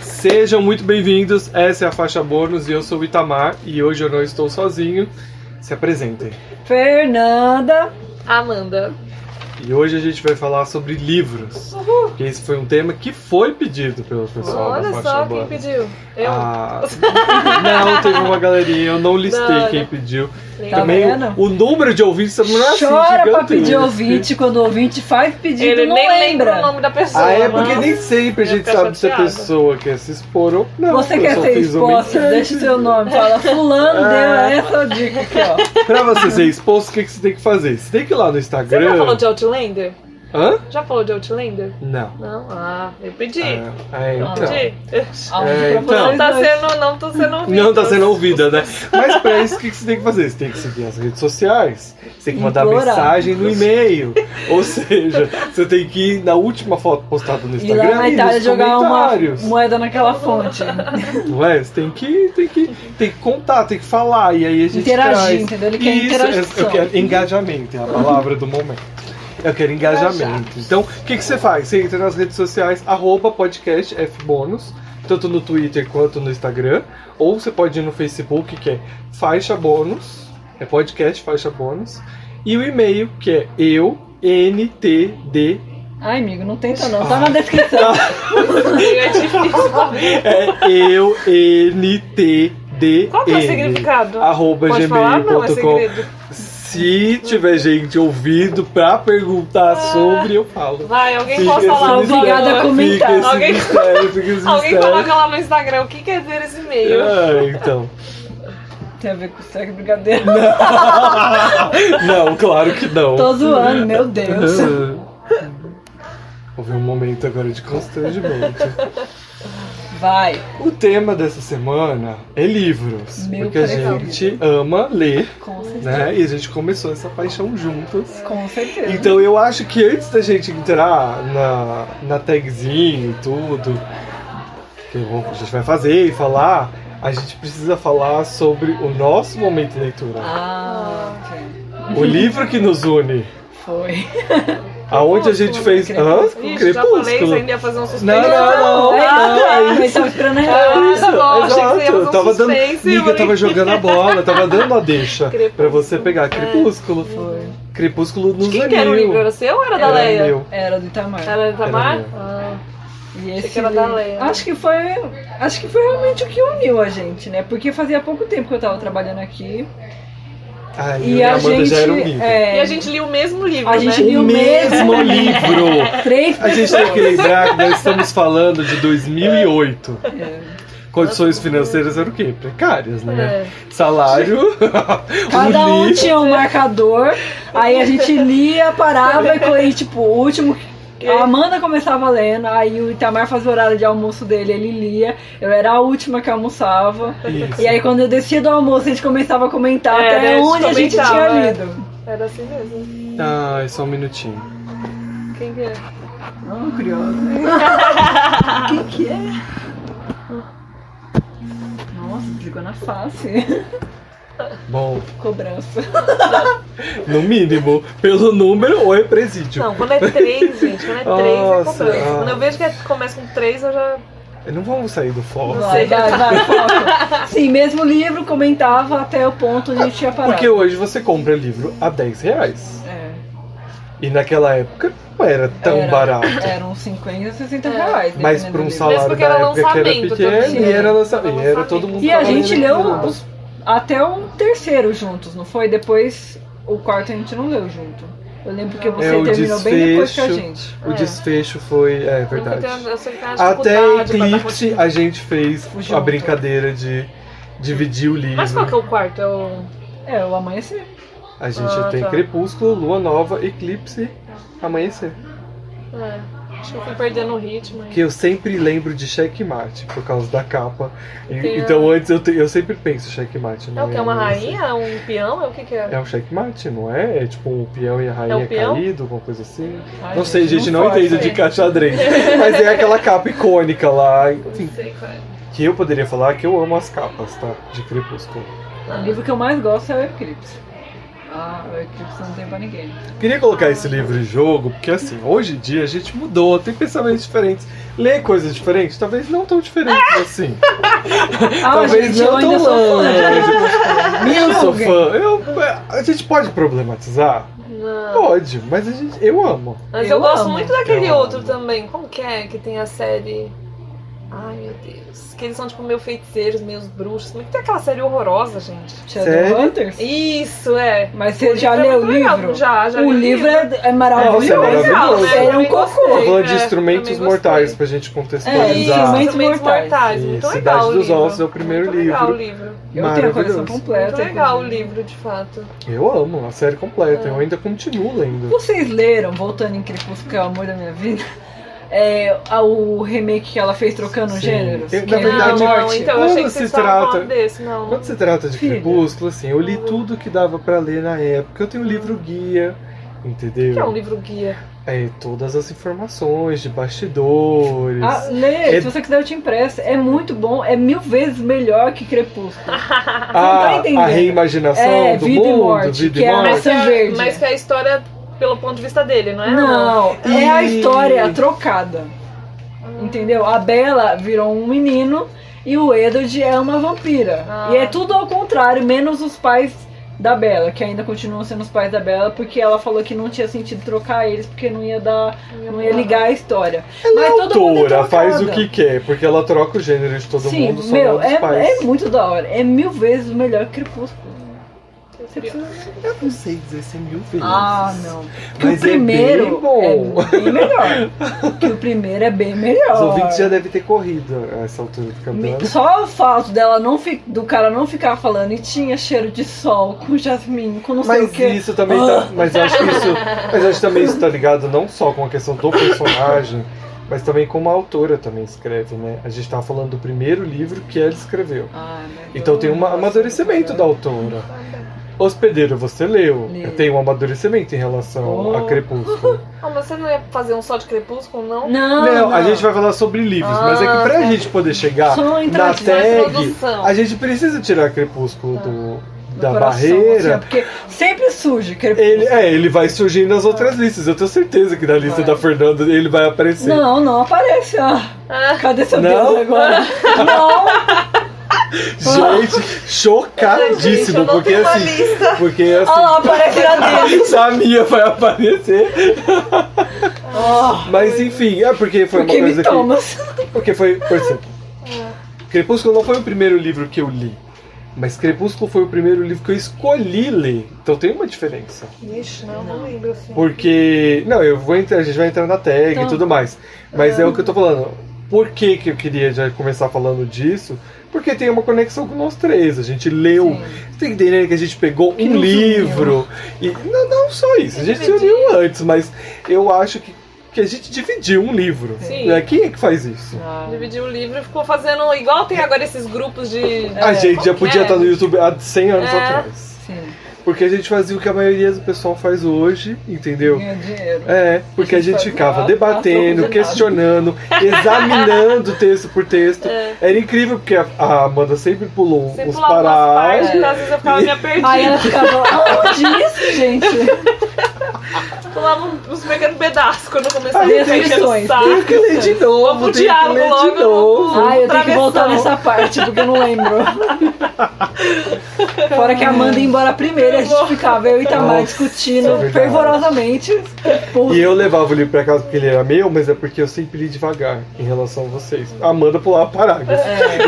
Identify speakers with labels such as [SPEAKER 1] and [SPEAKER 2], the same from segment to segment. [SPEAKER 1] Sejam muito bem-vindos, essa é a Faixa Bônus e eu sou o Itamar e hoje eu não estou sozinho. Se apresentem.
[SPEAKER 2] Fernanda.
[SPEAKER 3] Amanda.
[SPEAKER 1] E hoje a gente vai falar sobre livros,
[SPEAKER 3] Uhul.
[SPEAKER 1] porque esse foi um tema que foi pedido pelo pessoal da
[SPEAKER 3] Olha
[SPEAKER 1] Faixa
[SPEAKER 3] só
[SPEAKER 1] Bônus.
[SPEAKER 3] quem pediu. Eu.
[SPEAKER 1] Ah, não, teve uma galerinha, eu não listei
[SPEAKER 3] Não,
[SPEAKER 1] quem
[SPEAKER 3] não.
[SPEAKER 1] pediu.
[SPEAKER 3] Nem-
[SPEAKER 2] né? Tá
[SPEAKER 1] Também
[SPEAKER 2] vendo?
[SPEAKER 1] o número de ouvintes também não é assim,
[SPEAKER 2] Chora pra
[SPEAKER 1] gigantesco.
[SPEAKER 2] pedir ouvinte quando o ouvinte faz pedido
[SPEAKER 3] Ele
[SPEAKER 2] não
[SPEAKER 3] nem
[SPEAKER 2] lembra.
[SPEAKER 3] lembra o nome da pessoa.
[SPEAKER 1] Ah, é
[SPEAKER 3] não.
[SPEAKER 1] porque nem sempre a
[SPEAKER 3] Eu
[SPEAKER 1] gente
[SPEAKER 3] fico
[SPEAKER 1] sabe se a
[SPEAKER 3] chateada.
[SPEAKER 1] pessoa quer se expor ou não.
[SPEAKER 2] Você
[SPEAKER 1] Eu
[SPEAKER 2] quer
[SPEAKER 1] só
[SPEAKER 2] ser
[SPEAKER 1] fiz uma
[SPEAKER 2] exposta?
[SPEAKER 1] enquete.
[SPEAKER 2] Deixa o seu nome. Fala, fulano deu
[SPEAKER 1] Ah.
[SPEAKER 2] essa dica aqui, ó.
[SPEAKER 1] Pra você ser exposto, o que, que você tem que fazer? Você tem que ir lá no
[SPEAKER 3] Você
[SPEAKER 1] Instagram.
[SPEAKER 3] já falou de Outlander?
[SPEAKER 1] Hã?
[SPEAKER 3] Já falou de Outlander?
[SPEAKER 1] Não.
[SPEAKER 3] Não? Ah, eu pedi.
[SPEAKER 1] Ah, é,
[SPEAKER 3] Eu
[SPEAKER 1] então.
[SPEAKER 3] pedi.
[SPEAKER 2] Aonde
[SPEAKER 1] É,
[SPEAKER 2] pra
[SPEAKER 1] então.
[SPEAKER 3] Não
[SPEAKER 2] vocês
[SPEAKER 3] tá
[SPEAKER 2] dois.
[SPEAKER 3] sendo, não tô sendo ouvido.
[SPEAKER 1] Não tá sendo ouvida, né? Mas pra isso, o que, que você tem que fazer? Você tem que seguir as redes sociais, você tem que mandar
[SPEAKER 2] Implorar.
[SPEAKER 1] mensagem no e-mail. Ou seja, você tem que ir na última foto postada no
[SPEAKER 2] E lá
[SPEAKER 1] Instagram
[SPEAKER 2] na
[SPEAKER 1] e,
[SPEAKER 2] Itália
[SPEAKER 1] nos
[SPEAKER 2] jogar uma
[SPEAKER 1] comentários.
[SPEAKER 2] moeda naquela fonte.
[SPEAKER 1] Não é? Você tem que, tem, que, tem que contar, tem que falar. E aí a gente
[SPEAKER 2] Interagir,
[SPEAKER 1] traz.
[SPEAKER 2] entendeu? Ele quer
[SPEAKER 1] Isso, é,
[SPEAKER 2] interação.
[SPEAKER 1] Eu quero engajamento, é a palavra do momento. Eu quero engajamento. Então, o que, que você faz? Você entra nas redes sociais, arroba podcast FBônus, tanto no Twitter quanto no Instagram. Ou você pode ir no Facebook, que é faixa bônus, é podcast faixa bônus. E o e-mail, que é eu, ntd,
[SPEAKER 2] Ai, amigo, não tenta não. Tá na
[SPEAKER 1] Ah.
[SPEAKER 2] descrição.
[SPEAKER 3] É difícil pra mim.
[SPEAKER 1] é eu, ntd.
[SPEAKER 3] Qual que é o significado?
[SPEAKER 1] arroba
[SPEAKER 3] Pode falar? Não, é
[SPEAKER 1] gmail.com.
[SPEAKER 3] segredo.
[SPEAKER 1] Se tiver gente ouvido pra perguntar sobre, eu falo.
[SPEAKER 3] Vai, Ah. alguém
[SPEAKER 1] Fica
[SPEAKER 3] posta
[SPEAKER 1] esse
[SPEAKER 3] lá.
[SPEAKER 2] mistério. Obrigada a
[SPEAKER 3] Obrigada.
[SPEAKER 2] comentar.
[SPEAKER 1] Fica esse
[SPEAKER 3] Alguém-
[SPEAKER 1] mistério, fica esse
[SPEAKER 3] Alguém
[SPEAKER 1] mistério.
[SPEAKER 3] coloca lá no Instagram o que quer dizer esse e-mail.
[SPEAKER 1] Ah, então.
[SPEAKER 2] Tem a ver com sexo, brincadeira.
[SPEAKER 1] Não, claro que não. Ah.
[SPEAKER 2] Tô zoando, meu Deus.
[SPEAKER 1] Houve um momento agora de constrangimento.
[SPEAKER 2] Vai.
[SPEAKER 1] O tema dessa semana é livros.
[SPEAKER 2] Meu
[SPEAKER 1] porque a
[SPEAKER 2] legal.
[SPEAKER 1] gente ama ler,
[SPEAKER 2] Com certeza.
[SPEAKER 1] né? E a gente começou essa paixão juntas.
[SPEAKER 2] Com certeza.
[SPEAKER 1] Então eu acho que antes da gente entrar na, na tagzinha e tudo, que eu- a gente vai fazer e falar, a gente precisa falar sobre o nosso momento de leitura.
[SPEAKER 2] Ah, ok.
[SPEAKER 1] O livro que nos une.
[SPEAKER 2] Foi.
[SPEAKER 1] Aonde a gente fez. Hã?
[SPEAKER 3] né? Ixi, já falei, você ainda ia fazer um suspense.
[SPEAKER 1] Não,
[SPEAKER 2] Então,
[SPEAKER 1] não, não, não, é
[SPEAKER 2] Eu
[SPEAKER 1] isso.
[SPEAKER 2] tava esperando a
[SPEAKER 3] Ah,
[SPEAKER 2] real.
[SPEAKER 1] isso,
[SPEAKER 3] lógico,
[SPEAKER 1] exato.
[SPEAKER 3] que você ia fazer um
[SPEAKER 1] tava dando,
[SPEAKER 3] suspense,
[SPEAKER 1] Miga,
[SPEAKER 3] eu
[SPEAKER 1] tava
[SPEAKER 3] falei.
[SPEAKER 1] jogando a bola, tava dando a deixa pra
[SPEAKER 3] Crepúsculo. É.
[SPEAKER 1] você pegar. Crepúsculo.
[SPEAKER 2] Foi.
[SPEAKER 1] Crepúsculo nos
[SPEAKER 3] Quem
[SPEAKER 1] uniu.
[SPEAKER 3] que era o livro? Era seu ou era da
[SPEAKER 2] Era
[SPEAKER 3] Leia?
[SPEAKER 1] meu.
[SPEAKER 2] Era do Itamar.
[SPEAKER 3] Era da Tamar?
[SPEAKER 1] Era meu.
[SPEAKER 3] Ah.
[SPEAKER 2] E esse
[SPEAKER 3] que era da
[SPEAKER 2] livro-
[SPEAKER 3] Leia.
[SPEAKER 2] Acho que foi, acho que foi realmente o que uniu a gente, né? Porque fazia pouco tempo que eu tava trabalhando aqui
[SPEAKER 1] Ai,
[SPEAKER 2] e,
[SPEAKER 1] eu
[SPEAKER 2] a
[SPEAKER 1] Amanda
[SPEAKER 2] gente
[SPEAKER 1] já era um livro.
[SPEAKER 2] é,
[SPEAKER 3] E a gente lia o mesmo livro,
[SPEAKER 2] A gente
[SPEAKER 3] né?
[SPEAKER 2] lia
[SPEAKER 1] O
[SPEAKER 2] o
[SPEAKER 1] mesmo
[SPEAKER 2] mesmo.
[SPEAKER 1] livro.
[SPEAKER 2] três
[SPEAKER 1] A gente tem que
[SPEAKER 2] pessoas.
[SPEAKER 1] lembrar que nós estamos falando de 2008.
[SPEAKER 2] É.
[SPEAKER 1] Condições financeiras eram o quê? Precárias, né?
[SPEAKER 3] É.
[SPEAKER 1] Salário,
[SPEAKER 2] Cada
[SPEAKER 1] um
[SPEAKER 2] um
[SPEAKER 1] livro.
[SPEAKER 2] tinha um marcador, aí a gente lia, parava e foi tipo o último. A Amanda começava lendo, aí o Itamar fazia o horário de almoço dele, ele lia. Eu era a última que almoçava.
[SPEAKER 1] Isso.
[SPEAKER 2] E aí quando eu descia do almoço, a gente começava a comentar
[SPEAKER 3] É,
[SPEAKER 2] até
[SPEAKER 3] a gente
[SPEAKER 2] onde a gente tinha
[SPEAKER 3] comentava, é.
[SPEAKER 2] lido.
[SPEAKER 3] Era assim mesmo.
[SPEAKER 1] Ai, só um minutinho.
[SPEAKER 3] Quem que é?
[SPEAKER 2] Não, curiosa. O que, que é? Nossa, desligou na face.
[SPEAKER 1] Bom,
[SPEAKER 2] Cobrança.
[SPEAKER 1] no mínimo, pelo número ou é presídio.
[SPEAKER 3] Não, quando é três, gente, quando é três é
[SPEAKER 1] Nossa,
[SPEAKER 3] completo.
[SPEAKER 1] ah.
[SPEAKER 3] Quando eu vejo que é- começa com três, eu já.
[SPEAKER 1] Não vamos sair do foco.
[SPEAKER 2] Vai, vai,
[SPEAKER 3] tá-
[SPEAKER 2] vai, foca. Sim, mesmo livro comentava até o ponto onde a gente tinha parado.
[SPEAKER 1] Porque hoje você compra livro a 10 reais.
[SPEAKER 2] É,
[SPEAKER 1] E naquela época não era tão
[SPEAKER 2] Era.
[SPEAKER 1] barato.
[SPEAKER 2] eram 50, 60
[SPEAKER 3] É.
[SPEAKER 2] reais.
[SPEAKER 1] Mas pra
[SPEAKER 2] dependendo do
[SPEAKER 1] um
[SPEAKER 2] livro.
[SPEAKER 3] Mesmo
[SPEAKER 1] salário
[SPEAKER 3] porque
[SPEAKER 1] da
[SPEAKER 3] era
[SPEAKER 1] época que era
[SPEAKER 3] lançamento
[SPEAKER 1] pequeno
[SPEAKER 3] também,
[SPEAKER 1] e
[SPEAKER 2] né?
[SPEAKER 1] era
[SPEAKER 3] Era
[SPEAKER 1] lançamento. E era
[SPEAKER 3] lançamento.
[SPEAKER 1] todo mundo
[SPEAKER 2] E a
[SPEAKER 1] falando
[SPEAKER 2] gente
[SPEAKER 1] de
[SPEAKER 2] leu
[SPEAKER 1] livro.
[SPEAKER 2] os- até o terceiro juntos, não foi? Depois o quarto a gente não leu junto. Eu lembro que
[SPEAKER 3] Não.
[SPEAKER 2] você
[SPEAKER 1] É, o
[SPEAKER 2] terminou bem depois que a
[SPEAKER 1] desfecho.
[SPEAKER 2] gente.
[SPEAKER 1] O
[SPEAKER 3] É.
[SPEAKER 1] desfecho foi. É
[SPEAKER 3] Nunca
[SPEAKER 1] verdade.
[SPEAKER 3] tenho- eu sei que tenho uma
[SPEAKER 1] Até
[SPEAKER 3] dificuldade pra dar
[SPEAKER 1] Eclipse a
[SPEAKER 3] continuidade.
[SPEAKER 1] gente fez
[SPEAKER 2] Junto.
[SPEAKER 1] a brincadeira de dividir o livro.
[SPEAKER 3] Mas qual que é o quarto? É o.
[SPEAKER 2] É, o amanhecer.
[SPEAKER 1] A gente
[SPEAKER 3] Ah,
[SPEAKER 1] tem
[SPEAKER 3] tá.
[SPEAKER 1] Crepúsculo, Lua Nova, Eclipse, Amanhecer.
[SPEAKER 3] É. Acho que eu fui perdendo o ritmo. aí.
[SPEAKER 1] Que eu sempre lembro de Checkmate por causa da capa. E-
[SPEAKER 3] Tem a-
[SPEAKER 1] então antes eu, te- eu sempre penso Checkmate.
[SPEAKER 3] É
[SPEAKER 1] não
[SPEAKER 3] o que? É uma
[SPEAKER 1] Amanhecer.
[SPEAKER 3] rainha? É um peão? É o que que é?
[SPEAKER 1] É um checkmate, não é? É tipo um peão e a rainha
[SPEAKER 3] o É peão?
[SPEAKER 1] caído, alguma coisa assim.
[SPEAKER 2] Ai,
[SPEAKER 1] não sei, gente, não,
[SPEAKER 2] pode
[SPEAKER 1] entendo de
[SPEAKER 2] ser.
[SPEAKER 1] ca- xadrez. Mas é aquela capa icônica lá. Enfim,
[SPEAKER 3] Não sei qual é.
[SPEAKER 1] que eu poderia falar que eu amo as capas, tá? De Crepúsculo.
[SPEAKER 2] O livro que eu mais gosto é o é Eclipse. Ah, o Eclipse não tem pra ninguém.
[SPEAKER 1] Queria colocar esse livro-jogo, porque assim, hoje em dia a gente mudou, tem pensamentos diferentes, lê coisas diferentes, talvez não tão diferentes assim.
[SPEAKER 2] Ah,
[SPEAKER 1] talvez
[SPEAKER 2] gente, eu
[SPEAKER 1] não tão
[SPEAKER 2] ainda sou fã.
[SPEAKER 1] longe. Eu sou
[SPEAKER 2] Julguem.
[SPEAKER 1] fã. Eu- é, a gente pode problematizar?
[SPEAKER 3] Não.
[SPEAKER 1] Pode, mas a gente, eu amo.
[SPEAKER 3] Mas eu,
[SPEAKER 2] Eu
[SPEAKER 3] gosto
[SPEAKER 2] amo.
[SPEAKER 3] muito daquele
[SPEAKER 1] Eu amo.
[SPEAKER 3] outro também. Como que é que tem a série. Ai meu Deus. Que eles são tipo meio feiticeiros, meus bruxos. Como é que tem aquela série horrorosa, gente?
[SPEAKER 2] Shadowhunters?
[SPEAKER 3] Isso, é.
[SPEAKER 2] Mas
[SPEAKER 3] O
[SPEAKER 2] você já
[SPEAKER 3] livro é
[SPEAKER 2] leu o
[SPEAKER 3] muito legal.
[SPEAKER 2] livro?
[SPEAKER 3] Já, já. li
[SPEAKER 2] O livro é, é
[SPEAKER 1] Nossa, é
[SPEAKER 2] maravilhoso.
[SPEAKER 3] né?
[SPEAKER 1] maravilhoso.
[SPEAKER 2] Ele é um cocô.
[SPEAKER 1] Tô falando de
[SPEAKER 3] É,
[SPEAKER 1] instrumentos
[SPEAKER 3] também
[SPEAKER 1] mortais
[SPEAKER 3] gostei.
[SPEAKER 1] pra gente
[SPEAKER 2] É,
[SPEAKER 3] Isso,
[SPEAKER 1] contextualizar.
[SPEAKER 2] instrumentos
[SPEAKER 3] Instrumentos Mortais.
[SPEAKER 1] E
[SPEAKER 3] Muito
[SPEAKER 1] Cidade
[SPEAKER 3] legal o
[SPEAKER 1] dos
[SPEAKER 3] livro.
[SPEAKER 1] Ossos é o primeiro
[SPEAKER 3] Muito legal o
[SPEAKER 1] livro.
[SPEAKER 3] livro.
[SPEAKER 2] Eu tenho a coleção
[SPEAKER 1] Maravilhoso.
[SPEAKER 2] completa.
[SPEAKER 3] Muito legal o
[SPEAKER 2] inclusive.
[SPEAKER 3] livro, de fato.
[SPEAKER 1] Eu amo a série completa,
[SPEAKER 3] É.
[SPEAKER 1] eu ainda continuo lendo.
[SPEAKER 2] Vocês leram, voltando em Crepúsculo, que é o amor da minha vida, é, a- o remake que ela fez trocando
[SPEAKER 1] Sim.
[SPEAKER 2] gêneros?
[SPEAKER 1] Eu-
[SPEAKER 2] que
[SPEAKER 1] na
[SPEAKER 2] é
[SPEAKER 1] verdade,
[SPEAKER 2] Morte?
[SPEAKER 3] não, não, então eu
[SPEAKER 1] Quando
[SPEAKER 3] achei que
[SPEAKER 1] se
[SPEAKER 3] vocês estavam
[SPEAKER 1] trata-
[SPEAKER 3] falando desse, não.
[SPEAKER 1] Quando se trata de
[SPEAKER 2] Filha.
[SPEAKER 1] Crepúsculo, assim, eu li tudo que dava pra ler na época. Eu tenho um livro guia, entendeu?
[SPEAKER 3] que é um livro guia?
[SPEAKER 1] É, todas as informações de bastidores.
[SPEAKER 2] Ah, lê,
[SPEAKER 1] É-
[SPEAKER 2] se você quiser eu te impresso. É muito bom, é mil vezes melhor que Crepúsculo.
[SPEAKER 1] a,
[SPEAKER 2] tá entendendo.
[SPEAKER 1] a reimaginação
[SPEAKER 2] É,
[SPEAKER 1] do
[SPEAKER 2] vida e
[SPEAKER 1] mundo,
[SPEAKER 2] morte,
[SPEAKER 1] vida
[SPEAKER 2] que
[SPEAKER 1] e
[SPEAKER 2] é a
[SPEAKER 1] morte.
[SPEAKER 2] mais-
[SPEAKER 3] Mas que,
[SPEAKER 2] Maçã
[SPEAKER 3] é,
[SPEAKER 2] verde.
[SPEAKER 3] mas que é a história pelo ponto de vista dele, não é?
[SPEAKER 2] Não, é a
[SPEAKER 1] E-
[SPEAKER 2] história trocada.
[SPEAKER 3] hum,
[SPEAKER 2] Entendeu? A Bella virou um menino e o Edward é uma vampira.
[SPEAKER 3] Ah.
[SPEAKER 2] E é tudo ao contrário, menos os pais da Bella, que ainda continuam sendo os pais da Bella, porque ela falou que não tinha sentido trocar eles, porque não ia dar, não é ia ligar a história.
[SPEAKER 1] Ela
[SPEAKER 2] Mas
[SPEAKER 1] é
[SPEAKER 2] todo mundo é
[SPEAKER 1] autora, faz o
[SPEAKER 2] trocada.
[SPEAKER 1] que quer, porque ela troca o gênero de todo
[SPEAKER 2] Sim,
[SPEAKER 1] mundo, só não
[SPEAKER 2] meu,
[SPEAKER 1] dos
[SPEAKER 2] é,
[SPEAKER 1] pais.
[SPEAKER 2] é muito da hora. É mil vezes melhor que Crepúsculo. Você precisa...
[SPEAKER 1] Eu não sei dizer se é mil vezes.
[SPEAKER 2] Ah, não. Que
[SPEAKER 1] Mas
[SPEAKER 2] o primeiro
[SPEAKER 1] é bem bom.
[SPEAKER 2] é bem melhor. que o primeiro é bem melhor.
[SPEAKER 1] Os ouvintes já devem ter corrido a essa altura do
[SPEAKER 2] Me-
[SPEAKER 1] campeonato.
[SPEAKER 2] Só o fato dela não fi- do cara não ficar falando e tinha cheiro de sol com jasmim, com não sei o Ah.
[SPEAKER 1] Mas
[SPEAKER 2] que.
[SPEAKER 1] isso também tá. Mas eu acho que isso. Mas eu acho que também isso tá ligado não só com a questão do personagem, mas também como a autora também escreve, né? A gente tava falando do primeiro livro que ela escreveu. Então tem
[SPEAKER 2] Hum.
[SPEAKER 1] um amadurecimento da autora. Hospedeiro, você leu.
[SPEAKER 2] Li.
[SPEAKER 1] Tem um amadurecimento em relação
[SPEAKER 2] Oh.
[SPEAKER 1] a Crepúsculo.
[SPEAKER 3] Ah, mas você não ia fazer um só de crepúsculo, não?
[SPEAKER 2] Ah, Não,
[SPEAKER 1] Não, a gente vai falar sobre livros, mas é que pra
[SPEAKER 3] Ah,
[SPEAKER 1] gente poder chegar
[SPEAKER 2] Só uma
[SPEAKER 1] na
[SPEAKER 2] entradinha,
[SPEAKER 3] uma
[SPEAKER 1] tag,
[SPEAKER 3] é introdução.
[SPEAKER 1] a gente precisa tirar Crepúsculo do,
[SPEAKER 2] do
[SPEAKER 1] da
[SPEAKER 2] coração, assim, ó,
[SPEAKER 1] barreira.
[SPEAKER 2] porque sempre surge crepúsculo.
[SPEAKER 1] Ele, é, ele vai surgir nas outras listas. Eu tenho certeza que na lista
[SPEAKER 2] Vai.
[SPEAKER 1] da Fernanda ele vai aparecer.
[SPEAKER 2] Não, não aparece, ó.
[SPEAKER 3] Ah.
[SPEAKER 2] Cadê seu
[SPEAKER 1] Não?
[SPEAKER 2] Deus agora? não,
[SPEAKER 1] Gente,
[SPEAKER 3] Gente,
[SPEAKER 1] chocadíssimo,
[SPEAKER 3] eu não
[SPEAKER 1] tá porque
[SPEAKER 3] tenho uma
[SPEAKER 1] assim.
[SPEAKER 3] lista.
[SPEAKER 1] Porque
[SPEAKER 2] olha
[SPEAKER 1] assim.
[SPEAKER 2] lá, aparece na dele.
[SPEAKER 1] Samia vai aparecer.
[SPEAKER 2] Ó,
[SPEAKER 1] Mas enfim, é porque foi uma
[SPEAKER 2] porque então,
[SPEAKER 1] coisa
[SPEAKER 2] me
[SPEAKER 1] que.
[SPEAKER 2] Thomas.
[SPEAKER 1] Porque foi. Por exemplo,
[SPEAKER 3] Ah,
[SPEAKER 1] Crepúsculo não foi o primeiro livro que eu li. Mas Crepúsculo foi o primeiro livro que eu escolhi ler. Então tem uma diferença.
[SPEAKER 3] Ixi, não, não lembro assim.
[SPEAKER 1] Porque. Não, eu vou entrar, a gente vai entrar na tag e
[SPEAKER 2] Então.
[SPEAKER 1] tudo mais. Mas
[SPEAKER 3] ah.
[SPEAKER 1] é o que eu tô falando. Por que, que eu queria já começar falando disso? Porque tem uma conexão com nós três. A gente leu. Você tem que entender que a gente pegou
[SPEAKER 2] Que
[SPEAKER 1] um
[SPEAKER 2] nos uniu.
[SPEAKER 1] livro. E não, não só isso, a gente se
[SPEAKER 3] Dividiu.
[SPEAKER 1] uniu antes, mas eu acho que, que a gente dividiu um livro.
[SPEAKER 3] Sim.
[SPEAKER 1] Né? Quem é que faz isso?
[SPEAKER 3] Dividiu o um livro e ficou fazendo. Igual tem agora esses grupos de.
[SPEAKER 1] a gente já
[SPEAKER 3] como
[SPEAKER 1] podia
[SPEAKER 3] é?
[SPEAKER 1] estar no YouTube há 100 anos
[SPEAKER 3] É.
[SPEAKER 1] atrás.
[SPEAKER 2] Sim,
[SPEAKER 1] Porque a gente fazia o que a maioria do pessoal faz hoje, entendeu?
[SPEAKER 2] ganha dinheiro.
[SPEAKER 1] É, porque a
[SPEAKER 2] A gente
[SPEAKER 1] gente
[SPEAKER 2] fazia
[SPEAKER 1] ficava
[SPEAKER 2] a-
[SPEAKER 1] debatendo,
[SPEAKER 2] a troca de nada.
[SPEAKER 1] questionando, examinando texto por texto.
[SPEAKER 3] É.
[SPEAKER 1] Era incrível porque a, a Amanda sempre pulou
[SPEAKER 3] Você
[SPEAKER 1] os
[SPEAKER 3] pulava umas
[SPEAKER 1] parágrafos.
[SPEAKER 3] partes, às vezes eu ficava meio perdida.
[SPEAKER 2] Aí ela ficava, aonde isso, gente?
[SPEAKER 3] Pulava um, uns pequenos pedaços quando começava
[SPEAKER 2] Aí,
[SPEAKER 3] a encher o
[SPEAKER 2] definições.
[SPEAKER 1] Tem
[SPEAKER 3] saco.
[SPEAKER 1] que ler de novo,
[SPEAKER 3] Vamos
[SPEAKER 1] tem
[SPEAKER 3] pro
[SPEAKER 1] que
[SPEAKER 3] diálogo
[SPEAKER 1] ler
[SPEAKER 3] logo,
[SPEAKER 1] de novo.
[SPEAKER 2] Ai, eu tenho que
[SPEAKER 3] Travessão.
[SPEAKER 2] voltar nessa parte, porque eu não lembro. Fora que a Amanda ia embora primeiro, a gente ficava eu e Itamar
[SPEAKER 1] Nossa,
[SPEAKER 2] discutindo
[SPEAKER 1] é verdade.
[SPEAKER 2] fervorosamente. Por...
[SPEAKER 1] E eu levava o livro pra casa porque ele era meu, mas é porque eu sempre li devagar em relação a vocês. A Amanda pulava parágrafos.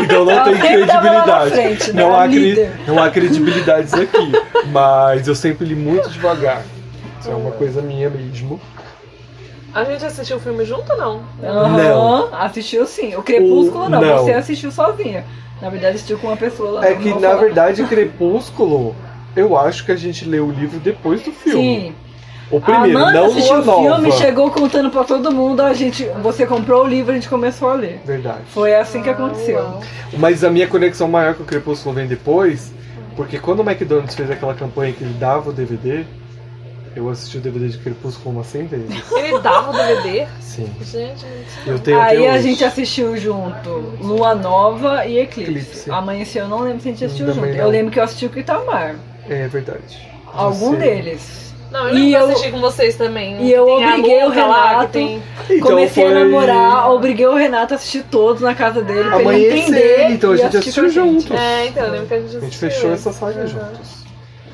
[SPEAKER 1] Então não
[SPEAKER 2] É. Ela
[SPEAKER 1] tem
[SPEAKER 2] sempre tava lá na
[SPEAKER 1] credibilidade.
[SPEAKER 2] frente, né?
[SPEAKER 1] não,
[SPEAKER 2] A
[SPEAKER 1] há cre-
[SPEAKER 2] líder.
[SPEAKER 1] não há credibilidade isso aqui. Mas eu sempre li muito devagar. Isso é uma coisa minha mesmo.
[SPEAKER 3] A gente assistiu o filme junto ou não?
[SPEAKER 2] Aham,
[SPEAKER 1] Não.
[SPEAKER 2] Assistiu sim. O Crepúsculo
[SPEAKER 1] O-
[SPEAKER 2] não,
[SPEAKER 1] não.
[SPEAKER 2] você assistiu sozinha. Na verdade, assistiu com uma pessoa lá.
[SPEAKER 1] É
[SPEAKER 2] não
[SPEAKER 1] que,
[SPEAKER 2] vou
[SPEAKER 1] na
[SPEAKER 2] falar.
[SPEAKER 1] verdade, Crepúsculo, eu acho que a gente leu o livro depois do filme.
[SPEAKER 2] Sim.
[SPEAKER 1] O primeiro,
[SPEAKER 2] a Amanda
[SPEAKER 1] não
[SPEAKER 2] assistiu
[SPEAKER 1] Lua
[SPEAKER 2] o filme,
[SPEAKER 1] Nova.
[SPEAKER 2] chegou contando pra todo mundo, a gente, você comprou o livro, a gente começou a ler.
[SPEAKER 1] Verdade.
[SPEAKER 2] Foi assim que aconteceu.
[SPEAKER 3] Ah, uau.
[SPEAKER 1] Mas a minha conexão maior com o Crepúsculo vem depois, porque quando o McDonald's fez aquela campanha que ele dava o DVD, eu assisti o DVD de Crepúsculo umas 100 vezes.
[SPEAKER 3] Ele dava o DVD?
[SPEAKER 1] Sim.
[SPEAKER 3] Gente, muito-
[SPEAKER 1] Eu tenho
[SPEAKER 2] Aí
[SPEAKER 1] até
[SPEAKER 2] a
[SPEAKER 1] hoje.
[SPEAKER 2] gente assistiu junto Lua Nova e Eclipse.
[SPEAKER 1] Eclipse.
[SPEAKER 2] Amanheceu, eu não lembro se a gente assistiu
[SPEAKER 1] Também
[SPEAKER 2] junto.
[SPEAKER 1] não.
[SPEAKER 2] Eu lembro que eu assisti com o Itamar.
[SPEAKER 1] É verdade.
[SPEAKER 2] Algum
[SPEAKER 1] Você.
[SPEAKER 2] deles.
[SPEAKER 3] Não, eu
[SPEAKER 2] E
[SPEAKER 3] lembro
[SPEAKER 2] eu-
[SPEAKER 3] de assistir com vocês também.
[SPEAKER 2] e eu
[SPEAKER 3] Tem a
[SPEAKER 2] obriguei o
[SPEAKER 3] Luca lá,
[SPEAKER 2] Renato.
[SPEAKER 3] que tem-
[SPEAKER 1] Então
[SPEAKER 2] Comecei
[SPEAKER 1] foi-
[SPEAKER 2] a namorar, obriguei o Renato a assistir todos na casa dele pra ele
[SPEAKER 1] Amanhecer,
[SPEAKER 2] entender.
[SPEAKER 1] então a
[SPEAKER 2] e
[SPEAKER 1] gente
[SPEAKER 2] assistir
[SPEAKER 1] assistiu
[SPEAKER 2] com a gente.
[SPEAKER 1] juntos.
[SPEAKER 3] É, então, eu lembro que a gente
[SPEAKER 1] A gente
[SPEAKER 3] assistiu
[SPEAKER 1] fechou
[SPEAKER 3] esse.
[SPEAKER 1] essa saga
[SPEAKER 3] Uhum.
[SPEAKER 1] juntos.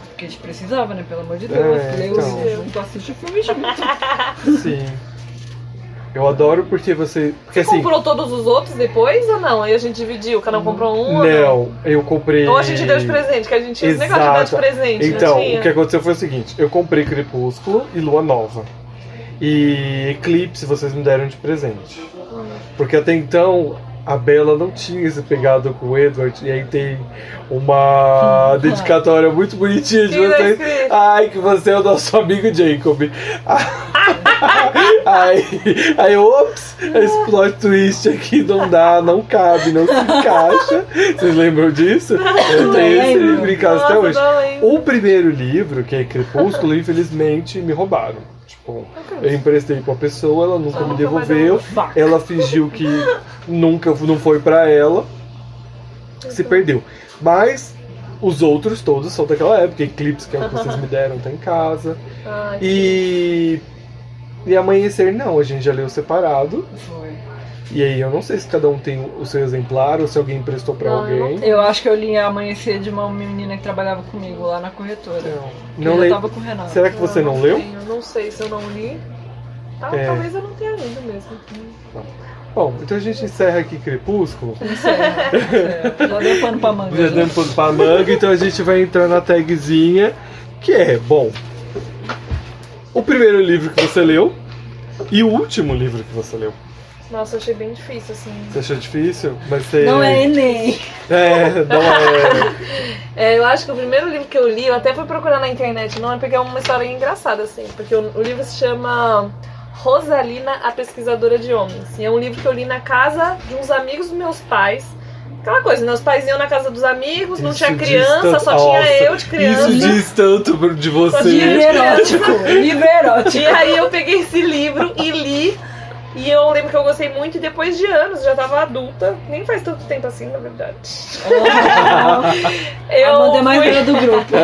[SPEAKER 2] Porque a gente precisava, né? Pelo amor de Deus.
[SPEAKER 1] É,
[SPEAKER 2] Leu
[SPEAKER 1] então.
[SPEAKER 2] junto, assiste filme junto. tá?
[SPEAKER 1] Sim. Eu adoro porque você. Porque
[SPEAKER 3] Você
[SPEAKER 1] assim.
[SPEAKER 3] comprou todos os outros depois ou não? Aí a gente dividiu, cada um comprou um ou não?
[SPEAKER 1] Não, eu comprei.
[SPEAKER 3] Ou a gente deu de presente, que a gente tinha esse negócio de dar de
[SPEAKER 1] Exato.
[SPEAKER 3] presente,
[SPEAKER 1] Então,
[SPEAKER 3] não tinha?
[SPEAKER 1] o que aconteceu foi o seguinte: eu comprei Crepúsculo e Lua Nova. E Eclipse vocês me deram de presente.
[SPEAKER 3] Hum.
[SPEAKER 1] Porque até então a Bela não tinha se pegado com o Edward. E aí tem uma dedicatória muito bonitinha de
[SPEAKER 3] Que tá
[SPEAKER 1] vocês.
[SPEAKER 3] escrito?
[SPEAKER 1] Ai, que você é o nosso amigo Jacob. aí, aí, ops, esse plot twist aqui não dá, não cabe, não se encaixa. Vocês lembram disso? Eu tenho esse
[SPEAKER 2] lembro.
[SPEAKER 1] brincado até
[SPEAKER 3] Nossa,
[SPEAKER 1] hoje.
[SPEAKER 3] não lembro.
[SPEAKER 1] O primeiro livro, que é Crepúsculo, infelizmente me roubaram. Tipo, eu emprestei pra uma pessoa, ela nunca
[SPEAKER 3] Ah,
[SPEAKER 1] me
[SPEAKER 3] nunca mais
[SPEAKER 1] devolveu.
[SPEAKER 2] Fuck.
[SPEAKER 1] Ela fingiu que nunca não foi pra ela. Se
[SPEAKER 3] Então.
[SPEAKER 1] perdeu. Mas os outros todos são daquela época. Eclipse, que é o que vocês me deram, tá em casa.
[SPEAKER 3] Ai,
[SPEAKER 1] E. E amanhecer não, a gente já leu separado.
[SPEAKER 2] Foi.
[SPEAKER 1] E aí eu não sei se cada um tem o seu exemplar ou se alguém emprestou pra
[SPEAKER 3] Não, eu não
[SPEAKER 1] alguém.
[SPEAKER 2] Eu acho que eu li Amanhecer de uma menina que trabalhava comigo lá na corretora.
[SPEAKER 1] Não,
[SPEAKER 2] Que
[SPEAKER 1] não
[SPEAKER 2] já
[SPEAKER 1] leio.
[SPEAKER 2] tava com o Renato.
[SPEAKER 1] Será que você não leu?
[SPEAKER 3] tenho, não sei se eu não li. Ah,
[SPEAKER 1] É.
[SPEAKER 3] Talvez eu não tenha lido mesmo.
[SPEAKER 1] Bom, então a gente encerra aqui Crepúsculo.
[SPEAKER 2] Não sei, não sei. É, Já deu pano pra manga. né?
[SPEAKER 1] Já demos pano pra manga, então a gente vai entrar na tagzinha, que é, bom, o primeiro livro que você leu e o último livro que você leu.
[SPEAKER 3] Nossa, eu achei bem difícil, assim.
[SPEAKER 1] Você achou difícil? Mas você...
[SPEAKER 2] Não é Enem.
[SPEAKER 1] É, não é.
[SPEAKER 3] É, eu acho que o primeiro livro que eu li, eu até fui procurar na internet, não é porque é uma história engraçada, assim, porque o, o livro se chama Rosalina, a Pesquisadora de Homens. E é um livro que eu li na casa de uns amigos dos meus pais. Aquela coisa, meus pais iam na casa dos amigos, não
[SPEAKER 1] Isso
[SPEAKER 3] tinha
[SPEAKER 1] diz
[SPEAKER 3] criança,
[SPEAKER 1] tanto-
[SPEAKER 3] só tinha
[SPEAKER 1] Nossa,
[SPEAKER 3] eu de criança.
[SPEAKER 1] Isso diz tanto de
[SPEAKER 2] Livro
[SPEAKER 1] você.
[SPEAKER 2] erótico. Livro
[SPEAKER 3] E
[SPEAKER 2] erótico.
[SPEAKER 3] aí eu peguei esse livro e li. E eu lembro que eu gostei muito e depois de anos, já tava adulta. Nem faz tanto tempo assim, na verdade.
[SPEAKER 2] Eu
[SPEAKER 3] Eu
[SPEAKER 2] Amanda é mais
[SPEAKER 3] fui-
[SPEAKER 2] velha do grupo.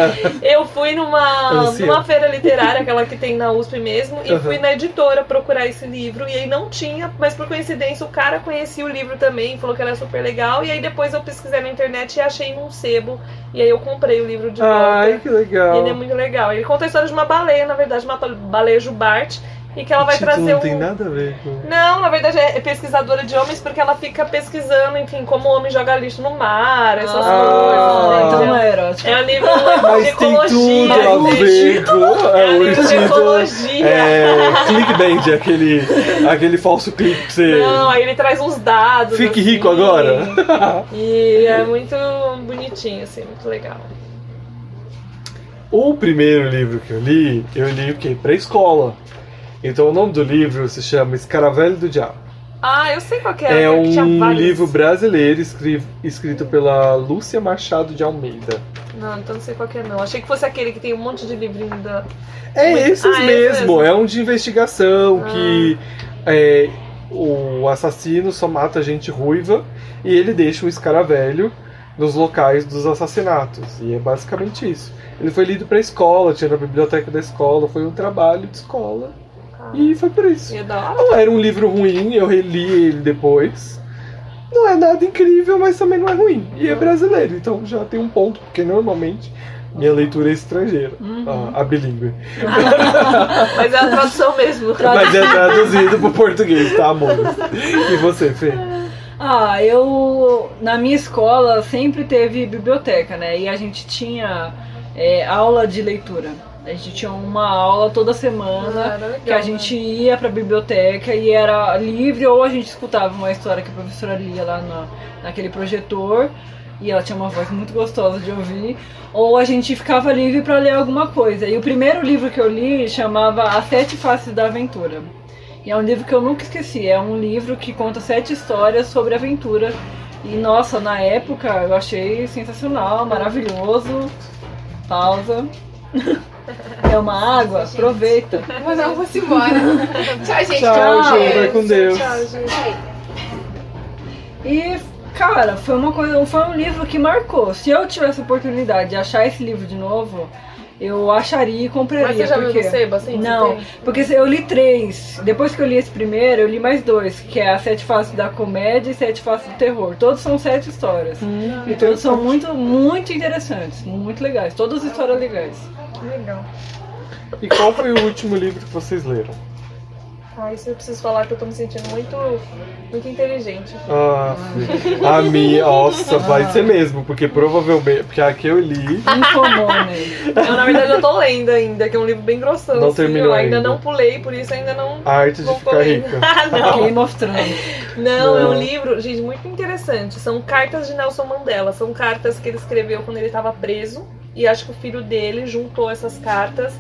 [SPEAKER 3] Eu fui numa,
[SPEAKER 1] Ansioso.
[SPEAKER 3] numa feira literária, aquela que tem na USP mesmo, e
[SPEAKER 1] Aham.
[SPEAKER 3] fui na editora procurar esse livro. E aí não tinha, mas por coincidência o cara conhecia o livro também, falou que era super legal. E aí depois eu pesquisei na internet e achei num sebo. E aí eu comprei o livro de volta.
[SPEAKER 1] Ai, que
[SPEAKER 3] E ele é
[SPEAKER 1] legal.
[SPEAKER 3] muito legal. Ele conta a história de uma baleia, na verdade, uma baleia jubarte, e que ela vai
[SPEAKER 1] o título
[SPEAKER 3] trazer
[SPEAKER 1] não
[SPEAKER 3] um.
[SPEAKER 1] tem nada a ver com...
[SPEAKER 3] Não, na verdade é pesquisadora de homens porque ela fica pesquisando, enfim, como o homem joga lixo no mar, essas
[SPEAKER 1] Ah.
[SPEAKER 3] coisas. né?
[SPEAKER 2] Então
[SPEAKER 3] entendeu?
[SPEAKER 2] não é erótico.
[SPEAKER 3] É o livro de
[SPEAKER 1] Mas tem tudo a
[SPEAKER 3] ecologia. assim.
[SPEAKER 1] ver com...
[SPEAKER 3] É
[SPEAKER 1] É
[SPEAKER 3] o
[SPEAKER 1] o
[SPEAKER 3] livro de
[SPEAKER 1] título...
[SPEAKER 3] ecologia.
[SPEAKER 1] É, clickbait, aquele, aquele falso clique que você...
[SPEAKER 3] Não, aí ele traz uns dados.
[SPEAKER 1] Fique
[SPEAKER 3] assim.
[SPEAKER 1] rico agora.
[SPEAKER 3] E é muito bonitinho, assim, muito legal.
[SPEAKER 1] O primeiro livro que eu li, eu li o quê? Pra escola. Então o nome do livro se chama Escaravelho do Diabo.
[SPEAKER 3] Ah, eu sei qual que é.
[SPEAKER 1] É
[SPEAKER 3] eu tinha
[SPEAKER 1] um
[SPEAKER 3] vários.
[SPEAKER 1] livro brasileiro escri- escrito pela Lúcia Machado de Almeida.
[SPEAKER 3] Não, então não sei qual que é, não. Achei que fosse aquele que tem um monte de livrinho da.
[SPEAKER 1] É
[SPEAKER 3] Muito-
[SPEAKER 1] esses
[SPEAKER 3] Ah, é esse
[SPEAKER 1] mesmo,
[SPEAKER 3] mesmo.
[SPEAKER 1] é um de investigação
[SPEAKER 3] Ah.
[SPEAKER 1] que é, o assassino só mata gente ruiva e ele deixa um escaravelho nos locais dos assassinatos. E é basicamente isso. Ele foi lido pra escola, tinha na biblioteca da escola, foi um trabalho de escola
[SPEAKER 3] Ah,
[SPEAKER 1] e foi por isso.
[SPEAKER 3] ia da hora.
[SPEAKER 1] Não era um livro ruim, eu reli ele depois. Não é nada incrível, mas também não é ruim. E é brasileiro, então já tem um ponto, porque normalmente minha leitura é estrangeira,
[SPEAKER 2] Uhum.
[SPEAKER 1] a, a bilíngue.
[SPEAKER 3] Mas é a tradução mesmo.
[SPEAKER 1] Mas é traduzido pro português, tá, amor? E você, Fê?
[SPEAKER 2] Ah, eu. Na minha escola sempre teve biblioteca, né? E a gente tinha é, aula de leitura. A gente tinha uma aula toda semana.
[SPEAKER 3] Era legal,
[SPEAKER 2] Que a gente ia pra biblioteca e era livre, ou a gente escutava uma história que a professora lia lá na, naquele projetor, e ela tinha uma voz muito gostosa de ouvir, ou a gente ficava livre pra ler alguma coisa. E o primeiro livro que eu li chamava As Sete Faces da Aventura. E é um livro que eu nunca esqueci, é um livro que conta sete histórias sobre aventura. E nossa, na época eu achei sensacional, maravilhoso. Pausa. É uma água, aproveita.
[SPEAKER 3] né?
[SPEAKER 4] Mas eu vou embora. Tchau, gente.
[SPEAKER 1] Tchau,
[SPEAKER 2] tchau.
[SPEAKER 1] gente, vai com Deus.
[SPEAKER 3] Tchau, gente.
[SPEAKER 2] E, cara, foi uma coisa, foi um livro que marcou. Se eu tivesse a oportunidade de achar esse livro de novo, eu acharia e compraria.
[SPEAKER 3] Mas você já viu
[SPEAKER 2] porque...
[SPEAKER 3] do Seba, assim?
[SPEAKER 2] Não.
[SPEAKER 3] Você
[SPEAKER 2] Porque se- eu li três. Depois que eu li esse primeiro, eu li mais dois, que é a Sete Faces da Comédia e Sete Faces do Terror. Todos são sete histórias. E todos são muito, muito interessantes, muito legais. Todas histórias legais.
[SPEAKER 3] tem? Legal.
[SPEAKER 1] E qual foi o último livro que vocês leram?
[SPEAKER 3] Ah, isso eu preciso falar que eu tô me sentindo muito, muito inteligente.
[SPEAKER 1] Ah, filho. a minha, nossa, vai ser mesmo, porque provavelmente, porque a que eu li,
[SPEAKER 2] Infomone.
[SPEAKER 3] Eu, na verdade, eu tô lendo ainda, que é um livro bem grossão.
[SPEAKER 1] Não
[SPEAKER 3] assim,
[SPEAKER 1] terminou
[SPEAKER 3] eu ainda,
[SPEAKER 1] ainda.
[SPEAKER 3] não pulei, por isso ainda não.
[SPEAKER 1] a arte de
[SPEAKER 3] não
[SPEAKER 1] ficar
[SPEAKER 3] pulei.
[SPEAKER 1] rica.
[SPEAKER 3] Ah, não.
[SPEAKER 2] Game of Thrones.
[SPEAKER 3] Não, é
[SPEAKER 1] Não.
[SPEAKER 3] um livro, gente, muito interessante. São cartas de Nelson Mandela. São cartas que ele escreveu quando ele estava preso. E acho que o filho dele juntou essas cartas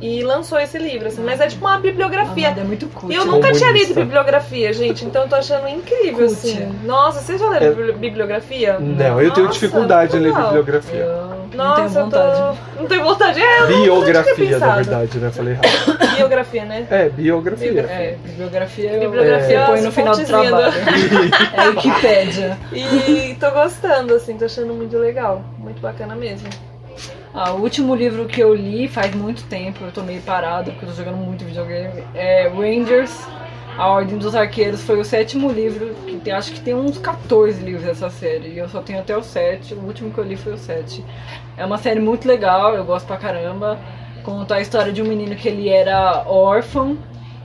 [SPEAKER 3] e lançou esse livro. assim. Mas é tipo uma bibliografia.
[SPEAKER 2] Amada, é muito
[SPEAKER 3] E
[SPEAKER 2] cult.
[SPEAKER 3] eu nunca tinha lido
[SPEAKER 1] Comunista.
[SPEAKER 3] bibliografia, gente, então eu tô achando incrível,
[SPEAKER 2] Cult.
[SPEAKER 3] assim. Nossa, vocês já leram bibli- bibliografia?
[SPEAKER 1] É. Não, eu tenho
[SPEAKER 3] Nossa,
[SPEAKER 1] dificuldade em ler
[SPEAKER 3] legal.
[SPEAKER 1] bibliografia.
[SPEAKER 2] Eu não
[SPEAKER 3] Nossa,
[SPEAKER 2] tenho
[SPEAKER 3] eu tô.
[SPEAKER 2] vontade.
[SPEAKER 3] Não tenho vontade. É,
[SPEAKER 1] Biografia, na
[SPEAKER 3] pensado.
[SPEAKER 1] verdade, né? Falei errado.
[SPEAKER 3] biografia, né?
[SPEAKER 1] É, biografia.
[SPEAKER 2] É, bibliografia eu
[SPEAKER 3] Bibliografia
[SPEAKER 2] eu ponho no
[SPEAKER 3] as
[SPEAKER 2] final do
[SPEAKER 3] fontezinhas
[SPEAKER 2] trabalho. É a Wikipédia.
[SPEAKER 3] E tô gostando, assim, tô achando muito legal. Muito bacana mesmo.
[SPEAKER 2] Ah, o último livro que eu li faz muito tempo, eu tô meio parado porque eu tô jogando muito videogame, é Rangers, A Ordem dos Arqueiros. Foi o sétimo livro, que tem- acho que tem uns 14 livros essa série, e eu só tenho até o 7. O último que eu li foi o 7. É uma série muito legal, eu gosto pra caramba. Conta a história de um menino que ele era órfão.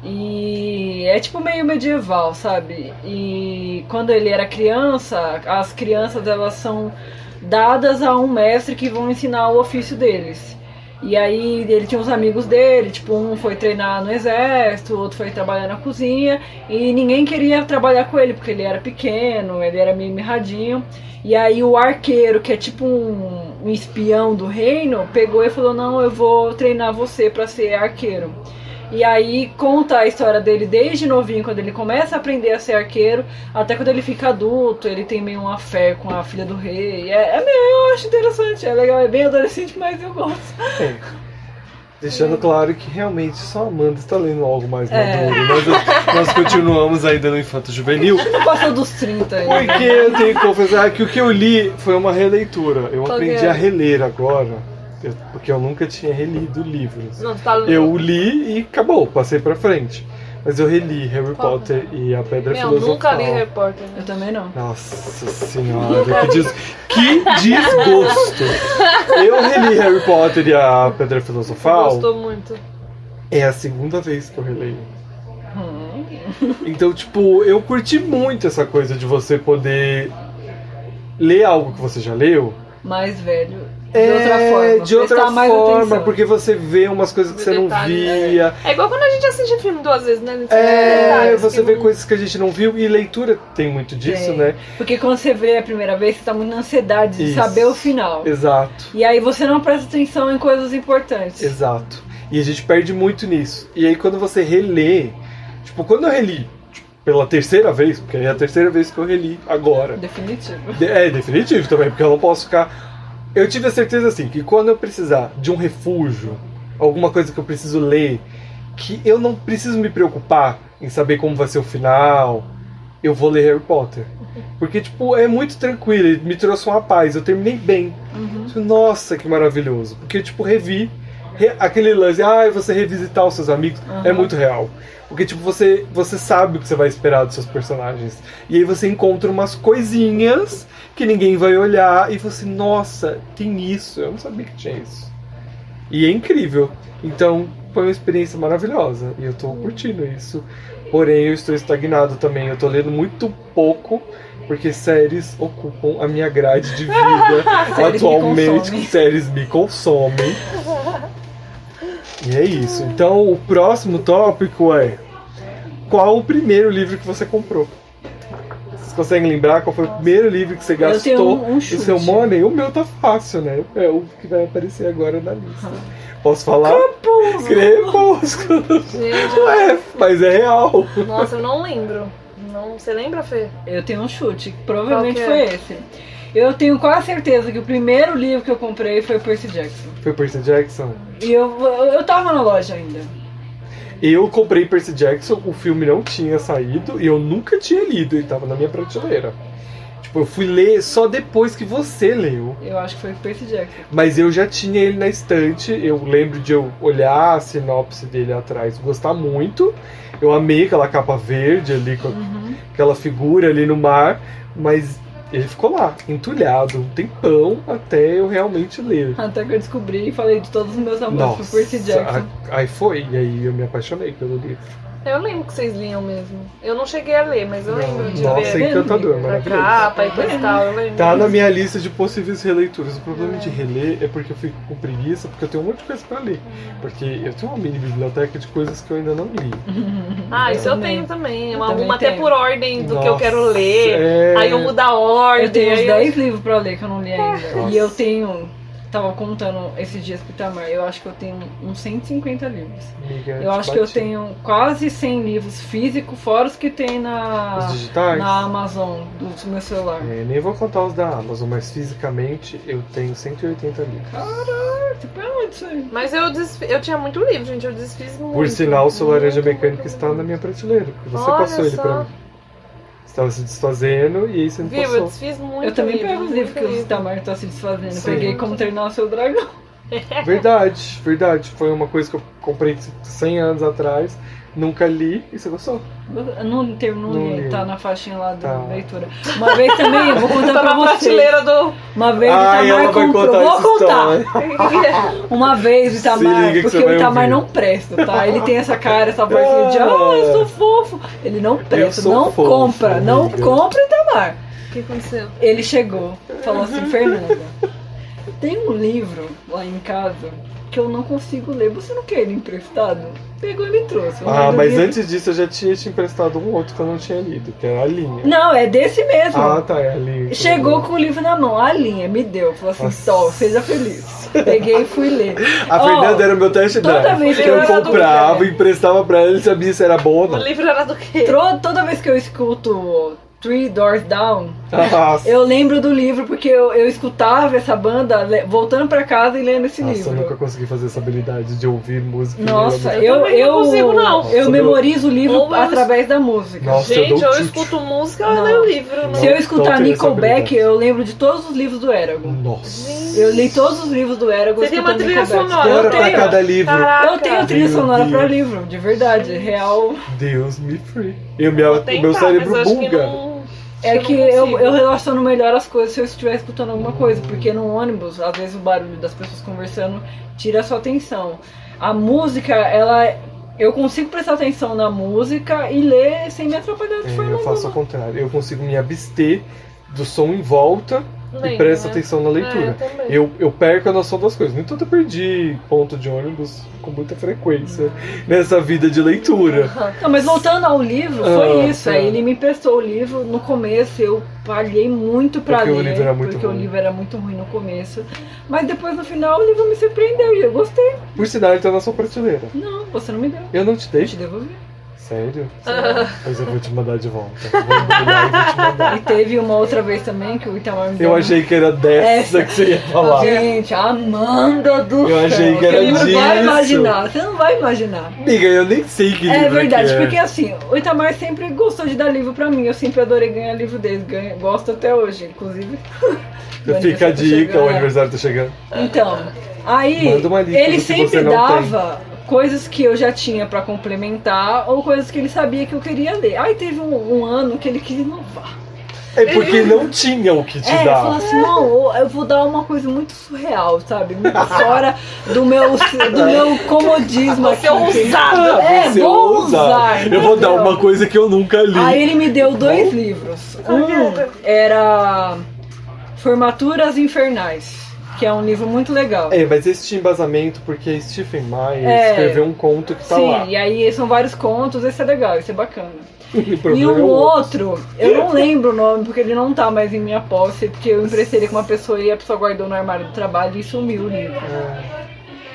[SPEAKER 2] E é tipo meio medieval, sabe? E quando ele era criança, as crianças elas são dadas a um mestre que vão ensinar o ofício deles. E aí ele tinha uns amigos dele, tipo, um foi treinar no exército, o outro foi trabalhar na cozinha, e ninguém queria trabalhar com ele, porque ele era pequeno, ele era meio mirradinho. E aí o arqueiro, que é tipo um, um espião do reino, pegou e falou: Não, eu vou treinar você pra ser arqueiro. E aí conta a história dele desde novinho, quando ele começa a aprender a ser arqueiro, até quando ele fica adulto, ele tem meio uma fé com a filha do rei. É, é meio, eu acho interessante, é legal, é bem adolescente, mas eu gosto.
[SPEAKER 1] É. Deixando claro que realmente só a Amanda está lendo algo mais
[SPEAKER 2] É.
[SPEAKER 1] maduro. Nós, nós continuamos ainda no Infanto Juvenil.
[SPEAKER 2] Não passou dos 30 ainda.
[SPEAKER 1] Porque eu tenho que confessar que o que eu li foi uma releitura. Eu
[SPEAKER 3] Qual que
[SPEAKER 1] aprendi
[SPEAKER 3] é?
[SPEAKER 1] a reler agora, eu- porque eu nunca tinha relido livros.
[SPEAKER 3] Não, tu tá
[SPEAKER 1] Eu li e acabou, passei pra frente. Mas eu reli Harry
[SPEAKER 3] Qual?
[SPEAKER 1] Potter e a Pedra
[SPEAKER 3] Meu, nunca
[SPEAKER 1] Filosofal.
[SPEAKER 3] li Harry Potter. né?
[SPEAKER 2] Eu também não.
[SPEAKER 1] Nossa senhora, que, des- que desgosto! Eu reli Harry Potter e a Pedra Filosofal.
[SPEAKER 3] Gostou muito.
[SPEAKER 1] É a segunda vez que eu releio.
[SPEAKER 2] Hum.
[SPEAKER 1] Então, tipo, eu curti muito essa coisa de você poder ler algo que você já leu.
[SPEAKER 2] Mais velho. De
[SPEAKER 1] É,
[SPEAKER 2] outra forma.
[SPEAKER 1] De outra
[SPEAKER 2] prestar mais
[SPEAKER 1] forma,
[SPEAKER 2] atenção.
[SPEAKER 1] porque você vê umas coisas que
[SPEAKER 3] Vê
[SPEAKER 1] você não
[SPEAKER 3] detalhes, né?
[SPEAKER 1] via.
[SPEAKER 3] É igual quando a gente assiste filme duas vezes, né? A gente vê
[SPEAKER 1] É,
[SPEAKER 3] detalhes
[SPEAKER 1] você
[SPEAKER 3] que
[SPEAKER 1] vê
[SPEAKER 3] não-
[SPEAKER 1] coisas que a gente não viu e leitura tem muito disso,
[SPEAKER 2] Tem.
[SPEAKER 1] né?
[SPEAKER 2] Porque quando você vê a primeira vez, você tá muito na ansiedade de
[SPEAKER 1] Isso.
[SPEAKER 2] saber o final.
[SPEAKER 1] Exato,
[SPEAKER 2] E aí você não presta atenção em coisas importantes.
[SPEAKER 1] exato. E a gente perde muito nisso. E aí quando você relê, tipo, quando eu reli tipo, pela terceira vez, porque é a terceira vez que eu reli agora.
[SPEAKER 2] Definitivo.
[SPEAKER 1] De- É, definitivo também, porque eu não posso ficar. Eu tive a certeza assim que quando eu precisar de um refúgio, alguma coisa que eu preciso ler, que eu não preciso me preocupar em saber como vai ser o final, eu vou ler Harry Potter. Porque, tipo, é muito tranquilo, ele me trouxe uma paz, eu terminei bem.
[SPEAKER 2] Uhum.
[SPEAKER 1] Nossa, que maravilhoso. Porque, tipo, revi re- aquele lance, ah, você revisitar os seus amigos,
[SPEAKER 2] Aham.
[SPEAKER 1] é muito real. Porque, tipo, você, você sabe o que você vai esperar dos seus personagens. E aí você encontra umas coisinhas que ninguém vai olhar e você, nossa, tem isso, eu não sabia que tinha isso. E é incrível. Então, foi uma experiência maravilhosa e eu tô curtindo isso. Porém, eu estou estagnado também, eu tô lendo muito pouco. Porque séries ocupam a minha grade de vida.
[SPEAKER 2] Ah, Séries me
[SPEAKER 1] Atualmente,
[SPEAKER 2] consomem.
[SPEAKER 1] séries me consomem. E é isso. Então, o próximo tópico é: Qual o primeiro livro que você comprou? Vocês conseguem lembrar qual foi o primeiro livro que você
[SPEAKER 2] Eu tenho
[SPEAKER 1] gastou
[SPEAKER 2] um, um
[SPEAKER 1] o
[SPEAKER 2] chute.
[SPEAKER 1] seu money? O meu tá fácil, né? É o que vai aparecer agora na lista. Posso falar? Crepúsculo!
[SPEAKER 3] Gente,
[SPEAKER 1] É, mas é real.
[SPEAKER 3] nossa, eu não lembro. Não, você lembra, Fê?
[SPEAKER 2] Eu tenho um chute, que provavelmente
[SPEAKER 3] Qual que
[SPEAKER 2] foi
[SPEAKER 3] é?
[SPEAKER 2] esse. Eu tenho quase certeza que o primeiro livro que eu comprei foi Percy Jackson.
[SPEAKER 1] Foi Percy Jackson?
[SPEAKER 2] E eu, eu, eu tava na loja ainda.
[SPEAKER 1] Eu comprei Percy Jackson, o filme não tinha saído e eu nunca tinha lido, ele tava na minha prateleira. Tipo, eu fui ler só depois que você leu.
[SPEAKER 2] Eu acho que foi Percy Jackson.
[SPEAKER 1] Mas eu já tinha ele na estante, eu lembro de eu olhar a sinopse dele atrás, gostar muito. Eu amei aquela capa verde ali, com
[SPEAKER 2] Uhum.
[SPEAKER 1] aquela figura ali no mar, mas ele ficou lá, entulhado, um tempão até eu realmente ler.
[SPEAKER 2] Até que eu descobri e falei de todos os meus namoros pro
[SPEAKER 1] Nossa,
[SPEAKER 2] Percy Jackson.
[SPEAKER 1] a- aí foi, e aí eu me apaixonei pelo livro.
[SPEAKER 3] Eu lembro que vocês liam mesmo. Eu não cheguei a ler, mas eu lembro de
[SPEAKER 1] Nossa,
[SPEAKER 3] ler.
[SPEAKER 1] encantador,
[SPEAKER 3] A
[SPEAKER 1] maravilhoso.
[SPEAKER 3] capa e coisa e tal, eu lembro.
[SPEAKER 1] Tá na minha lista de possíveis releituras. O problema de reler é porque eu fico com preguiça, porque eu tenho um monte de coisa pra ler. Porque eu tenho uma mini biblioteca de coisas que eu ainda não li.
[SPEAKER 3] Ah, isso eu
[SPEAKER 2] Também.
[SPEAKER 3] tenho também. Eu,
[SPEAKER 2] Eu
[SPEAKER 3] arrumo
[SPEAKER 2] também
[SPEAKER 3] até
[SPEAKER 2] tenho.
[SPEAKER 3] por ordem do que eu
[SPEAKER 1] Nossa,
[SPEAKER 3] quero ler.
[SPEAKER 1] é.
[SPEAKER 3] Aí eu mudo a ordem.
[SPEAKER 2] Eu tenho uns
[SPEAKER 3] aí eu-
[SPEAKER 2] 10 livros pra ler que eu não li ainda.
[SPEAKER 1] Nossa.
[SPEAKER 2] E eu tenho. Tava contando esses dias pro Itamar, eu acho que eu tenho uns 150 livros.
[SPEAKER 1] Amiga,
[SPEAKER 2] Eu
[SPEAKER 1] te
[SPEAKER 2] acho que eu
[SPEAKER 1] bati.
[SPEAKER 2] tenho quase 100 livros físicos, fora os que tem na,
[SPEAKER 1] Os digitais?
[SPEAKER 2] na Amazon, do meu celular.
[SPEAKER 1] É, nem vou contar os da Amazon, mas fisicamente eu tenho 180 livros.
[SPEAKER 2] Tipo, é muito isso aí.
[SPEAKER 3] Mas eu, desfi- eu tinha muito livro, gente. Eu desfiz muito.
[SPEAKER 1] Por sinal, o seu laranja
[SPEAKER 3] muito,
[SPEAKER 1] mecânica
[SPEAKER 3] muito,
[SPEAKER 1] está
[SPEAKER 3] muito.
[SPEAKER 1] na minha prateleira, porque você
[SPEAKER 3] Olha
[SPEAKER 1] passou ele
[SPEAKER 3] só.
[SPEAKER 1] pra mim. Você estava se desfazendo e aí você não
[SPEAKER 3] Viu? Eu
[SPEAKER 1] passou.
[SPEAKER 3] desfiz muito.
[SPEAKER 2] Eu também
[SPEAKER 3] livro,
[SPEAKER 2] pego os
[SPEAKER 3] muito
[SPEAKER 2] livros que o
[SPEAKER 3] livro.
[SPEAKER 2] Itamar tá se desfazendo. Eu
[SPEAKER 1] Sim.
[SPEAKER 2] peguei como treinar o seu dragão.
[SPEAKER 1] Verdade, verdade. Foi uma coisa que eu comprei 100 anos atrás, nunca li e você gostou.
[SPEAKER 2] Eu Não terminou,
[SPEAKER 1] Não
[SPEAKER 2] li,
[SPEAKER 1] li.
[SPEAKER 2] tá na faixinha lá da
[SPEAKER 1] Tá.
[SPEAKER 2] leitura. Uma vez também, eu vou contar
[SPEAKER 3] Tá
[SPEAKER 2] pra
[SPEAKER 3] na
[SPEAKER 2] vocês.
[SPEAKER 3] prateleira do.
[SPEAKER 2] Uma
[SPEAKER 1] Ah,
[SPEAKER 2] vez o Itamar tá comprou. Vou contar. Uma vez o
[SPEAKER 1] Se liga
[SPEAKER 2] Itamar,
[SPEAKER 1] que
[SPEAKER 2] porque
[SPEAKER 1] você
[SPEAKER 2] o
[SPEAKER 1] vai
[SPEAKER 2] Itamar
[SPEAKER 1] ouvir.
[SPEAKER 2] não presta, tá? Ele tem essa cara, essa vozinha de, ah, eu sou fofo. Ele não presta,
[SPEAKER 1] sou
[SPEAKER 2] não
[SPEAKER 1] fofo,
[SPEAKER 2] compra, não
[SPEAKER 1] amiga.
[SPEAKER 2] compra, Itamar.
[SPEAKER 3] O que aconteceu?
[SPEAKER 2] Ele chegou, falou assim,
[SPEAKER 1] Uhum.
[SPEAKER 2] Fernanda, tem um livro lá em casa que eu não consigo ler, você não quer ele emprestado? Pegou ele e trouxe. O nome
[SPEAKER 1] Ah,
[SPEAKER 2] do
[SPEAKER 1] mas
[SPEAKER 2] livro-
[SPEAKER 1] antes disso eu já tinha te emprestado um outro que eu não tinha lido, que era a linha.
[SPEAKER 2] Não, é desse mesmo.
[SPEAKER 1] Ah, tá, é a linha.
[SPEAKER 2] Chegou com o livro na mão, a linha, me deu. Falou assim,
[SPEAKER 1] Nossa.
[SPEAKER 2] só, seja feliz. Peguei e fui ler.
[SPEAKER 1] A
[SPEAKER 2] Ó,
[SPEAKER 1] Fernanda era o meu teste
[SPEAKER 2] toda
[SPEAKER 1] drive.
[SPEAKER 2] vez
[SPEAKER 1] que
[SPEAKER 2] que
[SPEAKER 1] eu
[SPEAKER 2] eu era
[SPEAKER 1] comprava,
[SPEAKER 2] adulta.
[SPEAKER 1] emprestava pra ela e sabia se era boa ou
[SPEAKER 3] O
[SPEAKER 1] não. Ah,
[SPEAKER 3] livro era do quê?
[SPEAKER 2] Tro- Toda vez que eu escuto Three Doors Down,
[SPEAKER 1] Nossa,
[SPEAKER 2] eu lembro do livro porque eu, eu escutava essa banda le- voltando pra casa e lendo esse
[SPEAKER 1] Nossa, eu
[SPEAKER 2] livro.
[SPEAKER 1] nunca consegui fazer essa habilidade de ouvir música. e ler a
[SPEAKER 2] Nossa,
[SPEAKER 1] música.
[SPEAKER 2] eu
[SPEAKER 3] também
[SPEAKER 2] eu,
[SPEAKER 3] não consigo, não.
[SPEAKER 2] eu memorizo o livro
[SPEAKER 3] Ou eu-
[SPEAKER 2] através da música.
[SPEAKER 1] Nossa. eu
[SPEAKER 3] Gente,
[SPEAKER 1] dou
[SPEAKER 3] eu
[SPEAKER 1] tchutchu.
[SPEAKER 3] escuto música, eu
[SPEAKER 2] Não.
[SPEAKER 3] leio livro. não-
[SPEAKER 2] Se eu
[SPEAKER 1] Não
[SPEAKER 2] escutar
[SPEAKER 1] tenho essa
[SPEAKER 2] Nickelback,
[SPEAKER 1] habilidade.
[SPEAKER 2] eu lembro de todos os livros do Eragon.
[SPEAKER 1] Nossa.
[SPEAKER 2] Eu li todos os livros do Eragon.
[SPEAKER 3] Você tem uma
[SPEAKER 2] escutando
[SPEAKER 3] trilha
[SPEAKER 2] Nickelback.
[SPEAKER 3] sonora.
[SPEAKER 1] Agora
[SPEAKER 2] Eu
[SPEAKER 1] pra
[SPEAKER 2] tenho.
[SPEAKER 1] cada livro.
[SPEAKER 3] Caraca.
[SPEAKER 2] Eu tenho trilha
[SPEAKER 1] Meu
[SPEAKER 2] sonora pra
[SPEAKER 1] Deus.
[SPEAKER 2] livro, de verdade, real.
[SPEAKER 1] Deus me free. E o meu,
[SPEAKER 3] Vou
[SPEAKER 1] o
[SPEAKER 3] tentar,
[SPEAKER 1] meu cérebro
[SPEAKER 3] tá, mas eu acho que
[SPEAKER 1] buga.
[SPEAKER 3] não-
[SPEAKER 2] É
[SPEAKER 3] acho
[SPEAKER 2] que
[SPEAKER 3] não
[SPEAKER 2] eu,
[SPEAKER 3] consigo.
[SPEAKER 2] eu relaciono melhor as coisas se eu estiver escutando alguma coisa, porque no ônibus, às vezes o barulho das pessoas conversando tira a sua atenção. A música, ela. Eu consigo prestar atenção na música e ler sem me atrapalhar de
[SPEAKER 1] É,
[SPEAKER 2] forma
[SPEAKER 1] eu faço ao
[SPEAKER 2] alguma.
[SPEAKER 1] contrário. Eu consigo me abster do som em volta e
[SPEAKER 3] Lembro,
[SPEAKER 1] presto
[SPEAKER 3] né?
[SPEAKER 1] atenção na leitura.
[SPEAKER 3] É, eu também.
[SPEAKER 1] Eu, eu perco a noção das coisas. No entanto, eu perdi ponto de ônibus com muita frequência nessa vida de leitura.
[SPEAKER 2] Não, mas voltando ao livro, foi
[SPEAKER 1] Ah,
[SPEAKER 2] isso.
[SPEAKER 1] tá.
[SPEAKER 2] Aí ele me emprestou o livro no começo, eu palhei muito pra
[SPEAKER 1] Porque o
[SPEAKER 2] ler,
[SPEAKER 1] livro era muito
[SPEAKER 2] porque
[SPEAKER 1] ruim.
[SPEAKER 2] o livro era muito ruim no começo. Mas depois no final o livro me surpreendeu e eu gostei.
[SPEAKER 1] Por sinal, ele tá na sua prateleira.
[SPEAKER 2] Não, você não me deu.
[SPEAKER 1] Eu não te
[SPEAKER 2] Eu
[SPEAKER 1] dei?
[SPEAKER 2] te devolvi.
[SPEAKER 1] Sério? Mas eu vou te mandar de volta. Eu vou mudar e vou te mandar.
[SPEAKER 2] E teve uma outra vez também que o Itamar me deu.
[SPEAKER 1] Eu achei que era dessa que você
[SPEAKER 2] É.
[SPEAKER 1] ia falar.
[SPEAKER 2] Gente, Amanda do
[SPEAKER 1] Eu
[SPEAKER 2] céu.
[SPEAKER 1] achei que era
[SPEAKER 2] Você não vai
[SPEAKER 1] disso.
[SPEAKER 2] imaginar, você não vai imaginar.
[SPEAKER 1] Amiga, eu nem sei que livro
[SPEAKER 2] É
[SPEAKER 1] que
[SPEAKER 2] verdade,
[SPEAKER 1] é.
[SPEAKER 2] porque assim, o Itamar sempre gostou de dar livro pra mim. Eu sempre adorei ganhar livro dele, ganho- gosto até hoje, inclusive. Meu
[SPEAKER 1] Fica a
[SPEAKER 2] aniversário tá
[SPEAKER 1] dica, o
[SPEAKER 2] chegando.
[SPEAKER 1] aniversário tá chegando.
[SPEAKER 2] Então, aí
[SPEAKER 1] Manda uma lista do
[SPEAKER 2] ele
[SPEAKER 1] que você
[SPEAKER 2] sempre
[SPEAKER 1] não
[SPEAKER 2] dava coisas que eu já tinha pra complementar ou coisas que ele sabia que eu queria ler. Aí teve um, um ano que ele quis inovar.
[SPEAKER 1] É porque não tinha o que te
[SPEAKER 2] é,
[SPEAKER 1] dar.
[SPEAKER 2] falou assim, não, eu- eu vou dar uma coisa muito surreal, sabe? Muito fora do meu, do
[SPEAKER 1] É.
[SPEAKER 2] meu comodismo aqui.
[SPEAKER 3] Você é ousado.
[SPEAKER 2] É,
[SPEAKER 1] Você
[SPEAKER 2] vou
[SPEAKER 1] ousa.
[SPEAKER 2] usar,
[SPEAKER 1] Eu vou dar
[SPEAKER 2] entendeu?
[SPEAKER 1] uma coisa que eu nunca li.
[SPEAKER 2] Aí ele me deu dois livros. Um era Formaturas Infernais, que é um livro muito legal.
[SPEAKER 1] É, mas esse tinha embasamento porque Stephen Meyer
[SPEAKER 2] É.
[SPEAKER 1] escreveu um conto que tá
[SPEAKER 2] Sim,
[SPEAKER 1] lá.
[SPEAKER 2] e aí são vários contos, esse é legal, esse é bacana.
[SPEAKER 1] E o
[SPEAKER 2] E
[SPEAKER 1] problema é
[SPEAKER 2] o
[SPEAKER 1] o outro.
[SPEAKER 2] outro, eu não lembro o nome, porque ele não tá mais em minha posse, porque eu emprestei ele com uma pessoa e a pessoa guardou no armário do trabalho e sumiu o livro.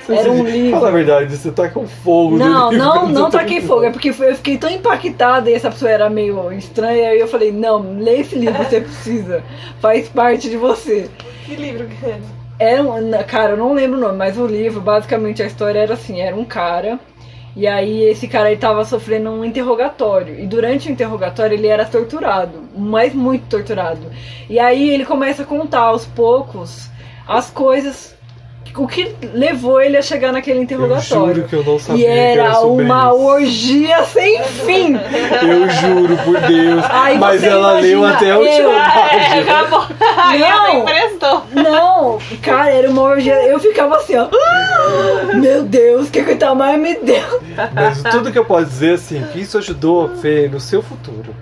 [SPEAKER 2] Era um livro.
[SPEAKER 1] Fala a verdade, você tá com fogo.
[SPEAKER 2] Não,
[SPEAKER 1] no livro,
[SPEAKER 2] não,
[SPEAKER 1] eu
[SPEAKER 2] não
[SPEAKER 1] tô
[SPEAKER 2] taquei
[SPEAKER 1] com-
[SPEAKER 2] fogo, é porque eu fiquei tão impactada e essa pessoa era meio estranha, e eu falei, não, lê esse livro, você precisa, faz parte de você.
[SPEAKER 3] Que livro que
[SPEAKER 2] é?
[SPEAKER 3] era?
[SPEAKER 2] Era um, na- cara, eu não lembro o nome, mas o livro, basicamente a história era assim, era um cara E aí esse cara ele tava sofrendo um interrogatório. E durante o interrogatório ele era torturado, mas muito torturado. E aí ele começa a contar aos poucos as coisas, o que levou ele a chegar naquele
[SPEAKER 1] Eu
[SPEAKER 2] interrogatório.
[SPEAKER 1] juro que eu não sabia.
[SPEAKER 2] é E
[SPEAKER 1] que
[SPEAKER 2] era
[SPEAKER 1] sobre
[SPEAKER 2] uma
[SPEAKER 1] isso.
[SPEAKER 2] orgia sem fim.
[SPEAKER 1] Eu juro por Deus.
[SPEAKER 2] Aí
[SPEAKER 1] mas
[SPEAKER 2] você
[SPEAKER 1] ela leu
[SPEAKER 2] imagina,
[SPEAKER 1] até o
[SPEAKER 2] eu-
[SPEAKER 1] último.
[SPEAKER 3] É, acabou. Aí ela
[SPEAKER 2] Não.
[SPEAKER 3] emprestou.
[SPEAKER 2] Não, cara, era uma orgia. Eu ficava assim, ó. "Ah, Meu Deus, o que que o Itamar me deu?
[SPEAKER 1] Mas tudo que eu posso dizer assim, que isso ajudou a Fê no seu futuro.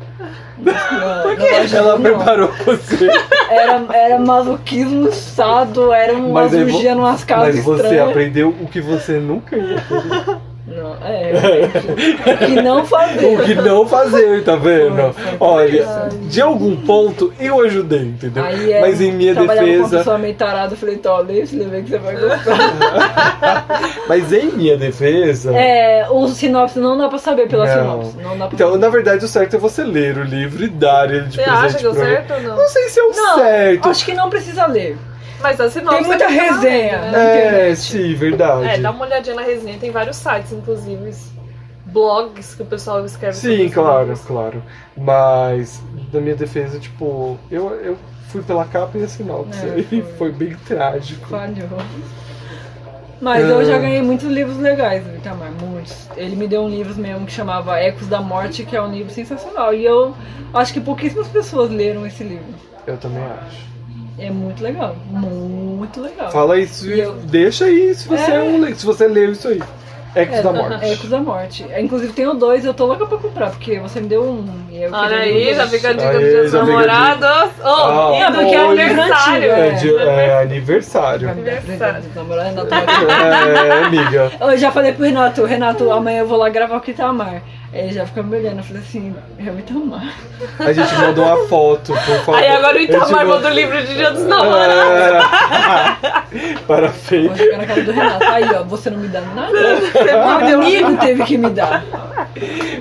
[SPEAKER 2] Não,
[SPEAKER 1] Ela
[SPEAKER 2] não.
[SPEAKER 1] preparou você.
[SPEAKER 2] Era, era masoquismo sado, era um uma
[SPEAKER 1] Mas aí vo-
[SPEAKER 2] orgia numas casas
[SPEAKER 1] Mas você
[SPEAKER 2] estranhas.
[SPEAKER 1] aprendeu o que você nunca ia fazer.
[SPEAKER 2] Não, é, é, que não fazer.
[SPEAKER 1] O que não fazer, tá vendo?
[SPEAKER 2] Foi, foi
[SPEAKER 1] Olha, de algum ponto eu ajudei, entendeu?
[SPEAKER 2] Aí, é,
[SPEAKER 1] Mas em minha
[SPEAKER 2] trabalhava com uma
[SPEAKER 1] defesa,
[SPEAKER 2] pessoa meio tarada, eu falei, tô, lê esse livro aí que você vai gostar.
[SPEAKER 1] mas em minha defesa.
[SPEAKER 2] É, o sinopse não dá pra saber pela
[SPEAKER 1] Não.
[SPEAKER 2] sinopse. Não dá pra
[SPEAKER 1] Então, na verdade, o certo é você ler o livro e dar ele de
[SPEAKER 3] Você
[SPEAKER 1] presente
[SPEAKER 3] acha que deu
[SPEAKER 1] pra mim.
[SPEAKER 3] certo ou não?
[SPEAKER 1] Não sei se é o
[SPEAKER 2] é Não,
[SPEAKER 1] certo.
[SPEAKER 2] Acho que não precisa ler.
[SPEAKER 3] Mas assim não.
[SPEAKER 2] Tem
[SPEAKER 3] você
[SPEAKER 2] muita
[SPEAKER 3] que dar uma
[SPEAKER 2] resenha.
[SPEAKER 3] olhada, né?
[SPEAKER 2] na
[SPEAKER 1] É,
[SPEAKER 2] internet.
[SPEAKER 1] sim, verdade.
[SPEAKER 3] É, dá uma olhadinha na resenha. Tem vários sites, inclusive. Blogs que o pessoal escreve. sobre
[SPEAKER 1] Sim,
[SPEAKER 3] os
[SPEAKER 1] claro,
[SPEAKER 2] né?
[SPEAKER 3] livros.
[SPEAKER 1] claro. Mas, na minha defesa, tipo, eu, eu fui pela capa e a sinopse.
[SPEAKER 2] É,
[SPEAKER 1] e
[SPEAKER 2] foi.
[SPEAKER 1] foi bem trágico.
[SPEAKER 2] Falhou. Mas eu
[SPEAKER 1] Ah.
[SPEAKER 2] já ganhei muitos livros legais do Itamar, muitos. Ele me deu um livro mesmo que chamava Ecos da Morte, que é um livro sensacional. E eu acho que pouquíssimas pessoas leram esse livro.
[SPEAKER 1] Eu também acho.
[SPEAKER 2] É muito legal, muito legal.
[SPEAKER 1] Fala isso
[SPEAKER 2] E
[SPEAKER 1] e
[SPEAKER 2] eu-
[SPEAKER 1] deixa aí se você, é.
[SPEAKER 2] É.
[SPEAKER 1] um le- se você leu isso aí. Ecos
[SPEAKER 2] É,
[SPEAKER 1] da Morte.
[SPEAKER 2] Ecos da Morte. É, Inclusive tenho dois, eu tô louca pra comprar, porque você me deu um. E eu
[SPEAKER 3] Olha
[SPEAKER 2] queria
[SPEAKER 3] aí,
[SPEAKER 2] dois.
[SPEAKER 3] já fica a dica
[SPEAKER 1] Aí,
[SPEAKER 3] do dia dos
[SPEAKER 1] já fica a dica.
[SPEAKER 3] namorados.
[SPEAKER 1] Ah,
[SPEAKER 3] Oh, lindo, que é
[SPEAKER 1] hoje-
[SPEAKER 3] aniversário.
[SPEAKER 1] É,
[SPEAKER 2] É.
[SPEAKER 1] de- é
[SPEAKER 2] Pra
[SPEAKER 1] aniversário.
[SPEAKER 2] me dar presente de namorado, Natal.
[SPEAKER 1] é, amiga.
[SPEAKER 2] Eu já falei pro Renato, Renato, amanhã eu vou lá gravar com o Itamar. Ele já ficou me olhando, eu falei assim, é o Itamar.
[SPEAKER 1] A gente mandou uma foto, por favor.
[SPEAKER 3] Aí agora o Itamar
[SPEAKER 1] mandou
[SPEAKER 3] mandou o livro de dia dos namorados.
[SPEAKER 1] É. Parabéns.
[SPEAKER 2] Vou jogar na cara do Renato. Aí, ó, você não me dá nada. Meu amigo teve que me dar.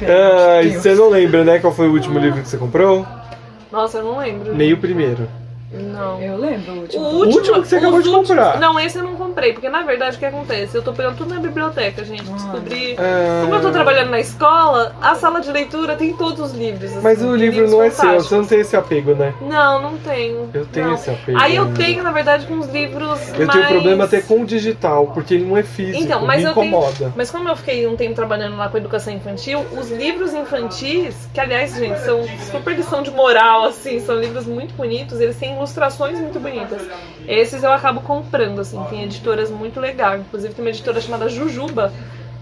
[SPEAKER 1] Ah, e
[SPEAKER 2] Deus.
[SPEAKER 1] você não lembra, né, qual foi o último livro que você comprou? É.
[SPEAKER 3] Nossa, eu não lembro.
[SPEAKER 1] Nem o primeiro.
[SPEAKER 3] Não.
[SPEAKER 2] Eu lembro o
[SPEAKER 3] O
[SPEAKER 2] último.
[SPEAKER 3] último,
[SPEAKER 1] Tipo, último que você
[SPEAKER 3] os
[SPEAKER 1] acabou de
[SPEAKER 3] últimos-
[SPEAKER 1] comprar.
[SPEAKER 3] Não, esse eu não comprei, porque na verdade o que acontece? Eu tô pegando tudo na biblioteca, gente.
[SPEAKER 2] Ah.
[SPEAKER 3] Descobri.
[SPEAKER 1] Ah,
[SPEAKER 3] Como eu tô trabalhando na escola, a sala de leitura tem todos os livros. assim,
[SPEAKER 1] Mas o
[SPEAKER 3] tem
[SPEAKER 1] livro
[SPEAKER 3] livros
[SPEAKER 1] não é seu,
[SPEAKER 3] fantásticos.
[SPEAKER 1] você não tem esse apego, né?
[SPEAKER 3] Não, não tenho.
[SPEAKER 1] Eu tenho
[SPEAKER 3] não.
[SPEAKER 1] esse apego.
[SPEAKER 3] Aí eu
[SPEAKER 1] ainda.
[SPEAKER 3] tenho, na verdade, com os livros
[SPEAKER 1] Eu
[SPEAKER 3] mais...
[SPEAKER 1] tenho problema até com o digital, porque ele não é físico,
[SPEAKER 3] Então, mas
[SPEAKER 1] me
[SPEAKER 3] eu tenho-
[SPEAKER 1] incomoda.
[SPEAKER 3] Mas como eu fiquei um tempo trabalhando lá com educação infantil, os livros infantis, que aliás, gente, são super lição de moral, assim, são livros muito bonitos, eles têm ilustrações muito bonitas. Esses eu acabo comprando, assim, tem editoras muito legais. Inclusive tem uma editora chamada Jujuba,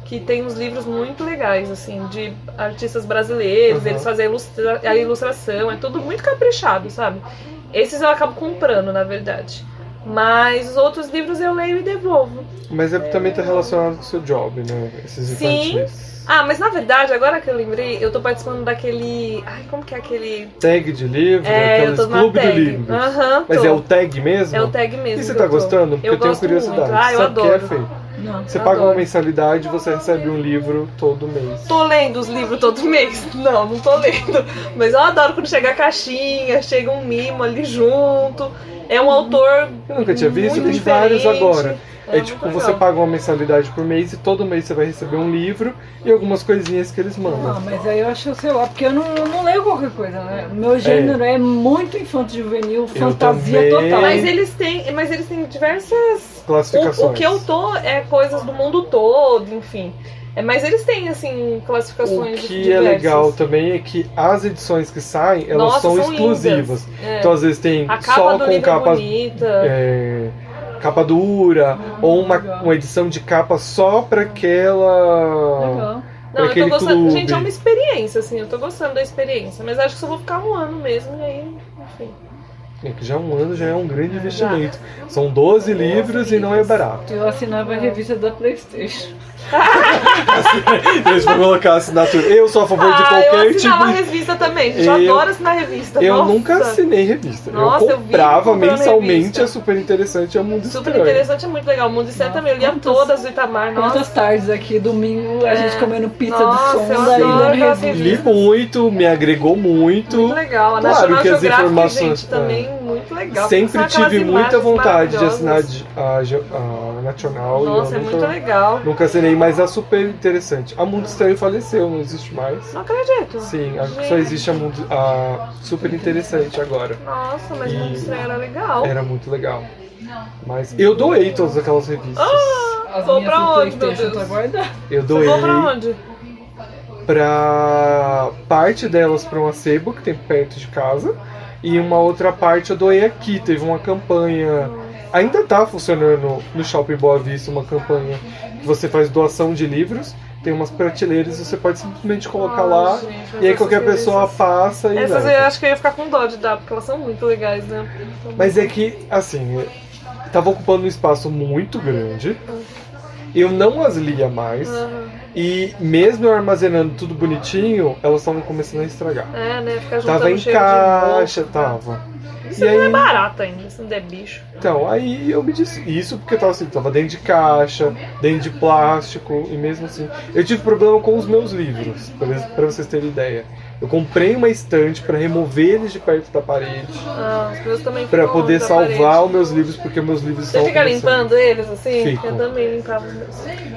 [SPEAKER 3] que tem uns livros muito legais, assim, de artistas brasileiros,
[SPEAKER 1] Uhum.
[SPEAKER 3] eles fazem a, ilustra- a ilustração, é tudo muito caprichado, sabe? Esses eu acabo comprando, na verdade. Mas os outros livros eu leio e devolvo.
[SPEAKER 1] Mas, é, também tá relacionado com o seu job, né? Esses
[SPEAKER 3] Sim.
[SPEAKER 1] infantis.
[SPEAKER 3] Ah, mas na verdade, agora que eu lembrei, eu tô participando daquele. Ai, como que é aquele.
[SPEAKER 1] Tag de livro,
[SPEAKER 3] É, eu
[SPEAKER 1] aqueles
[SPEAKER 3] tô na
[SPEAKER 1] clube de
[SPEAKER 3] tag.
[SPEAKER 1] livros.
[SPEAKER 3] Aham,
[SPEAKER 1] Mas
[SPEAKER 3] tô.
[SPEAKER 1] é o tag mesmo?
[SPEAKER 3] É o tag mesmo.
[SPEAKER 1] E você
[SPEAKER 3] que
[SPEAKER 1] tá
[SPEAKER 3] eu tô.
[SPEAKER 1] gostando? Porque eu, tenho
[SPEAKER 3] gosto
[SPEAKER 1] curiosidade.
[SPEAKER 3] Muito. Ah, eu
[SPEAKER 1] Sabe o
[SPEAKER 3] adoro.
[SPEAKER 1] que é, Fê?
[SPEAKER 2] Não.
[SPEAKER 1] Você
[SPEAKER 3] Eu
[SPEAKER 1] paga uma
[SPEAKER 3] adoro.
[SPEAKER 1] mensalidade e você recebe um livro todo mês.
[SPEAKER 3] Tô lendo os livros todo mês? Não, não tô lendo. Mas eu adoro quando chega a caixinha, chega um mimo ali junto. É um autor.
[SPEAKER 1] Eu nunca tinha visto, tem
[SPEAKER 3] muito
[SPEAKER 1] vários
[SPEAKER 3] diferente. um
[SPEAKER 1] agora. É,
[SPEAKER 3] muito
[SPEAKER 1] tipo,
[SPEAKER 3] legal.
[SPEAKER 1] você paga uma mensalidade por mês e todo mês você vai receber um livro e algumas coisinhas que eles mandam.
[SPEAKER 2] Ah, mas aí eu acho, sei lá, porque eu não, eu não leio qualquer coisa, né? Meu gênero é, muito infanto juvenil, fantasia
[SPEAKER 1] também.
[SPEAKER 2] total.
[SPEAKER 3] Mas é eles têm. Mas eles têm diversas O,
[SPEAKER 1] Classificações.
[SPEAKER 3] o que eu tô é coisas do mundo todo, enfim. É, mas eles têm, assim, classificações
[SPEAKER 1] O que é
[SPEAKER 3] diversas.
[SPEAKER 1] legal também é que as edições que saem, elas
[SPEAKER 3] Nossa,
[SPEAKER 1] são,
[SPEAKER 3] são
[SPEAKER 1] exclusivas.
[SPEAKER 3] lindas. É.
[SPEAKER 1] Então às vezes tem
[SPEAKER 3] A capa
[SPEAKER 1] só
[SPEAKER 3] do
[SPEAKER 1] com
[SPEAKER 3] livro
[SPEAKER 1] capa,
[SPEAKER 3] é bonita.
[SPEAKER 1] é, capa dura, ou uma,
[SPEAKER 2] legal.
[SPEAKER 1] uma edição de capa só pra aquela. pra
[SPEAKER 2] Legal.
[SPEAKER 3] Não, eu
[SPEAKER 1] aquele
[SPEAKER 3] tô gostando.
[SPEAKER 1] clube.
[SPEAKER 3] Gente, é uma experiência, assim, eu tô gostando da experiência. Mas acho que só vou ficar um ano mesmo, e aí, enfim.
[SPEAKER 1] É que já um ano já é um grande investimento. São 12 livros e não é barato.
[SPEAKER 2] Eu assinava a revista da Playstation.
[SPEAKER 1] Eles vão colocar a assinatura. Eu sou a favor de
[SPEAKER 3] ah, eu
[SPEAKER 1] qualquer tipo
[SPEAKER 3] assinava
[SPEAKER 1] de
[SPEAKER 3] revista também, gente.
[SPEAKER 1] Eu-
[SPEAKER 3] Eu adoro assinar revista.
[SPEAKER 1] Eu
[SPEAKER 3] Nossa.
[SPEAKER 1] nunca assinei revista.
[SPEAKER 3] Nossa,
[SPEAKER 1] eu
[SPEAKER 3] eu vi
[SPEAKER 1] comprava
[SPEAKER 3] comprando
[SPEAKER 1] mensalmente,
[SPEAKER 3] revista.
[SPEAKER 1] é super interessante, é um mundo
[SPEAKER 3] Super
[SPEAKER 1] estranho.
[SPEAKER 3] interessante, é muito legal. O Mundo Estranho
[SPEAKER 2] Nossa,
[SPEAKER 3] também. Eu lia
[SPEAKER 2] quantas-
[SPEAKER 3] todas do Itamar. Nossa, É.
[SPEAKER 2] Quantas tardes aqui, domingo, a gente comendo pizza
[SPEAKER 3] Nossa,
[SPEAKER 2] de
[SPEAKER 3] eu
[SPEAKER 2] sonda e
[SPEAKER 3] adoro
[SPEAKER 2] lendo
[SPEAKER 3] aquela
[SPEAKER 2] revista.
[SPEAKER 3] revista.
[SPEAKER 1] Li muito, me agregou muito.
[SPEAKER 3] muito legal. A
[SPEAKER 1] Claro
[SPEAKER 3] National
[SPEAKER 1] que as
[SPEAKER 3] Geographic,
[SPEAKER 1] informações- é.
[SPEAKER 3] gente, também muito muito legal.
[SPEAKER 1] Sempre
[SPEAKER 3] são aquelas
[SPEAKER 1] tive muita
[SPEAKER 3] imagens
[SPEAKER 1] vontade de assinar
[SPEAKER 3] maravilhosas.
[SPEAKER 1] de- a, ge- a Nacional. e eu
[SPEAKER 3] Nossa, é
[SPEAKER 1] nunca-
[SPEAKER 3] muito legal.
[SPEAKER 1] Nunca assinei, mas é super interessante. A Mundo Estranho faleceu, não existe mais.
[SPEAKER 3] Não acredito.
[SPEAKER 1] Sim, a- só existe a Mundo. A super interessante agora.
[SPEAKER 3] Nossa, mas
[SPEAKER 1] E-
[SPEAKER 3] Mundo Estranho era legal.
[SPEAKER 1] Era muito legal. Mas eu doei todas aquelas revistas.
[SPEAKER 2] As
[SPEAKER 3] Assim, Vou
[SPEAKER 2] minhas
[SPEAKER 3] pra
[SPEAKER 2] do
[SPEAKER 3] onde, meu
[SPEAKER 2] PlayStation
[SPEAKER 3] Deus?
[SPEAKER 2] Tá guardado.
[SPEAKER 1] Eu
[SPEAKER 3] Ah! Você
[SPEAKER 1] doei
[SPEAKER 3] vou pra onde?
[SPEAKER 1] pra parte delas pra um acebo que tem perto de casa. E uma outra parte eu doei aqui. Teve uma campanha. Ainda tá funcionando no Shopping Boa Vista uma campanha que você faz doação de livros. Tem umas prateleiras e você pode simplesmente colocar lá.
[SPEAKER 3] Ai, Ah, gente, mas
[SPEAKER 1] E aí
[SPEAKER 3] essas
[SPEAKER 1] qualquer pessoa
[SPEAKER 3] revistas-
[SPEAKER 1] passa e.
[SPEAKER 3] Essas
[SPEAKER 1] leva.
[SPEAKER 3] É, eu acho que eu ia ficar com dó de dar, porque elas são muito legais, né?
[SPEAKER 1] Mas é que, assim, eu tava ocupando um espaço muito grande. Eu não as lia mais.
[SPEAKER 3] Aham.
[SPEAKER 1] E mesmo eu armazenando tudo bonitinho, elas estavam começando a estragar.
[SPEAKER 3] É, né? Ficar juntando
[SPEAKER 1] Tava em
[SPEAKER 3] cheiro de
[SPEAKER 1] Tá, caixa,
[SPEAKER 3] novo.
[SPEAKER 1] tava.
[SPEAKER 3] Isso
[SPEAKER 1] E aí,
[SPEAKER 3] é barato ainda, se não der bicho.
[SPEAKER 1] então, aí eu me disse isso porque tava assim, tava dentro de caixa, dentro de plástico e mesmo assim. Eu tive problema com os meus livros, pra eles- pra vocês terem ideia. Eu comprei uma estante pra remover eles de perto da parede,
[SPEAKER 3] Ah, os meus também
[SPEAKER 1] pra
[SPEAKER 3] ficam
[SPEAKER 1] poder
[SPEAKER 3] na
[SPEAKER 1] salvar
[SPEAKER 3] parede.
[SPEAKER 1] os meus livros porque meus livros
[SPEAKER 3] Você
[SPEAKER 1] estão
[SPEAKER 3] fica limpando eles assim?
[SPEAKER 1] Fico.
[SPEAKER 3] Eu também limpava os meus.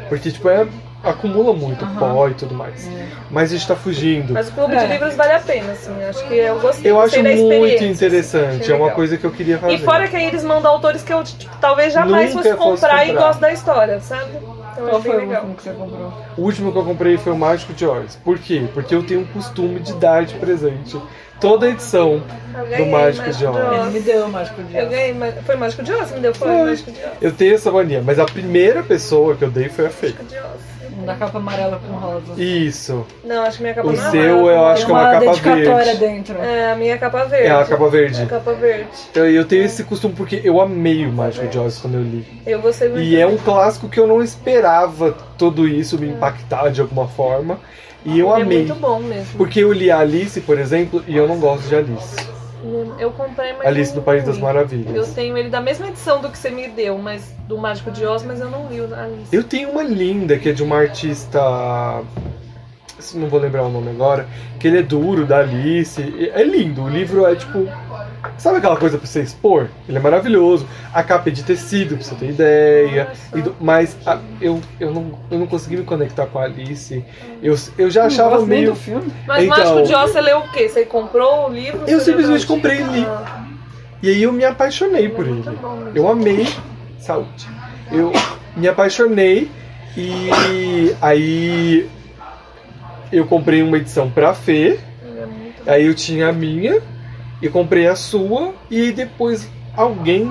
[SPEAKER 1] Porque, tipo, é, acumula muito
[SPEAKER 2] Aham.
[SPEAKER 1] pó e tudo mais. Mas a gente tá fugindo.
[SPEAKER 3] Hum. Mas o clube
[SPEAKER 2] É.
[SPEAKER 3] de livros vale a pena, assim. Eu acho que eu gostei.
[SPEAKER 1] eu
[SPEAKER 3] gostei
[SPEAKER 1] acho
[SPEAKER 3] da
[SPEAKER 1] muito
[SPEAKER 3] experiência,
[SPEAKER 1] interessante.
[SPEAKER 3] achei
[SPEAKER 1] É uma
[SPEAKER 3] legal.
[SPEAKER 1] coisa que eu queria fazer.
[SPEAKER 3] E fora que aí eles mandam autores que eu tipo, talvez jamais
[SPEAKER 1] Nunca
[SPEAKER 3] fosse
[SPEAKER 1] fosse
[SPEAKER 3] comprar, e
[SPEAKER 1] comprar.
[SPEAKER 3] gosto da história, sabe? Então eu
[SPEAKER 2] Qual
[SPEAKER 3] achei
[SPEAKER 2] foi o
[SPEAKER 3] legal.
[SPEAKER 2] último que você comprou?
[SPEAKER 1] O último que eu comprei foi o Mágico de Oz. Por quê? Porque eu tenho o costume de dar de presente toda edição.
[SPEAKER 3] Eu ganhei
[SPEAKER 1] Mágico de Oz.
[SPEAKER 2] Ele me deu o Mágico de
[SPEAKER 3] Eu
[SPEAKER 2] Oz.
[SPEAKER 3] ganhei, mas foi Mágico de Oz que me deu? Foi,
[SPEAKER 1] Foi.
[SPEAKER 3] Mágico de Oz.
[SPEAKER 1] Eu tenho essa mania, mas a primeira pessoa que eu dei foi a Fê.
[SPEAKER 3] Mágico de Oz.
[SPEAKER 2] Um da capa amarela com rosa.
[SPEAKER 1] Isso.
[SPEAKER 3] Não, acho que minha capa
[SPEAKER 1] O
[SPEAKER 3] não é
[SPEAKER 1] seu,
[SPEAKER 3] amarela.
[SPEAKER 1] eu acho que é
[SPEAKER 2] Tem
[SPEAKER 1] uma capa
[SPEAKER 2] dedicatória
[SPEAKER 1] verde.
[SPEAKER 2] dentro.
[SPEAKER 3] É, a minha é capa verde.
[SPEAKER 1] É a capa
[SPEAKER 3] É
[SPEAKER 1] verde.
[SPEAKER 3] capa verde.
[SPEAKER 1] Então, eu tenho esse costume porque eu amei o Mágico de Oz quando eu li.
[SPEAKER 3] Eu gostei muito.
[SPEAKER 1] E é um clássico que eu não esperava tudo isso me impactar de alguma forma. E eu
[SPEAKER 3] Ele É
[SPEAKER 1] amei.
[SPEAKER 3] muito bom mesmo.
[SPEAKER 1] Porque eu li a Alice, por exemplo, e eu não gosto de Alice.
[SPEAKER 3] Eu comprei, mas.
[SPEAKER 1] Alice
[SPEAKER 3] não
[SPEAKER 1] do País das
[SPEAKER 3] li.
[SPEAKER 1] Maravilhas.
[SPEAKER 3] Eu tenho ele da mesma edição do que você me deu, mas do Mágico de Oz, mas eu não li o da Alice.
[SPEAKER 1] Eu tenho uma linda que é de uma artista. Não vou lembrar o nome agora. Que ele é duro, da Alice. É lindo. O livro é tipo. Sabe aquela coisa pra você expor? Ele é maravilhoso. A capa é de tecido, pra você ter ideia.
[SPEAKER 3] Nossa.
[SPEAKER 1] E do- mas a- eu, eu, não, eu não consegui me conectar com a Alice. Eu, eu já
[SPEAKER 2] Não
[SPEAKER 1] achava
[SPEAKER 2] Hum, gosto nem
[SPEAKER 1] meio.
[SPEAKER 2] do filme.
[SPEAKER 3] Mas
[SPEAKER 1] Então-
[SPEAKER 3] Mágico de Oz, você leu o quê? Você comprou o livro?
[SPEAKER 1] Eu
[SPEAKER 3] Você leu
[SPEAKER 1] simplesmente
[SPEAKER 3] pra-
[SPEAKER 1] comprei e
[SPEAKER 2] tá?
[SPEAKER 1] li.
[SPEAKER 3] Ah,
[SPEAKER 1] E aí eu me apaixonei por
[SPEAKER 3] é
[SPEAKER 1] ele.
[SPEAKER 3] muito bom mesmo.
[SPEAKER 1] Eu amei saúde. Eu me apaixonei e aí eu comprei uma edição pra Fê,
[SPEAKER 3] Ele é muito bom.
[SPEAKER 1] aí eu tinha a minha e comprei a sua e depois alguém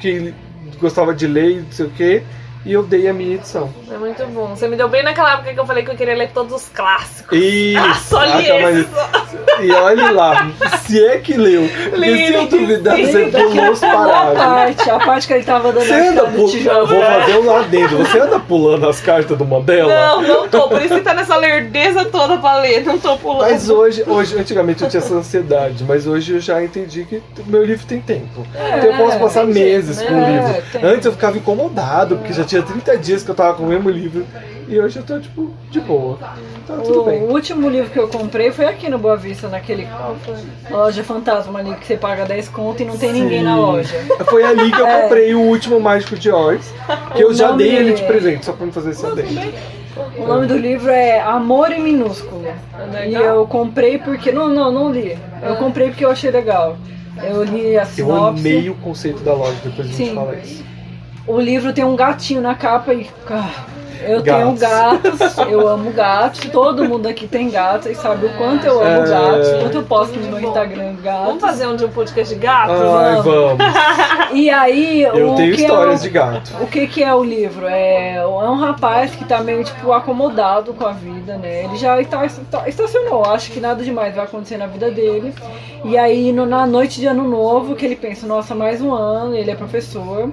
[SPEAKER 1] que gostava de ler e não sei o que e eu dei a minha edição.
[SPEAKER 3] É muito bom. Você me deu bem naquela época que eu falei que eu queria ler todos os clássicos.
[SPEAKER 1] E,
[SPEAKER 3] Ah, só li
[SPEAKER 1] saca, tá, mas-
[SPEAKER 3] esse. só.
[SPEAKER 1] e olha lá, se é que leu. Porque se eu duvidar, você pulou os
[SPEAKER 2] A
[SPEAKER 1] parágrafos.
[SPEAKER 2] parte, a parte que ele tava dando
[SPEAKER 1] Você
[SPEAKER 2] a
[SPEAKER 1] anda
[SPEAKER 2] cara do
[SPEAKER 1] pulando.
[SPEAKER 2] tijolo.
[SPEAKER 1] Vou fazer um lá dentro. Você anda pulando as cartas do Mandela?
[SPEAKER 3] Não, não tô. Por isso que tá nessa lerdeza toda pra ler. Não tô pulando.
[SPEAKER 1] Mas hoje, hoje, antigamente eu tinha essa ansiedade, mas hoje eu já entendi que o meu livro tem tempo. então eu posso passar
[SPEAKER 3] tem
[SPEAKER 1] meses
[SPEAKER 3] jeito,
[SPEAKER 1] com o
[SPEAKER 2] É, né?
[SPEAKER 1] livro.
[SPEAKER 2] É, tem. É.
[SPEAKER 1] Antes eu ficava incomodado, porque já tinha 30 dias que eu tava com o mesmo livro. E hoje eu tô, tipo, de boa. Tá tudo
[SPEAKER 2] O
[SPEAKER 1] bem.
[SPEAKER 2] último livro que eu comprei foi aqui no Boa Vista, naquele
[SPEAKER 3] Qual foi?
[SPEAKER 2] loja fantasma ali que você paga 10 conto e não tem ninguém na loja.
[SPEAKER 1] Foi ali que eu comprei o último Mágico de Oz, que eu
[SPEAKER 2] É. O
[SPEAKER 1] já
[SPEAKER 2] nome
[SPEAKER 1] dei ele
[SPEAKER 2] é-
[SPEAKER 1] de presente, só pra me fazer esse adendo.
[SPEAKER 2] O nome do livro é Amor em Minúsculo. E
[SPEAKER 3] Legal.
[SPEAKER 2] eu comprei porque. Não, não, não li. Eu comprei porque eu achei legal. Eu li a
[SPEAKER 1] Eu
[SPEAKER 2] sinopse.
[SPEAKER 1] amei o conceito da loja, depois a gente
[SPEAKER 2] Sim.
[SPEAKER 1] fala isso.
[SPEAKER 2] O livro tem um gatinho na capa e. ah, eu
[SPEAKER 1] Gatos.
[SPEAKER 2] tenho gatos, eu amo gatos, todo mundo aqui tem gatos e sabe o quanto eu amo
[SPEAKER 1] É.
[SPEAKER 2] gatos, o quanto eu posto no meu
[SPEAKER 3] Bom.
[SPEAKER 2] Instagram
[SPEAKER 3] Vamos
[SPEAKER 2] gatos.
[SPEAKER 3] fazer um dia um podcast de gato?
[SPEAKER 1] Ai, vamos.
[SPEAKER 2] E aí,
[SPEAKER 1] Eu
[SPEAKER 2] o
[SPEAKER 1] tenho
[SPEAKER 2] que
[SPEAKER 1] histórias de
[SPEAKER 2] eu-
[SPEAKER 1] gato.
[SPEAKER 2] O que que é o livro? É, é um rapaz que tá meio, tipo, acomodado com a vida, né? Ele já está, está- estacionou, acho que nada demais vai acontecer na vida dele. E aí, no- na noite de ano novo, que ele pensa, nossa, mais um ano, ele é professor.
[SPEAKER 3] um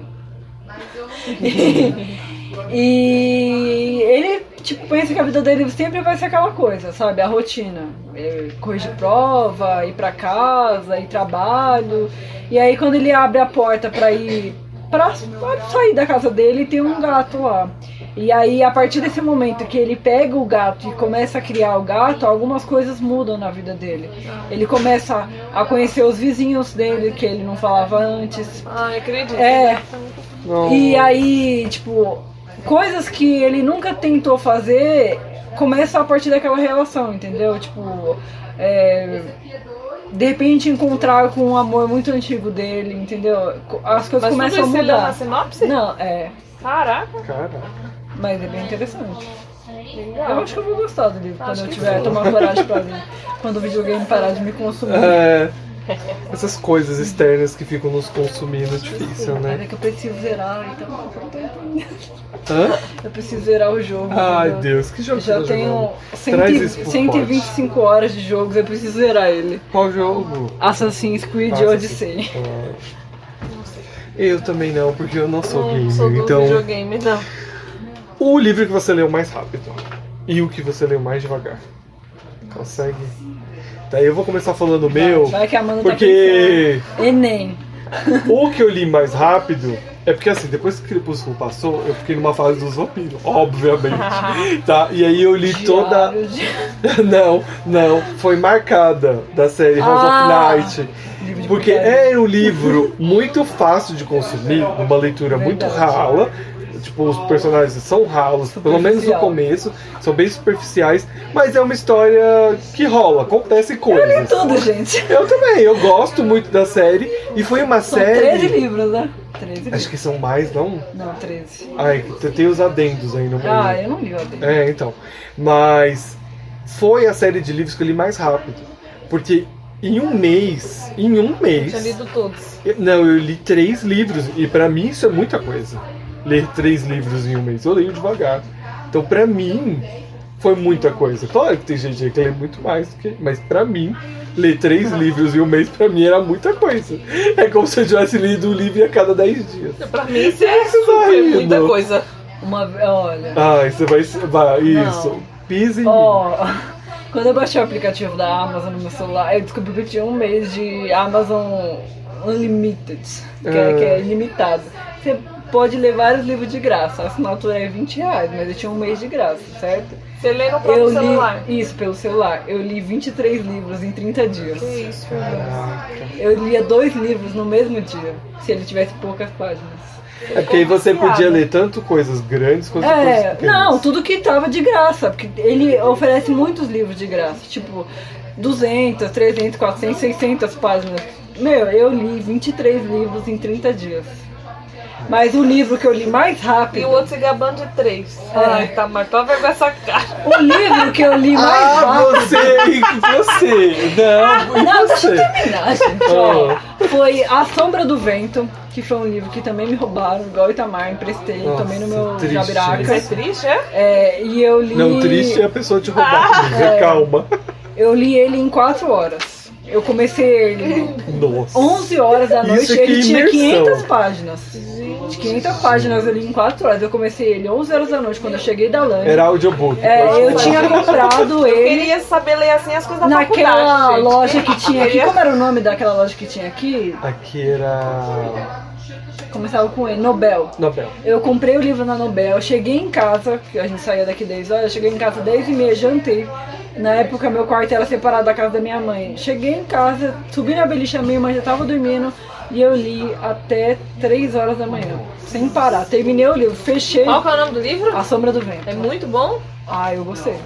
[SPEAKER 2] e ele, tipo, pensa que a vida dele sempre vai ser aquela coisa, sabe? A rotina. É, Coisa de prova, ir pra casa, ir trabalho. E aí, quando ele abre a porta pra ir pra, pra sair da casa dele, tem um gato lá. E aí, a partir desse momento que ele pega o gato e começa a criar o gato, algumas coisas mudam na vida dele. Ele começa a conhecer os vizinhos dele, que ele não falava antes.
[SPEAKER 3] Ai, acredito.
[SPEAKER 2] É,
[SPEAKER 1] Não.
[SPEAKER 2] e aí, tipo, coisas que ele nunca tentou fazer começam a partir daquela relação, entendeu? Tipo, é, de repente encontrar com um amor muito antigo dele, entendeu? Co- As coisas
[SPEAKER 3] Mas
[SPEAKER 2] começam
[SPEAKER 3] tudo
[SPEAKER 2] a
[SPEAKER 3] isso ele é na
[SPEAKER 2] mudar.
[SPEAKER 3] sinopse?
[SPEAKER 2] Não, é,
[SPEAKER 3] Caraca,
[SPEAKER 1] Cara,
[SPEAKER 2] mas é bem interessante. Eu
[SPEAKER 3] legal.
[SPEAKER 2] acho que eu vou gostar do livro quando
[SPEAKER 3] Acho
[SPEAKER 2] eu
[SPEAKER 3] que
[SPEAKER 2] tiver
[SPEAKER 3] sim.
[SPEAKER 2] tomar coragem pra ler. Quando o videogame parar de me consumir.
[SPEAKER 1] é, essas coisas externas que ficam nos consumindo é difícil, né?
[SPEAKER 2] É que eu preciso zerar, então.
[SPEAKER 1] Hã?
[SPEAKER 2] Eu preciso zerar o jogo.
[SPEAKER 1] Ai,
[SPEAKER 2] entendeu?
[SPEAKER 1] Deus, que
[SPEAKER 2] Eu
[SPEAKER 1] jogo
[SPEAKER 2] já
[SPEAKER 1] você tá
[SPEAKER 2] tenho
[SPEAKER 1] jogando?
[SPEAKER 2] cento
[SPEAKER 1] Traz
[SPEAKER 2] e-
[SPEAKER 1] isso pro
[SPEAKER 2] 125 horas de jogos, eu preciso zerar ele.
[SPEAKER 1] Qual jogo?
[SPEAKER 2] Assassin's Creed
[SPEAKER 1] Nossa,
[SPEAKER 2] Odyssey.
[SPEAKER 1] Eu também não, porque eu não sou gamer.
[SPEAKER 3] Não sou do
[SPEAKER 1] então,
[SPEAKER 3] videogame, não.
[SPEAKER 1] o livro que você leu mais rápido e o que você leu mais devagar. Consegue? Daí eu vou começar falando o meu,
[SPEAKER 2] Vai que a Amanda
[SPEAKER 1] porque
[SPEAKER 2] tá pensando. Enem.
[SPEAKER 1] o que eu li mais rápido é porque assim, depois que Crepúsculo passou, eu fiquei numa fase dos vampiros, obviamente. tá? E aí eu li toda.
[SPEAKER 2] Diário de-
[SPEAKER 1] Não, não, foi marcada da série House
[SPEAKER 2] Ah.
[SPEAKER 1] of Night.
[SPEAKER 2] livro de
[SPEAKER 1] Porque
[SPEAKER 2] porcaria.
[SPEAKER 1] era um livro muito fácil de consumir, uma leitura muito
[SPEAKER 2] Verdade.
[SPEAKER 1] rala. Tipo, os personagens são ralos, pelo menos no
[SPEAKER 2] Superficial.
[SPEAKER 1] começo, são bem superficiais, mas é uma história que rola, acontece coisas.
[SPEAKER 2] Tudo, gente.
[SPEAKER 1] Eu também, eu gosto muito da série, e foi uma
[SPEAKER 2] São
[SPEAKER 1] série.
[SPEAKER 2] 13 livros, né? 13 livros.
[SPEAKER 1] Acho que são mais, não?
[SPEAKER 2] Não, 13.
[SPEAKER 1] Ai, tem- tem os adendos aí no meio.
[SPEAKER 2] Ah, eu não li o Odyssey.
[SPEAKER 1] É, então. Mas foi a série de livros que eu li mais rápido. Porque em um mês, em um
[SPEAKER 3] Eu
[SPEAKER 1] mês.
[SPEAKER 3] tinha lido todos.
[SPEAKER 1] Eu- Não, eu li três livros e pra mim isso é muita coisa. Ler três livros em um mês, eu leio devagar. Então pra mim foi muita coisa. Claro que tem gente aí que lê muito mais, do que- mas pra mim ler três livros em um mês pra mim era muita coisa. É como se eu tivesse lido um livro a cada dez dias.
[SPEAKER 3] Pra mim, isso é
[SPEAKER 1] Você tá
[SPEAKER 3] super
[SPEAKER 1] rindo.
[SPEAKER 3] muita coisa.
[SPEAKER 1] É.
[SPEAKER 2] Uma ve- Olha.
[SPEAKER 1] Ah, isso vai, vai isso.
[SPEAKER 2] Não.
[SPEAKER 1] Pisa em mim.
[SPEAKER 2] Ó. Oh. Quando eu baixei o aplicativo da Amazon no meu celular, eu descobri que eu tinha um mês de Amazon Unlimited, que, é,
[SPEAKER 1] Ah.
[SPEAKER 2] que é ilimitado. Você pode ler vários livros de graça. A assinatura é 20 reais, mas eu tinha um mês de graça, certo?
[SPEAKER 3] Você lê no próprio
[SPEAKER 2] Eu
[SPEAKER 3] celular.
[SPEAKER 2] li isso pelo celular. Eu li 23 livros em 30 dias.
[SPEAKER 3] Que isso,
[SPEAKER 2] É.
[SPEAKER 3] Fernanda.
[SPEAKER 1] Caraca.
[SPEAKER 2] Eu lia dois livros no mesmo dia, se ele tivesse poucas páginas.
[SPEAKER 1] É porque aí você
[SPEAKER 3] Viciada.
[SPEAKER 1] podia ler tanto coisas grandes quanto coisas
[SPEAKER 2] É,
[SPEAKER 1] pequenas.
[SPEAKER 2] não, tudo que tava de graça, porque ele oferece muitos livros de graça, tipo 200, 300, 400, 600 páginas. Meu, eu li 23 livros em 30 dias. Mas o livro que eu li mais
[SPEAKER 3] E
[SPEAKER 2] rápido,
[SPEAKER 3] o outro se gabando de três.
[SPEAKER 2] É.
[SPEAKER 3] Ai, tá, mas toma com essa cara.
[SPEAKER 2] o livro que eu li mais
[SPEAKER 1] Ah,
[SPEAKER 2] rápido, Ah,
[SPEAKER 1] você, você, não, Ah, e
[SPEAKER 2] Não, deixa eu
[SPEAKER 1] você.
[SPEAKER 2] terminar, gente. ó. Foi A Sombra do Vento, que foi um livro que também me roubaram, igual o Itamar, emprestei,
[SPEAKER 1] Nossa,
[SPEAKER 2] também no meu
[SPEAKER 1] triste
[SPEAKER 3] Isso é
[SPEAKER 2] jabiraca.
[SPEAKER 3] triste, é?
[SPEAKER 2] É, e eu li.
[SPEAKER 1] Não, triste é a pessoa te roubar.
[SPEAKER 2] é.
[SPEAKER 1] Calma.
[SPEAKER 2] Eu li ele em 4 horas. Eu comecei ele
[SPEAKER 1] Nossa.
[SPEAKER 2] 11 horas da
[SPEAKER 1] Isso
[SPEAKER 2] noite,
[SPEAKER 1] que
[SPEAKER 2] ele tinha
[SPEAKER 1] imersão.
[SPEAKER 2] 500 páginas. De 500 páginas eu li em 4 horas. Eu comecei ele 11 horas da noite, quando eu cheguei da Lândia.
[SPEAKER 1] Era audiobook.
[SPEAKER 2] É, eu
[SPEAKER 1] pode falar.
[SPEAKER 2] tinha comprado
[SPEAKER 3] Eu
[SPEAKER 2] ele
[SPEAKER 3] queria saber ler assim as coisas da
[SPEAKER 2] naquela
[SPEAKER 3] faculdade, gente.
[SPEAKER 2] loja que tinha aqui.
[SPEAKER 3] Queria-
[SPEAKER 2] Como era o nome daquela loja que tinha aqui?
[SPEAKER 1] Aqui era.
[SPEAKER 2] Começava com ele, Nobel.
[SPEAKER 1] Nobel.
[SPEAKER 2] Eu comprei o livro na Nobel, cheguei em casa, que a gente saía daqui 10 horas, cheguei em casa 10 e meia, jantei. Na época meu quarto era separado da casa da minha mãe. Cheguei em casa, subi na beliche, a minha irmã já tava dormindo e eu li até 3 horas da manhã, sem parar. Terminei o livro, fechei
[SPEAKER 3] Qual que é o nome do livro?
[SPEAKER 2] A Sombra do
[SPEAKER 3] É
[SPEAKER 2] Vento.
[SPEAKER 3] muito bom.
[SPEAKER 2] Ah, eu gostei.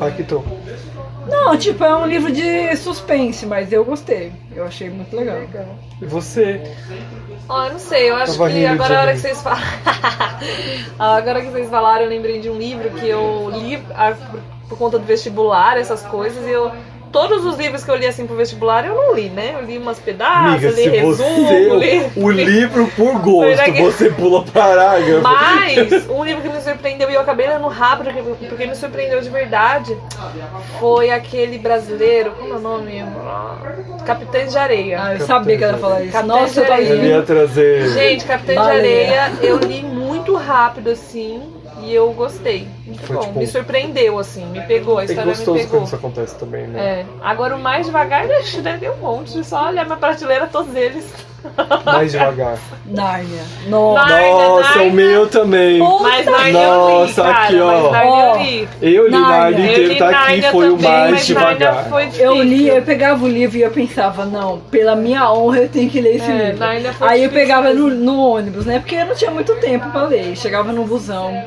[SPEAKER 1] Aqui tô.
[SPEAKER 2] Não, tipo, é um livro de suspense, mas eu gostei. Eu achei muito legal.
[SPEAKER 1] E você?
[SPEAKER 3] Ó, eu não sei, eu acho
[SPEAKER 1] Tava
[SPEAKER 3] que
[SPEAKER 1] rindo
[SPEAKER 3] agora
[SPEAKER 1] de
[SPEAKER 3] a hora
[SPEAKER 1] mim.
[SPEAKER 3] que vocês falaram. agora que vocês falaram, eu lembrei de um livro que eu li ah, por, por conta do vestibular, essas coisas, e eu. Todos os livros que eu li assim pro vestibular eu não li, né? Eu li umas
[SPEAKER 2] Ah,
[SPEAKER 3] pedaços,
[SPEAKER 1] Amiga,
[SPEAKER 3] li
[SPEAKER 1] se você.
[SPEAKER 3] resumo, li.
[SPEAKER 1] O livro por gosto,
[SPEAKER 3] Será que-
[SPEAKER 1] você pula parágrafo.
[SPEAKER 3] Mas um livro que me surpreendeu e eu acabei lendo rápido porque, porque me surpreendeu de verdade foi aquele brasileiro, como é o nome? Capitães de Areia.
[SPEAKER 2] Ah, eu sabia que ela ia falar isso.
[SPEAKER 3] Capitã
[SPEAKER 2] Nossa, eu tô
[SPEAKER 3] Jeremy.
[SPEAKER 1] Eu ia
[SPEAKER 2] lindo.
[SPEAKER 1] trazer.
[SPEAKER 3] Gente, Capitães de
[SPEAKER 2] Baleia.
[SPEAKER 3] Areia eu li muito rápido assim e eu gostei. Muito
[SPEAKER 1] Foi,
[SPEAKER 3] bom.
[SPEAKER 1] tipo,
[SPEAKER 3] me surpreendeu assim, me pegou, a
[SPEAKER 1] é
[SPEAKER 3] história me
[SPEAKER 1] gostoso quando
[SPEAKER 3] pegou.
[SPEAKER 1] isso acontece também, né?
[SPEAKER 3] né, É. Agora o mais devagar né, deve ter um monte, só olhar minha prateleira, todos eles.
[SPEAKER 1] Mais devagar.
[SPEAKER 2] Nárnia. Nossa.
[SPEAKER 3] Narnia,
[SPEAKER 1] Nossa,
[SPEAKER 3] Narnia.
[SPEAKER 1] o meu também.
[SPEAKER 2] Puta
[SPEAKER 3] Mas Narnia eu li,
[SPEAKER 1] Nossa,
[SPEAKER 3] cara.
[SPEAKER 1] aqui, ó.
[SPEAKER 3] Mas Narnia
[SPEAKER 2] Ó.
[SPEAKER 3] eu li.
[SPEAKER 1] Eu li
[SPEAKER 2] Narnia.
[SPEAKER 1] Narnia
[SPEAKER 3] Eu
[SPEAKER 1] inteiro,
[SPEAKER 3] li
[SPEAKER 1] tá aqui,
[SPEAKER 3] Narnia
[SPEAKER 1] foi o
[SPEAKER 3] também,
[SPEAKER 1] mais
[SPEAKER 3] mas
[SPEAKER 1] devagar.
[SPEAKER 3] Narnia foi difícil.
[SPEAKER 2] Eu li, eu pegava o livro e eu pensava, não, pela minha honra eu tenho que ler esse
[SPEAKER 3] É,
[SPEAKER 2] livro.
[SPEAKER 3] Narnia foi
[SPEAKER 2] Aí eu
[SPEAKER 3] difícil
[SPEAKER 2] pegava
[SPEAKER 3] mesmo.
[SPEAKER 2] no, no ônibus, né? Porque eu não tinha muito tempo pra ler. Chegava no busão,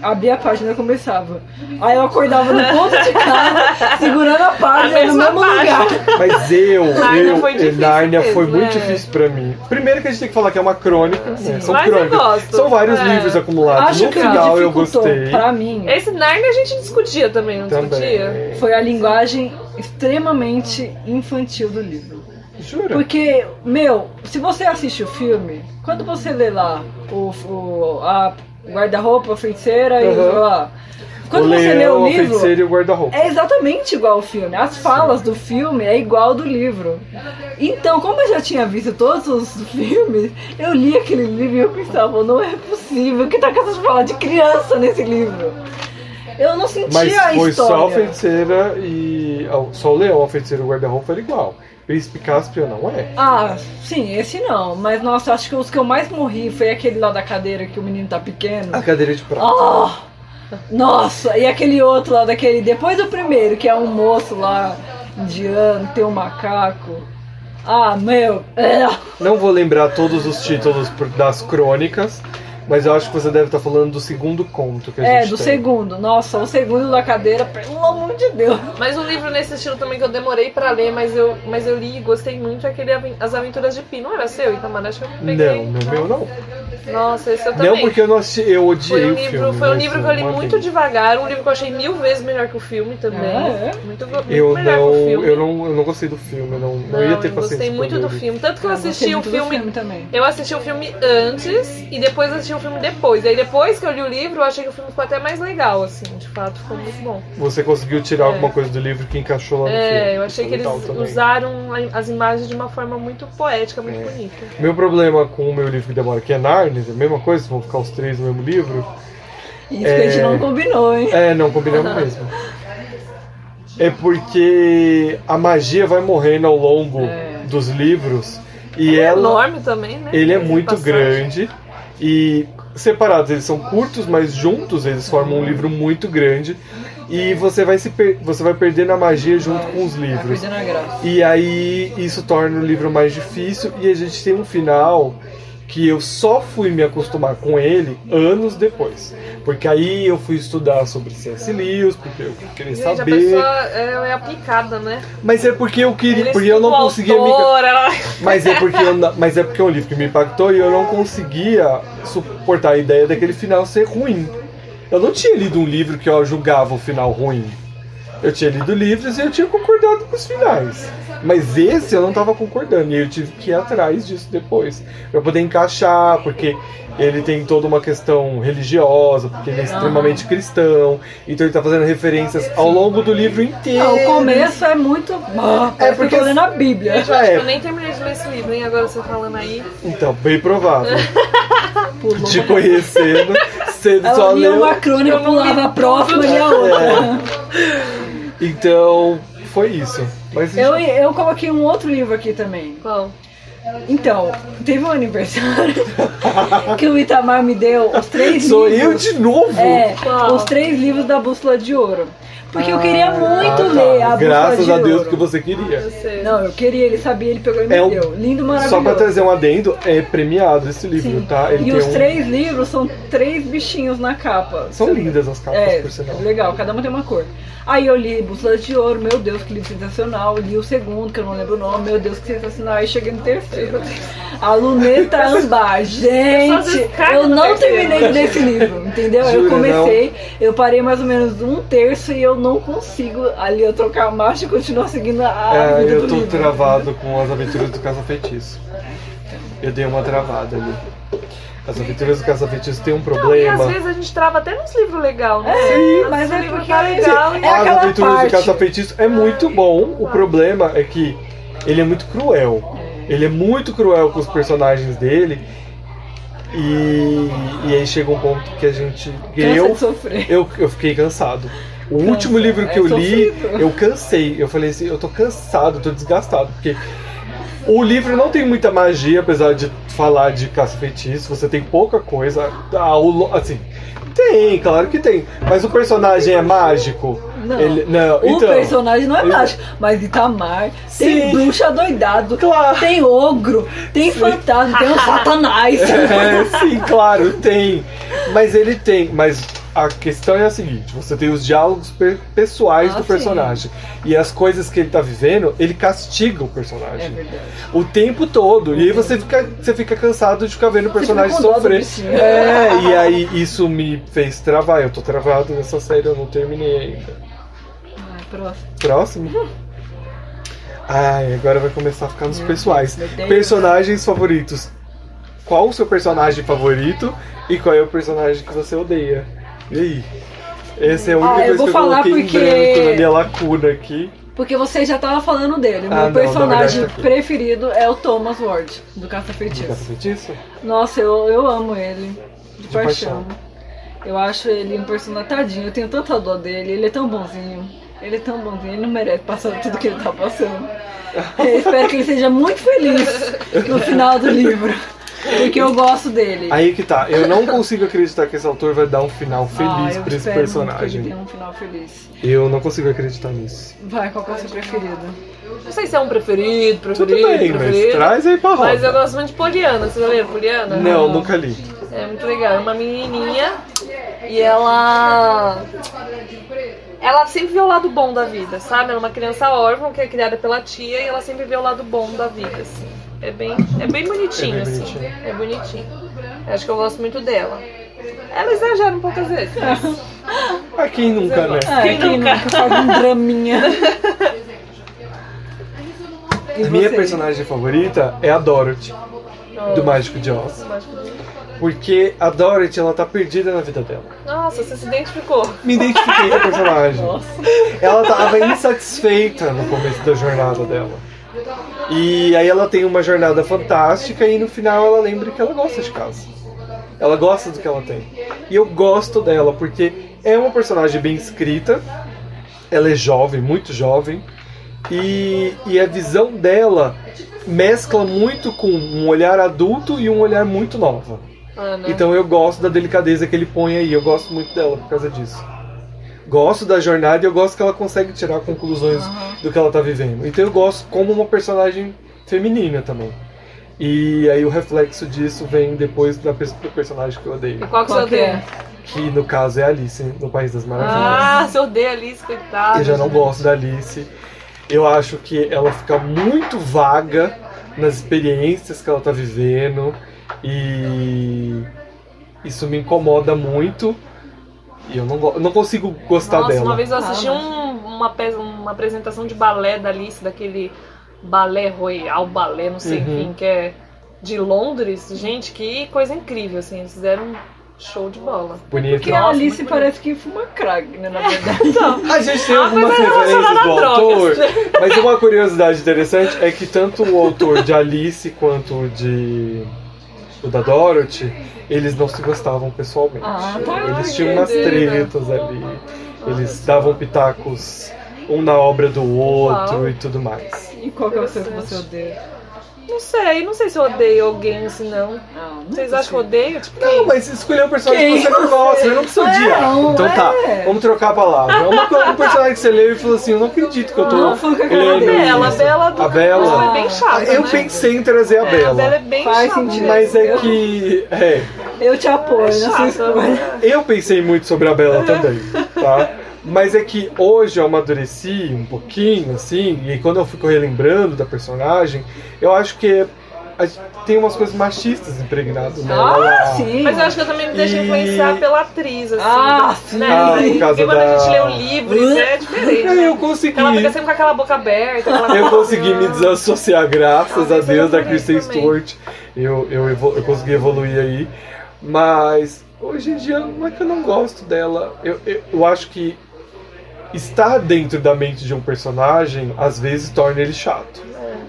[SPEAKER 2] abria a página e começava. Aí eu acordava no ponto de casa, segurando a página
[SPEAKER 3] A
[SPEAKER 2] no
[SPEAKER 3] mesma
[SPEAKER 2] mesmo
[SPEAKER 3] página.
[SPEAKER 2] lugar.
[SPEAKER 1] Mas eu,
[SPEAKER 3] Narnia
[SPEAKER 1] eu,
[SPEAKER 3] foi difícil
[SPEAKER 1] Narnia
[SPEAKER 3] mesmo,
[SPEAKER 1] foi muito
[SPEAKER 3] é.
[SPEAKER 1] difícil pra mim. Primeiro que a gente tem que falar que é uma crônica, né? São
[SPEAKER 3] Mas eu
[SPEAKER 1] crônicas.
[SPEAKER 3] gosto.
[SPEAKER 1] São vários
[SPEAKER 3] É.
[SPEAKER 1] livros acumulados.
[SPEAKER 2] Acho
[SPEAKER 1] no
[SPEAKER 2] que
[SPEAKER 1] final
[SPEAKER 2] o que
[SPEAKER 1] Tá eu
[SPEAKER 2] dificultou
[SPEAKER 1] gostei.
[SPEAKER 2] pra mim
[SPEAKER 3] Esse Narnia a gente discutia também, não discutia?
[SPEAKER 1] Também.
[SPEAKER 2] foi a linguagem extremamente infantil do livro.
[SPEAKER 1] Jura?
[SPEAKER 2] Porque, meu, se você assiste o filme, quando você lê lá o, o- a guarda-roupa, a feiticeira e
[SPEAKER 1] Uhum.
[SPEAKER 2] sei lá. Quando
[SPEAKER 1] o
[SPEAKER 2] você lê
[SPEAKER 1] leão,
[SPEAKER 2] o
[SPEAKER 1] a
[SPEAKER 2] livro,
[SPEAKER 1] feiticeira e o guarda-roupa.
[SPEAKER 2] é exatamente igual ao filme. As falas do filme é igual ao do livro. Então, como eu já tinha visto todos os filmes, eu li aquele livro e eu pensava, não é possível que tá com essas falas de criança nesse livro. Eu não sentia
[SPEAKER 1] Mas
[SPEAKER 2] a
[SPEAKER 1] foi só a
[SPEAKER 2] história.
[SPEAKER 1] feiticeira e. ah, Só o leão, a feiticeira e o guarda-roupa era igual. Príncipe Cáspio não é.
[SPEAKER 2] Ah, sim, esse não. Mas nossa, acho que os que eu mais morri foi aquele lá da cadeira que o menino tá pequeno.
[SPEAKER 1] A cadeira de prata.
[SPEAKER 2] Oh, nossa, e aquele outro lá daquele, depois do primeiro, que é um moço lá, indiano, tem um macaco. Ah, meu. é.
[SPEAKER 1] Não vou lembrar todos os títulos por- das crônicas, mas eu acho que você deve estar falando do segundo conto que a
[SPEAKER 2] É,
[SPEAKER 1] gente
[SPEAKER 2] do
[SPEAKER 1] tem.
[SPEAKER 2] segundo. Nossa, o segundo da cadeira, pelo amor de Deus.
[SPEAKER 3] Mas um livro nesse estilo também que eu demorei pra ler, mas eu, mas eu li e gostei muito, é aquele Aven- As Aventuras de Pi. Não era seu, Itamar? Acho que eu
[SPEAKER 1] Não,
[SPEAKER 3] peguei.
[SPEAKER 1] no meu não.
[SPEAKER 3] Nossa, esse eu também.
[SPEAKER 1] Não, porque eu não assisti, eu odiei
[SPEAKER 3] Foi um
[SPEAKER 1] o
[SPEAKER 3] livro,
[SPEAKER 1] filme.
[SPEAKER 3] foi um
[SPEAKER 1] mas
[SPEAKER 3] livro que eu li
[SPEAKER 1] não
[SPEAKER 3] muito
[SPEAKER 1] amei.
[SPEAKER 3] devagar, um livro que eu achei mil vezes melhor que o filme também.
[SPEAKER 2] Ah, é?
[SPEAKER 3] Muito, muito
[SPEAKER 1] Eu
[SPEAKER 3] melhor
[SPEAKER 1] não,
[SPEAKER 3] que o filme.
[SPEAKER 1] eu não, eu não gostei do filme, eu não, não
[SPEAKER 3] Não,
[SPEAKER 1] ia ter
[SPEAKER 3] eu
[SPEAKER 1] paciência.
[SPEAKER 3] gostei
[SPEAKER 1] pra
[SPEAKER 3] muito
[SPEAKER 1] ler
[SPEAKER 3] do
[SPEAKER 1] o livro.
[SPEAKER 3] filme. Tanto que eu assisti
[SPEAKER 2] Ah, gostei
[SPEAKER 3] o
[SPEAKER 2] muito do
[SPEAKER 3] filme.
[SPEAKER 2] também.
[SPEAKER 3] Eu assisti o filme antes e depois assisti o filme depois. E aí depois que eu li o livro, eu achei que o filme ficou até mais legal, assim. De fato, ficou muito bom.
[SPEAKER 1] Você conseguiu tirar alguma coisa do livro que encaixou lá no filme.
[SPEAKER 3] É, eu achei
[SPEAKER 1] Isso
[SPEAKER 3] que eles
[SPEAKER 1] legal também. É.
[SPEAKER 3] usaram a- as imagens de uma forma muito poética, muito bonita.
[SPEAKER 1] Meu problema com o meu livro que demora, que é Narnia, é a mesma coisa, vão ficar os três no mesmo livro.
[SPEAKER 2] Isso que a gente
[SPEAKER 1] é.
[SPEAKER 2] não combinou, hein?
[SPEAKER 1] É, não, combinamos mesmo. É porque a magia vai morrendo ao longo
[SPEAKER 2] É.
[SPEAKER 1] dos livros e
[SPEAKER 3] É
[SPEAKER 1] ela
[SPEAKER 3] enorme também, né?
[SPEAKER 1] Ele é
[SPEAKER 3] Essa
[SPEAKER 1] muito
[SPEAKER 3] passagem.
[SPEAKER 1] grande e separados eles são curtos, mas juntos eles formam um livro muito grande e você vai se per- você vai perdendo a magia junto com os
[SPEAKER 2] Tá
[SPEAKER 1] livros.
[SPEAKER 2] perdendo a graça.
[SPEAKER 1] E aí isso torna o livro mais difícil e a gente tem um final que eu só fui me acostumar com ele anos depois. Porque aí eu fui estudar sobre C.S. Lewis, porque eu queria
[SPEAKER 3] Gente, a
[SPEAKER 1] saber.
[SPEAKER 3] pessoa é, é aplicada, né?
[SPEAKER 1] Mas é porque eu queria,
[SPEAKER 3] Ela
[SPEAKER 1] porque eu não
[SPEAKER 3] estuda tipo
[SPEAKER 1] conseguia
[SPEAKER 3] o
[SPEAKER 1] me
[SPEAKER 3] autor, ela-
[SPEAKER 1] mas é porque eu não- mas é porque é um livro que me impactou e eu não conseguia suportar a ideia daquele final ser ruim. Eu não tinha lido um livro que eu julgava o final ruim. Eu tinha lido livros e eu tinha concordado com os finais. Mas esse eu não estava concordando e eu tive que ir atrás disso depois para poder encaixar, porque ele tem toda uma questão religiosa, porque ele é extremamente cristão, então ele tá fazendo referências ao longo do livro inteiro.
[SPEAKER 2] Não, o começo é muito. Ah,
[SPEAKER 1] É
[SPEAKER 2] é porque eu
[SPEAKER 1] porque-
[SPEAKER 2] tô lendo a Bíblia.
[SPEAKER 3] Gente, eu acho que
[SPEAKER 1] É.
[SPEAKER 3] eu nem terminei de ler esse livro, hein? Agora você falando aí.
[SPEAKER 1] Então, bem provável.
[SPEAKER 2] Pulou.
[SPEAKER 1] Te conhecendo, cedo só
[SPEAKER 2] Ela lia
[SPEAKER 1] leu. É.
[SPEAKER 2] uma crônica,
[SPEAKER 3] Eu não li
[SPEAKER 2] pulava a próxima
[SPEAKER 3] tudo.
[SPEAKER 2] e a outra.
[SPEAKER 1] Então, foi isso. Mas
[SPEAKER 2] Eu, eu coloquei um outro livro aqui também.
[SPEAKER 3] Bom,
[SPEAKER 2] Então, teve um aniversário que o Itamar me deu os três
[SPEAKER 1] sou eu
[SPEAKER 2] livros.
[SPEAKER 1] de novo?
[SPEAKER 2] É,
[SPEAKER 3] Qual?
[SPEAKER 2] os três livros da Bússola de Ouro. Porque eu
[SPEAKER 1] Ah,
[SPEAKER 2] queria muito
[SPEAKER 1] tá.
[SPEAKER 2] ler a Bússola
[SPEAKER 1] Graças
[SPEAKER 2] de
[SPEAKER 1] a
[SPEAKER 2] Ouro.
[SPEAKER 1] Deus que você queria.
[SPEAKER 3] eu sei.
[SPEAKER 2] Não, eu queria, ele sabia, ele pegou e me
[SPEAKER 1] É um-
[SPEAKER 2] deu. Lindo, maravilhoso.
[SPEAKER 1] Só pra trazer um adendo, é premiado esse livro,
[SPEAKER 2] Sim.
[SPEAKER 1] tá? Ele
[SPEAKER 2] E
[SPEAKER 1] tem
[SPEAKER 2] os
[SPEAKER 1] um-
[SPEAKER 2] três livros são três bichinhos na capa.
[SPEAKER 1] São lindas as capas,
[SPEAKER 2] É,
[SPEAKER 1] por sinal.
[SPEAKER 2] legal, cada uma tem uma cor. Aí eu li Bússola de Ouro, meu Deus, que livro sensacional. Li o segundo, que eu não lembro o nome, meu Deus, que sensacional. Aí cheguei no terceiro. A Luneta Amba.
[SPEAKER 3] Eu só
[SPEAKER 2] Gente,
[SPEAKER 3] descargo
[SPEAKER 2] eu
[SPEAKER 3] no
[SPEAKER 2] não
[SPEAKER 3] terceiro.
[SPEAKER 2] terminei desse livro, entendeu?
[SPEAKER 1] Jura,
[SPEAKER 2] eu comecei, eu parei mais ou menos um terço e eu não consigo ali eu trocar a marcha e continuar seguindo a
[SPEAKER 1] É,
[SPEAKER 2] vida
[SPEAKER 1] eu
[SPEAKER 2] do
[SPEAKER 1] tô
[SPEAKER 2] livro.
[SPEAKER 1] travado com as aventuras do Caça-Feitiço. Eu dei uma travada ali. As aventuras do Caça-Feitiço tem um
[SPEAKER 2] então,
[SPEAKER 3] E às
[SPEAKER 1] problema.
[SPEAKER 3] vezes a gente trava até nos livros legais, né?
[SPEAKER 2] É, mas é
[SPEAKER 3] livro
[SPEAKER 2] porque
[SPEAKER 3] tá legal,
[SPEAKER 2] é
[SPEAKER 3] então.
[SPEAKER 1] As
[SPEAKER 2] aquela
[SPEAKER 1] Aventuras
[SPEAKER 2] parte.
[SPEAKER 1] do Caça-Feitiço é muito bom. O problema é que ele é muito cruel. Ele é muito cruel com os personagens dele. E, e aí chega um ponto que a gente. que
[SPEAKER 2] Cansa
[SPEAKER 1] eu,
[SPEAKER 2] de sofrer.
[SPEAKER 1] eu, eu fiquei cansado. O último livro que
[SPEAKER 2] é
[SPEAKER 1] eu li,
[SPEAKER 2] sofrido.
[SPEAKER 1] eu cansei. Eu falei assim, eu tô cansado, tô desgastado. Porque O livro não tem muita magia, apesar de falar de caça e feitiço, você tem pouca coisa. Ah, o lo- assim, tem, claro que tem. Mas o personagem é mágico?
[SPEAKER 2] Não.
[SPEAKER 1] Ele- não,
[SPEAKER 2] O
[SPEAKER 1] então.
[SPEAKER 2] personagem não é
[SPEAKER 1] ele-
[SPEAKER 2] mágico, mas Itamar
[SPEAKER 1] Sim.
[SPEAKER 2] tem bruxa doidado,
[SPEAKER 1] Claro.
[SPEAKER 2] tem ogro, tem fantasma, tem um satanás.
[SPEAKER 1] É, sim, claro, tem. Mas ele tem. Mas a questão é a seguinte: você tem os diálogos pe- pessoais
[SPEAKER 2] Ah,
[SPEAKER 1] do
[SPEAKER 2] sim.
[SPEAKER 1] personagem. E as coisas que ele tá vivendo, ele castiga o personagem.
[SPEAKER 2] É verdade.
[SPEAKER 1] o tempo todo. E aí você fica, você fica cansado de ficar vendo o
[SPEAKER 2] Você
[SPEAKER 1] personagem
[SPEAKER 2] fica com dó do
[SPEAKER 1] sofrer.
[SPEAKER 2] bichinho.
[SPEAKER 1] É, e aí isso me fez travar. Eu tô travado nessa série, eu não terminei ainda.
[SPEAKER 2] Ai, Ah, próximo.
[SPEAKER 1] Próximo? Ai, agora vai começar a ficar nos
[SPEAKER 2] Meu
[SPEAKER 1] pessoais.
[SPEAKER 2] Deus, meu Deus.
[SPEAKER 1] Personagens favoritos. Qual o seu personagem favorito e qual é o personagem que você odeia? E aí? Essa é a única
[SPEAKER 2] Ah, eu
[SPEAKER 1] coisa
[SPEAKER 2] vou
[SPEAKER 1] que eu
[SPEAKER 2] falar
[SPEAKER 1] coloquei
[SPEAKER 2] porque-
[SPEAKER 1] em branco na minha lacuna aqui.
[SPEAKER 2] Porque você já tava falando dele.
[SPEAKER 1] Ah,
[SPEAKER 2] Meu
[SPEAKER 1] não,
[SPEAKER 2] personagem
[SPEAKER 1] na verdade, tá aqui.
[SPEAKER 2] preferido é o Thomas Ward, do Caça
[SPEAKER 1] Dica
[SPEAKER 2] Feitiço.
[SPEAKER 1] feitiço?
[SPEAKER 2] Nossa, eu, eu amo ele. De,
[SPEAKER 1] De paixão.
[SPEAKER 2] paixão. Eu acho ele um personagem tadinho, eu tenho tanta dó dele, ele é tão bonzinho. Ele é tão bonzinho, ele não merece passar tudo que ele tá passando. Eu espero que ele seja muito feliz no final do livro. Porque eu gosto dele.
[SPEAKER 1] Aí que tá, eu não consigo acreditar que esse autor vai dar um final
[SPEAKER 2] Ah,
[SPEAKER 1] feliz
[SPEAKER 2] eu
[SPEAKER 1] pra esse
[SPEAKER 2] espero muito
[SPEAKER 1] personagem.
[SPEAKER 2] Que ele tenha um final feliz.
[SPEAKER 1] Eu não consigo acreditar nisso.
[SPEAKER 2] Vai, qual que é o seu preferido?
[SPEAKER 3] Não sei se é um preferido,
[SPEAKER 1] Tudo
[SPEAKER 3] preferido,
[SPEAKER 1] bem, mas
[SPEAKER 3] preferido.
[SPEAKER 1] traz aí pra roda.
[SPEAKER 3] Mas eu gosto muito de Poliana, vocês já leram Poliana?
[SPEAKER 1] Não, nunca li.
[SPEAKER 3] É muito legal, é uma menininha e ela. Ela sempre vê o lado bom da vida, sabe? Ela é uma criança órfã que é criada pela tia e ela sempre vê o lado bom da vida, assim. É bem, é bem bonitinho,
[SPEAKER 1] É bem
[SPEAKER 3] assim.
[SPEAKER 1] bonitinho.
[SPEAKER 3] É bonitinho. Acho que eu gosto muito dela. Ela exagera um pouco às vezes.
[SPEAKER 1] Pra quem nunca, né?
[SPEAKER 2] Ah, quem, nunca? faz um draminha. E
[SPEAKER 1] Minha
[SPEAKER 2] você?
[SPEAKER 1] personagem favorita é a Dorothy, do Mágico de Oz. Porque a Dorothy, ela tá perdida na vida dela.
[SPEAKER 3] Nossa, você se identificou.
[SPEAKER 1] Me identifiquei com a personagem. Ela tava insatisfeita no começo da jornada dela. E aí ela tem uma jornada fantástica e no final ela lembra que ela gosta de casa. Ela gosta do que ela tem. E eu gosto dela porque é uma personagem bem escrita. Ela é jovem, muito jovem. E, e a visão dela mescla muito com um olhar adulto e um olhar muito nova.
[SPEAKER 3] Ana.
[SPEAKER 1] Então eu gosto da delicadeza que ele põe aí, eu gosto muito dela por causa disso. Gosto da jornada e eu gosto que ela consegue tirar conclusões
[SPEAKER 2] Aham.
[SPEAKER 1] do que ela tá vivendo. Então eu gosto como uma personagem feminina também. E aí o reflexo disso vem depois da pers- do personagem que eu
[SPEAKER 3] E
[SPEAKER 1] odeio.
[SPEAKER 3] qual que você
[SPEAKER 2] Qual que é?
[SPEAKER 3] odeia?
[SPEAKER 1] Que no caso é a Alice, no País das Maravilhas.
[SPEAKER 3] Ah, você odeia Alice, coitada.
[SPEAKER 1] eu já não gosto da Alice. Eu acho que ela fica muito vaga nas experiências que ela tá vivendo. E isso me incomoda muito. E eu não, go- eu não consigo gostar
[SPEAKER 3] Nossa,
[SPEAKER 1] dela.
[SPEAKER 3] uma vez eu
[SPEAKER 2] Ah,
[SPEAKER 3] assisti
[SPEAKER 2] mas-
[SPEAKER 3] um- uma, pe- uma apresentação de balé da Alice, daquele balé royal, balé, não sei,
[SPEAKER 1] Uhum.
[SPEAKER 3] enfim, que é de Londres. Gente, que coisa incrível, assim, eles fizeram um show de bola.
[SPEAKER 1] Bonita.
[SPEAKER 2] Porque a
[SPEAKER 3] Nossa,
[SPEAKER 2] Alice
[SPEAKER 3] muito
[SPEAKER 2] parece que fuma crack, né, na verdade.
[SPEAKER 1] A gente tem
[SPEAKER 3] Ah,
[SPEAKER 1] algumas
[SPEAKER 3] mas
[SPEAKER 1] referências
[SPEAKER 3] é
[SPEAKER 1] do
[SPEAKER 3] relacionado a
[SPEAKER 1] autor,
[SPEAKER 3] drogas.
[SPEAKER 1] mas uma curiosidade interessante é que tanto o autor de Alice quanto o de o da Dorothy, eles não se gostavam pessoalmente.
[SPEAKER 2] Ah, tá.
[SPEAKER 1] eles tinham
[SPEAKER 3] Ai,
[SPEAKER 1] umas
[SPEAKER 3] que
[SPEAKER 1] tretas ali, eles davam pitacos um na obra do outro e tudo mais.
[SPEAKER 2] E qual que é o seu que você odeia?
[SPEAKER 3] Não sei, não sei se eu odeio alguém assim, não.
[SPEAKER 2] Ah, não
[SPEAKER 3] Vocês acham que eu
[SPEAKER 2] sei.
[SPEAKER 3] odeio? Tipo,
[SPEAKER 1] Não, mas escolher um personagem que
[SPEAKER 2] Quem?
[SPEAKER 1] você não gosta, eu não preciso
[SPEAKER 2] Não,
[SPEAKER 1] odiar. Então tá,
[SPEAKER 2] é.
[SPEAKER 1] vamos trocar a palavra. Uma, co- um personagem que você leu e falou assim, eu não acredito que eu tô...
[SPEAKER 2] Não, Ah, foi o que eu
[SPEAKER 1] lendo
[SPEAKER 2] falei. é
[SPEAKER 1] isso.
[SPEAKER 3] Bela, a Bela do
[SPEAKER 1] A Bela.
[SPEAKER 3] Mas ela é bem chata,
[SPEAKER 1] Ah, Eu
[SPEAKER 3] né?
[SPEAKER 1] pensei em trazer a
[SPEAKER 3] É,
[SPEAKER 1] Bela.
[SPEAKER 3] A Bela é bem
[SPEAKER 2] Faz
[SPEAKER 3] chata.
[SPEAKER 2] sentido.
[SPEAKER 1] Mas é
[SPEAKER 2] Eu-
[SPEAKER 1] que. É,
[SPEAKER 2] Eu te apoio
[SPEAKER 3] É
[SPEAKER 2] nessa escolha.
[SPEAKER 3] chata.
[SPEAKER 1] eu pensei muito sobre a Bela também, tá? Mas é que hoje eu amadureci um pouquinho, assim, e quando eu fico relembrando da personagem, eu acho que a gente tem umas coisas machistas impregnadas nela.
[SPEAKER 2] Ah,
[SPEAKER 1] Ela-
[SPEAKER 2] sim.
[SPEAKER 3] Mas eu acho que eu também me deixo
[SPEAKER 1] E-
[SPEAKER 3] influenciar pela atriz, assim.
[SPEAKER 2] Ah,
[SPEAKER 3] né?
[SPEAKER 2] sim.
[SPEAKER 1] Ah, por
[SPEAKER 3] Porque
[SPEAKER 1] causa
[SPEAKER 3] quando a gente
[SPEAKER 1] da-
[SPEAKER 3] lê o livro, é diferente.
[SPEAKER 1] É,
[SPEAKER 3] né?
[SPEAKER 1] Eu consegui.
[SPEAKER 3] Ela fica sempre com aquela boca aberta. aquela né?
[SPEAKER 1] Eu
[SPEAKER 3] boca-
[SPEAKER 1] consegui me desassociar, graças
[SPEAKER 3] Ah,
[SPEAKER 1] a
[SPEAKER 3] mas eu
[SPEAKER 1] Deus, da
[SPEAKER 3] também,
[SPEAKER 1] Kristen
[SPEAKER 3] também.
[SPEAKER 1] Stewart. Eu, eu, evo- eu consegui evoluir aí. Mas hoje em dia não é que eu não gosto dela. Eu, eu, eu acho que estar dentro da mente de um personagem às vezes torna ele chato.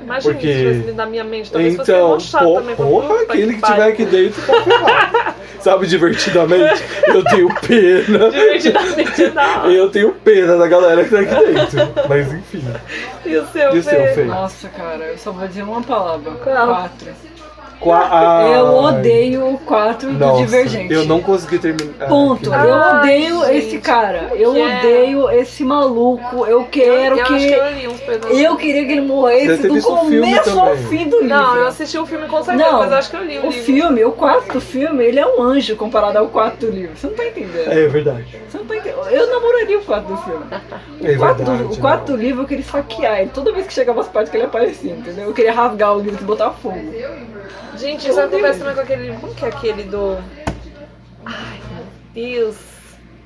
[SPEAKER 3] Imagina
[SPEAKER 1] Porque-
[SPEAKER 3] isso, mas na minha mente. Talvez fosse
[SPEAKER 1] então,
[SPEAKER 3] um chato
[SPEAKER 1] po-
[SPEAKER 3] também. pra
[SPEAKER 1] porra,
[SPEAKER 3] puta
[SPEAKER 1] aquele que
[SPEAKER 3] pariu.
[SPEAKER 1] tiver aqui dentro tá ferrado. sabe, divertidamente, eu tenho pena.
[SPEAKER 3] Divertidamente não.
[SPEAKER 1] Eu tenho pena da galera que tá aqui dentro. Mas enfim.
[SPEAKER 3] E o seu,
[SPEAKER 1] E o seu,
[SPEAKER 3] Fê?
[SPEAKER 1] Fê?
[SPEAKER 2] Nossa, cara, eu só vou dizer uma palavra.
[SPEAKER 3] Qual?
[SPEAKER 2] Quatro.
[SPEAKER 1] Qua- ai.
[SPEAKER 2] Eu odeio o quatro do
[SPEAKER 1] Nossa,
[SPEAKER 2] Divergente.
[SPEAKER 1] Eu não consegui terminar. Ah,
[SPEAKER 2] Ponto.
[SPEAKER 1] que-
[SPEAKER 3] Ah,
[SPEAKER 2] eu odeio
[SPEAKER 3] gente,
[SPEAKER 2] esse cara.
[SPEAKER 3] que
[SPEAKER 2] Eu
[SPEAKER 3] é?
[SPEAKER 2] odeio esse maluco. Eu quero
[SPEAKER 3] eu, eu Acho
[SPEAKER 2] que.
[SPEAKER 3] que eu li uns pedaços.
[SPEAKER 2] Eu queria que ele
[SPEAKER 1] Deve
[SPEAKER 2] morresse
[SPEAKER 1] ter
[SPEAKER 2] do
[SPEAKER 1] visto o filme
[SPEAKER 2] começo ao
[SPEAKER 1] também.
[SPEAKER 2] fim do um livro.
[SPEAKER 3] Não, eu assisti o filme com certeza,
[SPEAKER 2] Não,
[SPEAKER 3] mas acho que eu li o,
[SPEAKER 2] O
[SPEAKER 3] livro.
[SPEAKER 2] filme, o quarto do filme, ele é um anjo comparado ao quarto do livro. Você não tá entendendo.
[SPEAKER 1] É verdade.
[SPEAKER 2] Você não tá entendendo. Eu namoraria o quarto do filme.
[SPEAKER 1] É
[SPEAKER 2] O quarto,
[SPEAKER 1] verdade.
[SPEAKER 2] do, o quarto do livro eu queria esfaquear ele. Toda vez que chegava as partes que ele aparecia, entendeu? Eu queria rasgar o livro e botar fogo.
[SPEAKER 3] Gente, isso acontece também com aquele livro. Como que é aquele do. Ai, meu Deus.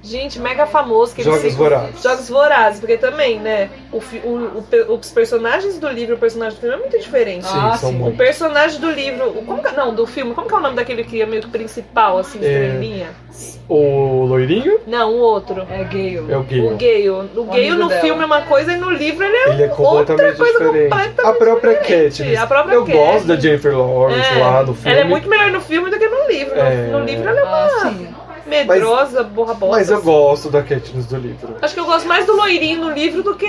[SPEAKER 3] Gente, mega famoso. Que eles
[SPEAKER 1] Jogos
[SPEAKER 3] ficam-
[SPEAKER 1] Vorazes.
[SPEAKER 3] Jogos Vorazes, porque também, né? o fi- o- o pe- os personagens do livro e o personagem do filme é muito diferente.
[SPEAKER 1] Sim,
[SPEAKER 2] Ah,
[SPEAKER 1] são
[SPEAKER 2] sim.
[SPEAKER 3] O
[SPEAKER 1] bons.
[SPEAKER 3] personagem do livro. o- Como que, não, do filme. Como que é o nome daquele que é meio que principal, assim,
[SPEAKER 1] É.
[SPEAKER 3] estrelinha?
[SPEAKER 1] O loirinho
[SPEAKER 3] Não, o outro.
[SPEAKER 2] É gay. eu-
[SPEAKER 1] é o
[SPEAKER 3] O
[SPEAKER 1] Gale.
[SPEAKER 3] Gale. O Gale
[SPEAKER 2] amigo
[SPEAKER 3] no
[SPEAKER 2] dela.
[SPEAKER 3] filme é uma coisa e no livro ele é
[SPEAKER 1] Ele é
[SPEAKER 3] outra
[SPEAKER 1] completamente
[SPEAKER 3] coisa
[SPEAKER 1] diferente.
[SPEAKER 3] completamente
[SPEAKER 1] a própria Katniss.
[SPEAKER 3] A própria
[SPEAKER 1] eu gosto
[SPEAKER 3] Katniss.
[SPEAKER 1] da Jennifer Lawrence
[SPEAKER 3] É,
[SPEAKER 1] lá no filme.
[SPEAKER 3] Ela é muito melhor no filme do que no livro. No-
[SPEAKER 1] É.
[SPEAKER 3] No, livro ela
[SPEAKER 2] Ah, sim.
[SPEAKER 3] é medrosa, borra bosta.
[SPEAKER 1] Mas eu gosto da Katniss do livro.
[SPEAKER 3] Acho que eu gosto mais do loirinho no livro do que.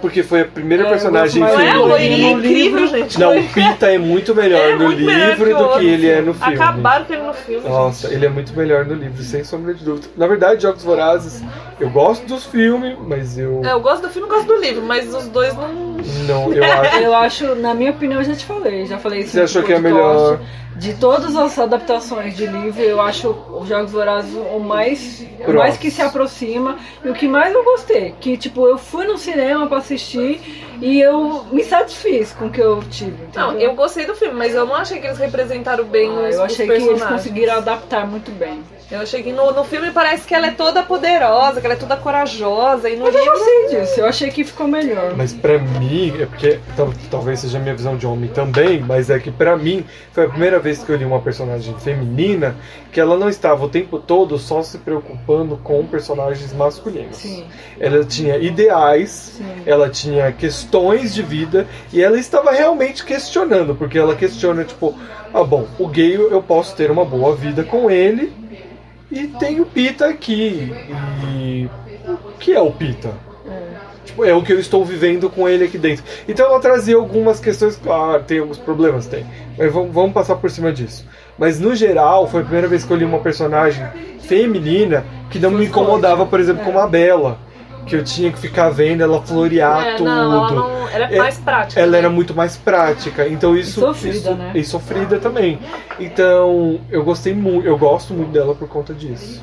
[SPEAKER 1] Porque foi a primeira
[SPEAKER 2] É, eu
[SPEAKER 1] personagem
[SPEAKER 2] gosto
[SPEAKER 3] Não
[SPEAKER 2] mais
[SPEAKER 3] é?
[SPEAKER 2] Sim,
[SPEAKER 1] feminina.
[SPEAKER 2] do
[SPEAKER 3] O loirinho é
[SPEAKER 2] no
[SPEAKER 3] incrível,
[SPEAKER 2] livro-
[SPEAKER 3] gente.
[SPEAKER 1] Não, o Pita é muito melhor
[SPEAKER 3] É
[SPEAKER 1] no
[SPEAKER 3] muito melhor
[SPEAKER 1] livro
[SPEAKER 3] que o
[SPEAKER 1] do que
[SPEAKER 3] outro
[SPEAKER 1] ele é no filme.
[SPEAKER 3] Acabaram com ele no filme.
[SPEAKER 1] Nossa, ele é muito melhor no livro, sem sombra de dúvida. Na verdade, Jogos Vorazes, eu gosto dos filmes, mas eu.
[SPEAKER 3] É, eu gosto do filme, eu gosto do livro, mas os dois não.
[SPEAKER 1] Não, eu acho.
[SPEAKER 2] Eu acho, na minha opinião, eu já te falei, já falei isso.
[SPEAKER 1] Você
[SPEAKER 2] no
[SPEAKER 1] achou que é
[SPEAKER 2] podcast.
[SPEAKER 1] melhor?
[SPEAKER 2] De todas as adaptações de livro, eu acho os Jogos Vorazes o mais, o
[SPEAKER 1] Próximo.
[SPEAKER 2] mais que se aproxima e o que mais eu gostei. Que, tipo, eu fui no cinema pra assistir e eu me satisfiz com o que eu tive.
[SPEAKER 3] Não,
[SPEAKER 2] entendeu?
[SPEAKER 3] eu gostei do filme, mas eu não achei que eles representaram bem
[SPEAKER 2] Ah,
[SPEAKER 3] os,
[SPEAKER 2] eu
[SPEAKER 3] os
[SPEAKER 2] achei que eles
[SPEAKER 3] personagens.
[SPEAKER 2] conseguiram adaptar muito bem.
[SPEAKER 3] Eu achei que no, no filme parece que ela é toda poderosa, que ela é toda corajosa. E no livro.
[SPEAKER 2] Gostei disso, eu achei que ficou melhor.
[SPEAKER 1] Mas pra mim, é porque tal- talvez seja a minha visão de homem também, mas é que pra mim foi a primeira vez que eu li uma personagem feminina que ela não estava o tempo todo só se preocupando com personagens masculinos.
[SPEAKER 2] Sim,
[SPEAKER 1] Ela tinha ideais,
[SPEAKER 2] sim.
[SPEAKER 1] ela tinha questões de vida e ela estava realmente questionando, porque ela questiona, tipo, ah, bom, o gay eu posso ter uma boa vida com ele e tem o Pita aqui. E o que é o Pita? Tipo, é o que eu estou vivendo com ele aqui dentro. Então ela trazia algumas questões, claro, tem alguns problemas, tem. Mas vamos, vamos passar por cima disso. Mas no geral, foi a primeira vez que eu li uma personagem feminina que não me incomodava, por exemplo, como a Bela. Que eu tinha que ficar vendo ela florear
[SPEAKER 3] É,
[SPEAKER 1] tudo.
[SPEAKER 3] não, ela não. Ela é
[SPEAKER 1] um É-
[SPEAKER 3] mais prática.
[SPEAKER 1] Ela era muito mais prática, então isso.
[SPEAKER 2] E sofrida,
[SPEAKER 1] isso-
[SPEAKER 2] né?
[SPEAKER 1] E sofrida também. Então, eu gostei muito, eu gosto muito dela por conta disso.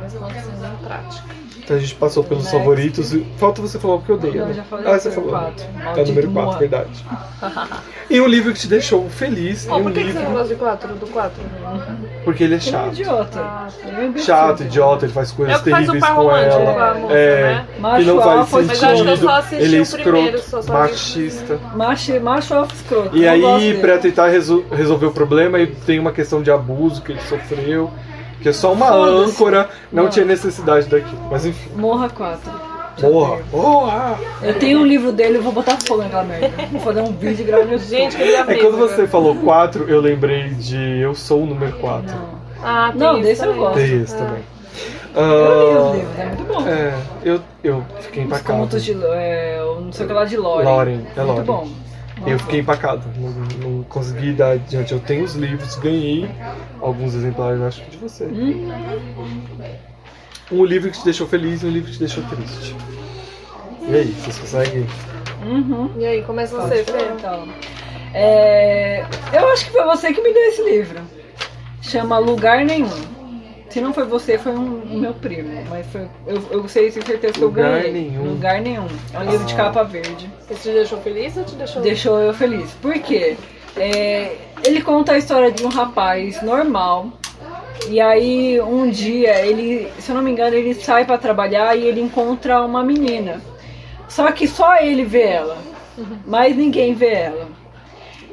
[SPEAKER 3] mas eu não sei nem prática.
[SPEAKER 1] Então a gente passou pelos
[SPEAKER 3] Né?
[SPEAKER 2] Next.
[SPEAKER 1] favoritos. e- Falta você falar o que eu odeio.
[SPEAKER 2] Não,
[SPEAKER 1] né?
[SPEAKER 2] eu já falei
[SPEAKER 1] ah,
[SPEAKER 3] é
[SPEAKER 1] você
[SPEAKER 2] foi o
[SPEAKER 1] falou.
[SPEAKER 2] quatro.
[SPEAKER 1] Tá
[SPEAKER 2] Maldito
[SPEAKER 1] número 4,
[SPEAKER 2] Moana.
[SPEAKER 1] verdade. E um livro que te deixou feliz, e
[SPEAKER 3] Oh,
[SPEAKER 1] um
[SPEAKER 3] por que, que você não
[SPEAKER 1] livro.
[SPEAKER 3] gosta de quatro? Do quatro?
[SPEAKER 1] Porque ele é
[SPEAKER 2] Ele é um
[SPEAKER 1] chato.
[SPEAKER 3] Ah, tá.
[SPEAKER 2] idiota. Ele é um imbecil.
[SPEAKER 1] Chato, idiota, ele faz
[SPEAKER 3] É
[SPEAKER 1] coisas
[SPEAKER 3] o que faz o
[SPEAKER 1] terríveis
[SPEAKER 3] par
[SPEAKER 1] com
[SPEAKER 3] romântico com a
[SPEAKER 1] ela.
[SPEAKER 3] moça,
[SPEAKER 1] É.
[SPEAKER 3] né?
[SPEAKER 1] Que
[SPEAKER 2] Macho
[SPEAKER 1] não faz
[SPEAKER 2] alfa,
[SPEAKER 3] Mas eu acho que eu
[SPEAKER 1] sentido.
[SPEAKER 3] só assisti
[SPEAKER 1] Ele é
[SPEAKER 3] o primeiro,
[SPEAKER 1] escroto,
[SPEAKER 3] só- só vi.
[SPEAKER 1] machista.
[SPEAKER 2] macho, macho alfa escroto.
[SPEAKER 1] E
[SPEAKER 2] não gosto
[SPEAKER 1] aí,
[SPEAKER 2] dele.
[SPEAKER 1] pra tentar resol- resolver o problema, ele tem uma questão de abuso que ele sofreu, que é só uma
[SPEAKER 2] Foda-se.
[SPEAKER 1] âncora, não,
[SPEAKER 2] Não.
[SPEAKER 1] tinha necessidade daquilo. Mas enfim,
[SPEAKER 2] Morra 4.
[SPEAKER 1] porra, porra!
[SPEAKER 2] Eu tenho um livro dele, eu vou botar fogo naquela merda. Vou fazer um vídeo e gravar meu
[SPEAKER 3] Gente, que ele
[SPEAKER 1] É quando você falou 4, eu lembrei de Eu Sou o Número 4.
[SPEAKER 2] Não.
[SPEAKER 3] Ah, tem
[SPEAKER 2] Não,
[SPEAKER 3] isso
[SPEAKER 2] desse eu
[SPEAKER 3] também.
[SPEAKER 2] gosto.
[SPEAKER 1] Tem isso também.
[SPEAKER 2] Eu li
[SPEAKER 1] Ah,
[SPEAKER 2] os livros, é muito bom.
[SPEAKER 1] é, eu, eu fiquei
[SPEAKER 2] Os
[SPEAKER 1] empacado.
[SPEAKER 2] contos de Lo- é, o não sei o que lá de Lore.
[SPEAKER 1] Lauren, né? é Lauren.
[SPEAKER 2] Muito bom.
[SPEAKER 1] Eu fiquei empacado, não, não consegui dar adiante. Eu tenho os livros, ganhei alguns exemplares, acho que de você.
[SPEAKER 2] Hum.
[SPEAKER 1] Um livro que te deixou feliz e um livro que te deixou triste. E aí, vocês conseguem?
[SPEAKER 2] Uhum.
[SPEAKER 3] E aí, começa você, Fê.
[SPEAKER 2] Então, é, eu acho que foi você que me deu esse livro. Chama Lugar Nenhum. Se não foi você, foi um, o meu primo. Mas foi, eu, eu sei, tenho certeza que eu
[SPEAKER 1] Lugar
[SPEAKER 2] ganhei.
[SPEAKER 1] Nenhum.
[SPEAKER 2] Lugar Nenhum. É um livro de
[SPEAKER 1] Ah.
[SPEAKER 2] capa verde.
[SPEAKER 3] Isso te deixou feliz ou te deixou...
[SPEAKER 2] deixou eu feliz. Por quê? É, ele conta a história de um rapaz normal. E aí um dia ele, se eu não me engano, ele sai pra trabalhar e ele encontra uma menina. Só que só ele vê ela, mas ninguém vê ela.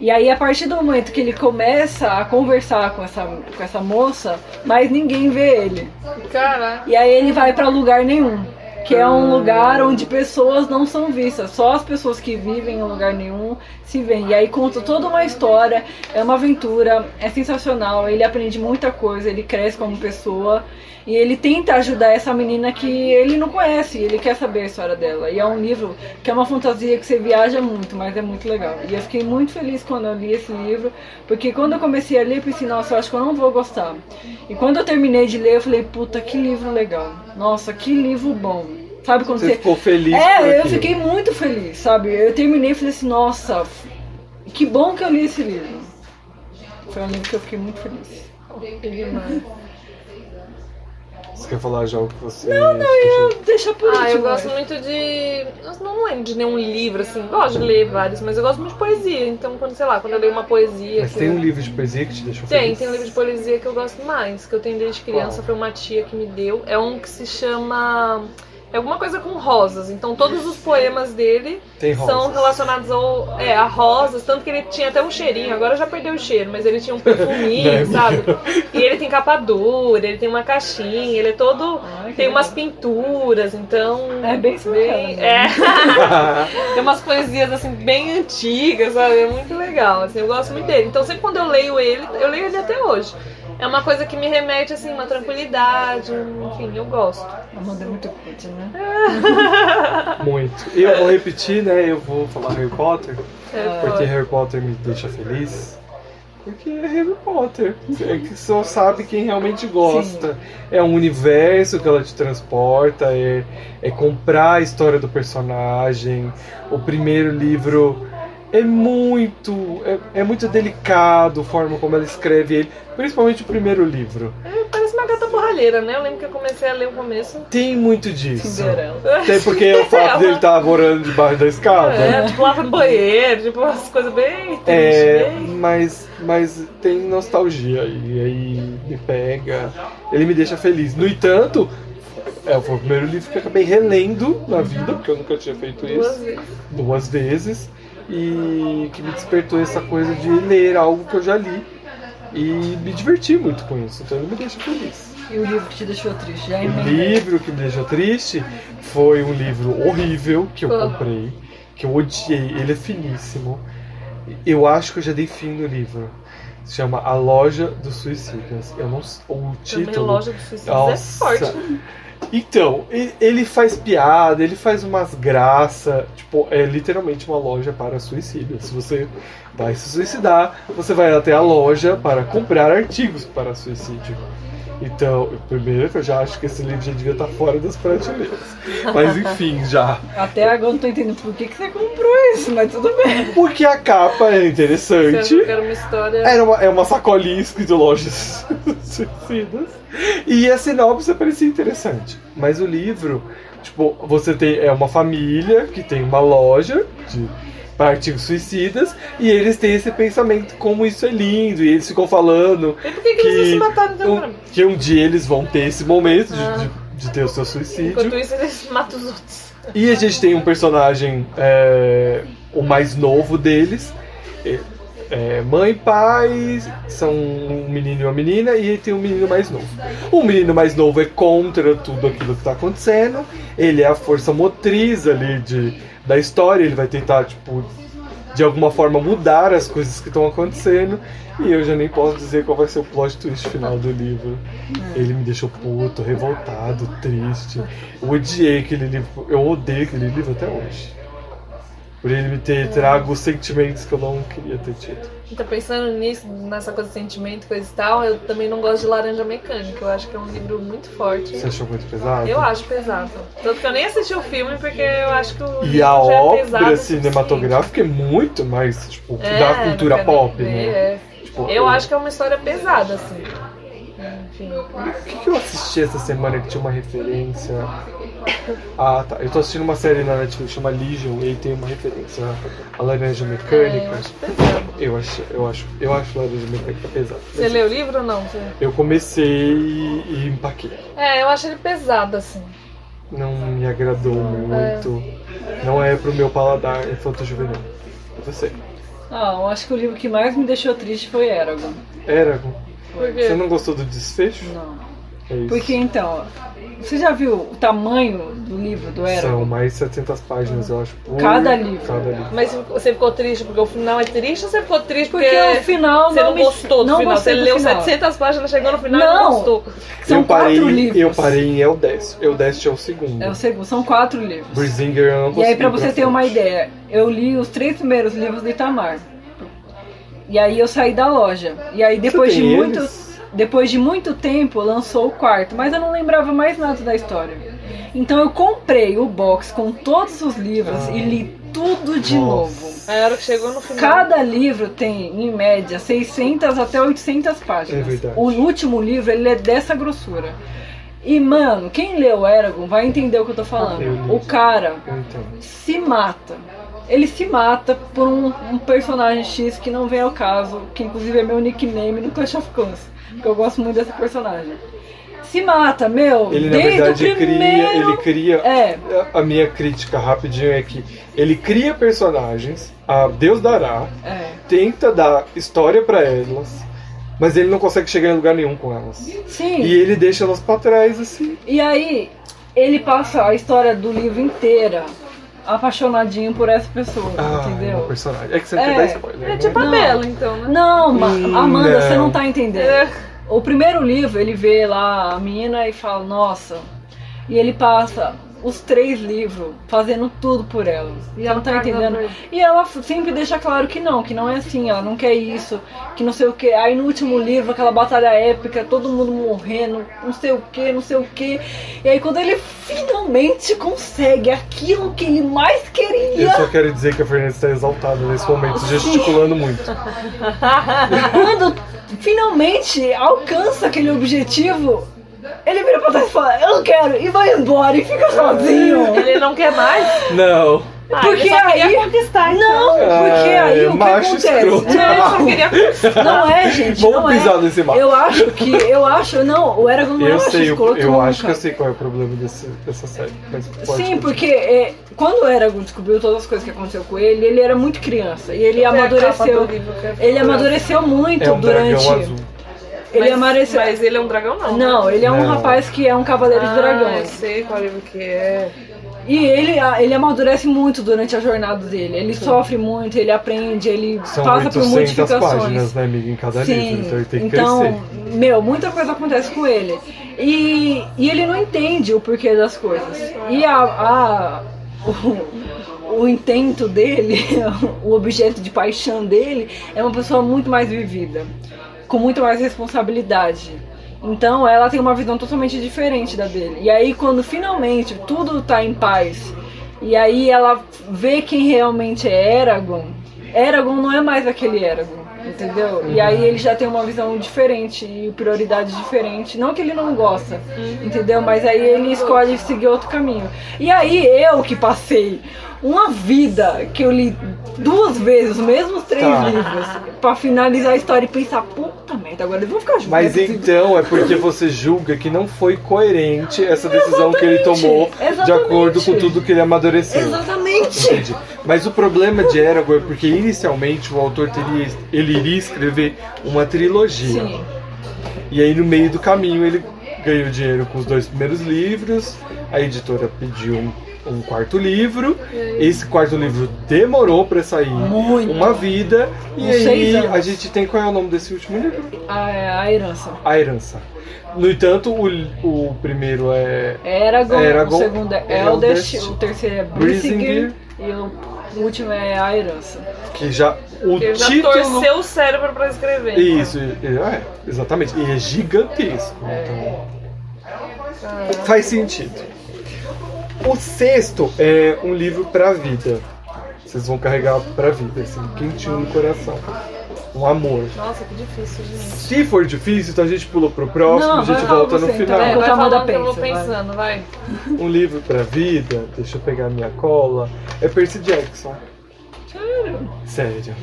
[SPEAKER 2] E aí a partir do momento que ele começa a conversar com essa, com essa moça, mas ninguém vê ele.
[SPEAKER 3] Cara,
[SPEAKER 2] E aí ele vai pra lugar nenhum. que é um lugar onde pessoas não são vistas, só as pessoas que vivem em lugar nenhum se veem. E aí conta toda uma história, é uma aventura, é sensacional, ele aprende muita coisa, ele cresce como pessoa e ele tenta ajudar essa menina que ele não conhece, ele quer saber a história dela. E é um livro que é uma fantasia que você viaja muito, mas é muito legal. E eu fiquei muito feliz quando eu li esse livro, porque quando eu comecei a ler, eu pensei, nossa, eu acho que eu não vou gostar. E quando eu terminei de ler, eu falei, puta, que livro legal. Nossa, que livro bom. Sabe quando
[SPEAKER 1] Você
[SPEAKER 2] você.
[SPEAKER 1] ficou feliz por
[SPEAKER 2] É, eu
[SPEAKER 1] aquilo.
[SPEAKER 2] fiquei muito feliz, sabe? Eu terminei e falei assim, nossa, f- que bom que eu li esse livro. Foi um livro que eu fiquei muito feliz.
[SPEAKER 1] Você quer falar já o que você... Não, não, eu...
[SPEAKER 2] Deixa por
[SPEAKER 3] Ah, eu
[SPEAKER 2] último,
[SPEAKER 3] gosto
[SPEAKER 2] né?
[SPEAKER 3] muito de. Eu não lembro de nenhum livro, assim. Gosto de ler vários, mas eu gosto muito de poesia. Então, quando, sei lá, quando eu leio uma poesia.
[SPEAKER 1] Mas
[SPEAKER 3] que
[SPEAKER 1] tem
[SPEAKER 3] eu-
[SPEAKER 1] um livro de poesia que te deixou
[SPEAKER 3] Tem,
[SPEAKER 1] feliz?
[SPEAKER 3] tem um livro de poesia que eu gosto mais, que eu tenho desde criança,
[SPEAKER 1] Qual?
[SPEAKER 3] foi uma tia que me deu. É um que se chama. É alguma coisa com rosas. Então todos os poemas dele
[SPEAKER 1] Tem
[SPEAKER 3] são
[SPEAKER 1] rosas.
[SPEAKER 3] relacionados ao, é, a rosas, tanto que ele tinha até um cheirinho, agora já perdeu o cheiro, mas ele tinha um perfuminho,
[SPEAKER 1] Né,
[SPEAKER 3] sabe? E ele tem capa dura, ele tem uma caixinha, ele é todo.
[SPEAKER 2] Ai, que
[SPEAKER 3] Tem umas
[SPEAKER 2] legal.
[SPEAKER 3] pinturas, então.
[SPEAKER 2] É bem
[SPEAKER 3] bem-
[SPEAKER 2] sacana,
[SPEAKER 3] é.
[SPEAKER 2] né?
[SPEAKER 3] Tem umas poesias assim bem antigas, sabe? É muito legal, assim, eu gosto muito dele. Então sempre quando eu leio ele, eu leio ele até hoje. É uma coisa que me remete assim, uma tranquilidade, um- enfim, eu gosto.
[SPEAKER 2] Amanda é muito curta, né?
[SPEAKER 1] Muito. E eu vou repetir, né? Eu vou falar Harry Potter,
[SPEAKER 3] É,
[SPEAKER 1] porque
[SPEAKER 3] pode.
[SPEAKER 1] Harry Potter me deixa feliz. Porque é Harry Potter. É que só sabe quem realmente gosta. É um universo que ela te transporta, é, é comprar a história do personagem. O primeiro livro é muito. É, é muito delicado a forma como ela escreve ele. Principalmente o primeiro livro.
[SPEAKER 3] Parece uma gata borralheira, né? Eu lembro que eu comecei a ler o começo.
[SPEAKER 1] Tem muito disso.
[SPEAKER 2] Cinderela.
[SPEAKER 1] Até porque o fato dele estar morando debaixo da escada. né?
[SPEAKER 3] É, tipo, lá no banheiro, tipo, umas coisas bem tristes,
[SPEAKER 1] É,
[SPEAKER 3] bem-
[SPEAKER 1] mas, mas tem nostalgia e aí me pega. Ele me deixa feliz. No entanto, é, foi o primeiro livro que eu acabei relendo na vida, porque eu nunca tinha feito
[SPEAKER 3] Duas
[SPEAKER 1] isso
[SPEAKER 3] vezes.
[SPEAKER 1] duas vezes, e que me despertou essa coisa de ler algo que eu já li. E me diverti muito com isso, então ele me deixa feliz.
[SPEAKER 2] E o livro que te deixou triste, já
[SPEAKER 1] O
[SPEAKER 2] emendei.
[SPEAKER 1] livro que me deixou triste foi um livro horrível que eu
[SPEAKER 3] Ah.
[SPEAKER 1] comprei, que eu odiei. Ele é finíssimo. Eu acho que eu já dei fim no livro. Se chama A Loja dos Suicidas. Eu não s- o
[SPEAKER 3] Também
[SPEAKER 1] título.
[SPEAKER 3] loja dos suicidas
[SPEAKER 1] Nossa.
[SPEAKER 3] é forte.
[SPEAKER 1] Então, e- ele faz piada, ele faz umas graças. Tipo, é literalmente uma loja para suicídio. Se você vai se suicidar, você vai até a loja para comprar artigos para suicídio. Então, primeiro que eu já acho que esse livro já devia estar fora das prateleiras. Mas enfim, já.
[SPEAKER 2] Até agora eu não tô entendendo por que, que você comprou isso, mas tudo bem.
[SPEAKER 1] Porque a capa é interessante.
[SPEAKER 3] Eu quero uma história.
[SPEAKER 1] Era uma, é uma sacolinha escrito lojas suicidas. E a sinopse parecia interessante. Mas o livro, tipo, você tem. É uma família que tem uma loja de para artigos suicidas. E eles têm esse pensamento como isso é lindo. E eles ficam falando
[SPEAKER 3] E por que, que,
[SPEAKER 1] É que-
[SPEAKER 3] eles não se mataram então?
[SPEAKER 1] um- que um dia eles vão ter esse momento de,
[SPEAKER 3] Ah.
[SPEAKER 1] de- de ter o seu suicídio.
[SPEAKER 3] Enquanto isso, eles matam os outros.
[SPEAKER 1] E a gente tem um personagem, é, o mais novo deles. É, é, mãe e pai são um menino e uma menina, e tem um menino mais novo. O menino mais novo é contra tudo aquilo que está acontecendo. Ele é a força motriz ali de, da história, ele vai tentar, tipo, de alguma forma mudar as coisas que estão acontecendo. E eu já nem posso dizer qual vai ser o plot twist final do livro.
[SPEAKER 3] É.
[SPEAKER 1] Ele me deixou puto, revoltado, triste. Eu odiei aquele livro. Eu odeio aquele livro até hoje. Por ele me ter trago sentimentos que eu não queria ter tido.
[SPEAKER 3] Então, pensando nisso, nessa coisa de sentimento, coisa e tal, eu também não gosto de Laranja Mecânica. Eu acho que é um livro muito forte.
[SPEAKER 1] Você achou muito pesado?
[SPEAKER 3] Eu acho pesado. Tanto que eu nem assisti o filme porque eu acho que o
[SPEAKER 1] E
[SPEAKER 3] livro
[SPEAKER 1] a
[SPEAKER 3] já é
[SPEAKER 1] obra
[SPEAKER 3] pesado o
[SPEAKER 1] cinematográfica é muito mais, tipo,
[SPEAKER 3] suficiente.
[SPEAKER 1] da
[SPEAKER 3] É,
[SPEAKER 1] cultura
[SPEAKER 3] não quero
[SPEAKER 1] pop,
[SPEAKER 3] nem
[SPEAKER 1] né?
[SPEAKER 3] ver, é.
[SPEAKER 1] Tipo,
[SPEAKER 3] Eu acho que é uma história pesada, assim. Enfim.
[SPEAKER 1] O que, que eu assisti essa semana que tinha uma referência? Ah, tá. Eu tô assistindo uma série na Netflix que chama Legion e aí tem uma referência à Laranja
[SPEAKER 3] É, eu
[SPEAKER 1] Mecânica.
[SPEAKER 3] acho pesado.
[SPEAKER 1] Eu acho, eu acho, eu acho Laranja Mecânica pesado.
[SPEAKER 3] Você leu o livro ou não? Você-
[SPEAKER 1] Eu comecei e empaquei.
[SPEAKER 3] É, eu acho ele pesado, assim.
[SPEAKER 1] Não me agradou
[SPEAKER 2] Ah, é.
[SPEAKER 1] muito. Não é pro meu paladar infanto juvenil. E Você.
[SPEAKER 2] Ah, eu acho que o livro que mais me deixou triste foi Eragon.
[SPEAKER 1] Eragon.
[SPEAKER 3] Porque
[SPEAKER 1] Você não gostou do desfecho?
[SPEAKER 2] Não.
[SPEAKER 1] É isso.
[SPEAKER 2] Porque então, Você já viu o tamanho do livro do
[SPEAKER 1] São
[SPEAKER 2] Eragon?
[SPEAKER 1] mais de 700 páginas, eu acho. por
[SPEAKER 2] Cada livro.
[SPEAKER 1] Cada livro.
[SPEAKER 3] Mas você ficou triste porque o final é triste ou você ficou triste porque,
[SPEAKER 2] Porque o final
[SPEAKER 3] É, você não
[SPEAKER 2] me-
[SPEAKER 3] gostou do
[SPEAKER 2] não
[SPEAKER 3] final? Você
[SPEAKER 2] gostei do
[SPEAKER 3] leu
[SPEAKER 2] final.
[SPEAKER 3] 700 páginas, chegou no final
[SPEAKER 2] Não.
[SPEAKER 3] e não gostou.
[SPEAKER 2] São
[SPEAKER 1] eu parei,
[SPEAKER 2] quatro livros.
[SPEAKER 1] Eu parei em Eldest. Eldest é o segundo.
[SPEAKER 2] É o segundo, são quatro livros.
[SPEAKER 1] Brisinger eu é, não
[SPEAKER 2] E aí,
[SPEAKER 1] consegui
[SPEAKER 2] pra
[SPEAKER 1] ir
[SPEAKER 2] você ter
[SPEAKER 1] frente.
[SPEAKER 2] uma ideia, eu li os três primeiros livros do Itamar. E aí eu saí da loja. E aí
[SPEAKER 1] Você
[SPEAKER 2] depois de
[SPEAKER 1] tem
[SPEAKER 2] muito.
[SPEAKER 1] eles?
[SPEAKER 2] Depois de muito tempo, lançou o quarto, mas eu não lembrava mais nada da história. Então eu comprei o box com todos os livros
[SPEAKER 1] Ah.
[SPEAKER 2] e li tudo de
[SPEAKER 1] Nossa.
[SPEAKER 2] novo.
[SPEAKER 3] Aí a hora que chegou no final.
[SPEAKER 2] Cada livro tem, em média, 600 até 800 páginas.
[SPEAKER 1] É verdade.
[SPEAKER 2] o último livro, ele é dessa grossura. E, mano, quem leu Eragon vai entender o que eu tô falando.
[SPEAKER 1] Eu li.
[SPEAKER 2] O cara
[SPEAKER 1] Eu entendo.
[SPEAKER 2] se mata. Ele se mata por um, um personagem X que não vem ao caso, que inclusive é meu nickname no Clash of Clans, porque eu gosto muito desse personagem. Se mata, meu,
[SPEAKER 1] Ele na
[SPEAKER 2] desde
[SPEAKER 1] verdade
[SPEAKER 2] o primeiro...
[SPEAKER 1] cria. Ele cria.
[SPEAKER 2] É,
[SPEAKER 1] A minha crítica rapidinho é que ele cria personagens, a Deus dará,
[SPEAKER 2] é.
[SPEAKER 1] tenta dar história pra elas, mas ele não consegue chegar em lugar nenhum com elas.
[SPEAKER 2] Sim.
[SPEAKER 1] E ele deixa elas pra trás, assim.
[SPEAKER 2] E aí, ele passa a história do livro inteira apaixonadinho por essa pessoa,
[SPEAKER 1] Ah, é
[SPEAKER 2] entendeu?
[SPEAKER 1] um personagem. É que você não
[SPEAKER 2] É.
[SPEAKER 1] quer dar spoiler.
[SPEAKER 3] É
[SPEAKER 1] né?
[SPEAKER 3] tipo a
[SPEAKER 2] Não.
[SPEAKER 3] Bela, então, né?
[SPEAKER 2] Não, ma-
[SPEAKER 1] Hum,
[SPEAKER 2] Amanda,
[SPEAKER 1] não.
[SPEAKER 2] você não tá entendendo.
[SPEAKER 3] É.
[SPEAKER 2] O primeiro livro, ele vê lá a menina e fala, nossa. E ele passa os três livros fazendo tudo por ela. E ela não tá entendendo. E ela f- sempre deixa claro que não, que não é assim, ela não quer isso, que não sei o que. Aí no último livro, aquela batalha épica, todo mundo morrendo, não sei o que, não sei o que. E aí quando ele finalmente consegue aquilo que ele mais
[SPEAKER 1] Eu
[SPEAKER 2] queria,
[SPEAKER 1] só quero dizer que a Fernanda está exaltada nesse momento, gesticulando muito.
[SPEAKER 2] quando finalmente alcança aquele objetivo, ele vira pra trás e fala, eu não quero, e vai embora, e fica sozinho.
[SPEAKER 3] Ah, Ele não quer mais?
[SPEAKER 1] Não.
[SPEAKER 3] Ah,
[SPEAKER 2] Porque
[SPEAKER 3] ele só queria
[SPEAKER 2] aí-
[SPEAKER 3] conquistar. então.
[SPEAKER 2] Não, porque aí
[SPEAKER 1] É,
[SPEAKER 2] o que
[SPEAKER 1] macho
[SPEAKER 2] acontece?
[SPEAKER 1] escroto.
[SPEAKER 3] Ele só
[SPEAKER 2] Não, é,
[SPEAKER 3] queria conquistar.
[SPEAKER 2] não é, gente. não
[SPEAKER 1] Vamos
[SPEAKER 2] é.
[SPEAKER 1] pisar nesse mapa.
[SPEAKER 2] Eu acho que. Eu acho. Não, o Eragon não
[SPEAKER 1] Eu
[SPEAKER 2] é macho
[SPEAKER 1] sei, eu,
[SPEAKER 2] escroto.
[SPEAKER 1] eu
[SPEAKER 2] nunca.
[SPEAKER 1] acho que eu sei qual é o problema desse- dessa série. Mas pode
[SPEAKER 2] Sim,
[SPEAKER 1] continuar.
[SPEAKER 2] porque é, quando o Eragon descobriu todas as coisas que aconteceu com ele, ele era muito criança. E ele amadureceu. Ele amadureceu muito
[SPEAKER 1] é um
[SPEAKER 2] durante.
[SPEAKER 1] dragão azul.
[SPEAKER 2] Ele
[SPEAKER 3] mas,
[SPEAKER 2] amadureceu.
[SPEAKER 3] mas ele é um dragão, não.
[SPEAKER 2] Não, ele é um
[SPEAKER 1] Não.
[SPEAKER 2] rapaz que é um cavaleiro
[SPEAKER 3] Ah,
[SPEAKER 2] de
[SPEAKER 3] Eu
[SPEAKER 2] dragões.
[SPEAKER 3] sei qual livro que é.
[SPEAKER 2] E ele, a- ele amadurece muito durante a jornada dele. Ele sofre muito, ele aprende, ele
[SPEAKER 1] São
[SPEAKER 2] passa por
[SPEAKER 1] 800
[SPEAKER 2] modificações.
[SPEAKER 1] páginas, né, amiga, em cada livro. Então ele tem que
[SPEAKER 2] então,
[SPEAKER 1] crescer.
[SPEAKER 2] meu, muita coisa acontece com ele. E, e ele não entende o porquê das coisas. E a, a- o, o intento dele, o objeto de paixão dele, é uma pessoa muito mais vivida, com muito mais responsabilidade. Então ela tem uma visão totalmente diferente da dele. E aí, quando finalmente tudo tá em paz, e aí ela vê quem realmente é Eragon, Eragon não é mais aquele Eragon, entendeu? E aí ele já tem uma visão diferente e prioridade diferente. Não que ele não gosta, entendeu? Mas aí ele escolhe seguir outro caminho. E aí eu que passei uma vida que eu li duas vezes os mesmos três
[SPEAKER 1] Tá.
[SPEAKER 2] livros pra finalizar a história e pensar, puta merda, agora eles vão ficar juntos.
[SPEAKER 1] Mas
[SPEAKER 2] né, esses
[SPEAKER 1] então é porque você julga que não foi coerente essa decisão que ele tomou de
[SPEAKER 2] Exatamente.
[SPEAKER 1] acordo com tudo que ele amadureceu.
[SPEAKER 2] Exatamente!
[SPEAKER 1] Entendi. Mas o problema de Eragon é porque inicialmente o autor teria, ele iria escrever uma trilogia.
[SPEAKER 2] Sim.
[SPEAKER 1] E aí no meio do caminho ele ganhou dinheiro com os dois primeiros livros, a editora pediu um, um quarto livro, esse quarto livro demorou pra sair.
[SPEAKER 2] Muito.
[SPEAKER 1] Uma vida, e
[SPEAKER 2] Uns seis
[SPEAKER 1] aí
[SPEAKER 2] anos.
[SPEAKER 1] a gente tem qual é o nome desse último livro?
[SPEAKER 2] A, a herança.
[SPEAKER 1] A Herança. No entanto, o, o primeiro é
[SPEAKER 2] Eragon,
[SPEAKER 1] Eragon,
[SPEAKER 2] o segundo é
[SPEAKER 1] Eldest,
[SPEAKER 2] Eldest, o terceiro é
[SPEAKER 1] Brisinger,
[SPEAKER 2] Brisinger e o último é a herança.
[SPEAKER 1] que já o
[SPEAKER 3] Ele já
[SPEAKER 1] título
[SPEAKER 3] torceu o cérebro pra escrever. então.
[SPEAKER 1] Isso, e- e- é, exatamente. E é gigantesco. então. Faz sentido. O sexto é um livro pra vida. Vocês vão carregar pra vida, assim, quentinho no coração. Um amor.
[SPEAKER 3] Nossa, que difícil, gente.
[SPEAKER 1] Se for difícil, então a gente pula pro próximo,
[SPEAKER 2] Não,
[SPEAKER 1] a gente
[SPEAKER 2] vai lá
[SPEAKER 1] volta no
[SPEAKER 2] você,
[SPEAKER 1] final.
[SPEAKER 2] Vai,
[SPEAKER 3] É,
[SPEAKER 2] enquanto
[SPEAKER 3] vai
[SPEAKER 2] a Amanda
[SPEAKER 3] falando que eu vou
[SPEAKER 2] pensa, vai.
[SPEAKER 3] pensando, vai.
[SPEAKER 1] Um livro pra vida, deixa eu pegar minha cola. É Percy Jackson. Sério? Sério.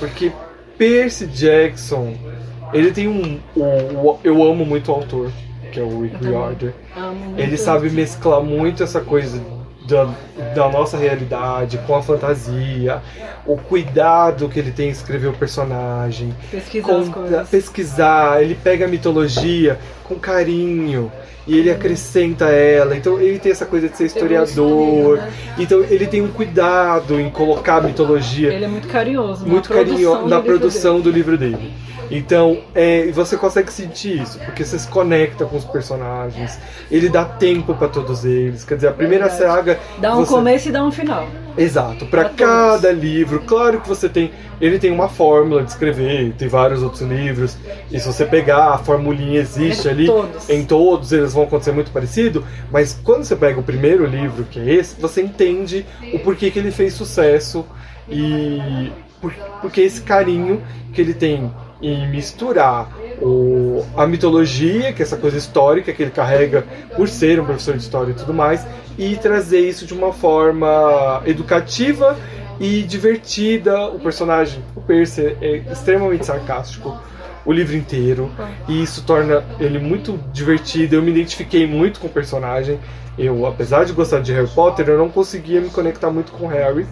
[SPEAKER 1] Porque Percy Jackson, ele tem um. o- o- eu amo muito o autor, que é o Rick Riordan.
[SPEAKER 2] Amo
[SPEAKER 1] Ele
[SPEAKER 2] É um muito.
[SPEAKER 1] sabe mesclar muito essa coisa da, da nossa realidade com a fantasia, o cuidado que ele tem em escrever o personagem,
[SPEAKER 2] pesquisar as
[SPEAKER 1] conta-
[SPEAKER 2] coisas.
[SPEAKER 1] pesquisar, ele pega a mitologia, com carinho. E ele acrescenta ela. Então ele tem essa coisa de ser historiador. Então ele tem um cuidado em colocar a mitologia
[SPEAKER 2] Ele é muito carinhoso.
[SPEAKER 1] muito carinho na
[SPEAKER 2] da
[SPEAKER 1] produção do livro dele. Então, é, você consegue sentir isso, porque você se conecta com os personagens, ele dá tempo pra todos eles. Quer dizer, a primeira
[SPEAKER 3] Verdade.
[SPEAKER 1] saga.
[SPEAKER 2] Dá um
[SPEAKER 1] você-
[SPEAKER 2] começo e dá um final.
[SPEAKER 1] Exato, pra
[SPEAKER 2] Pra todos.
[SPEAKER 1] cada livro. Claro que você tem. Ele tem uma fórmula de escrever, tem vários outros livros, e se você pegar, a formulinha existe
[SPEAKER 2] É
[SPEAKER 1] ali.
[SPEAKER 2] Todos.
[SPEAKER 1] Em todos eles vão acontecer muito parecido, mas quando você pega o primeiro livro, que é esse, você entende o porquê que ele fez sucesso e por- porque esse carinho que ele tem em misturar o- a mitologia, que é essa coisa histórica que ele carrega por ser um professor de história e tudo mais, e trazer isso de uma forma educativa e divertida. O personagem, o Percy, é extremamente sarcástico o livro inteiro, e isso torna ele muito divertido. Eu me identifiquei muito com o personagem. Eu, apesar de gostar de Harry Potter, eu não conseguia me conectar muito com o Harry.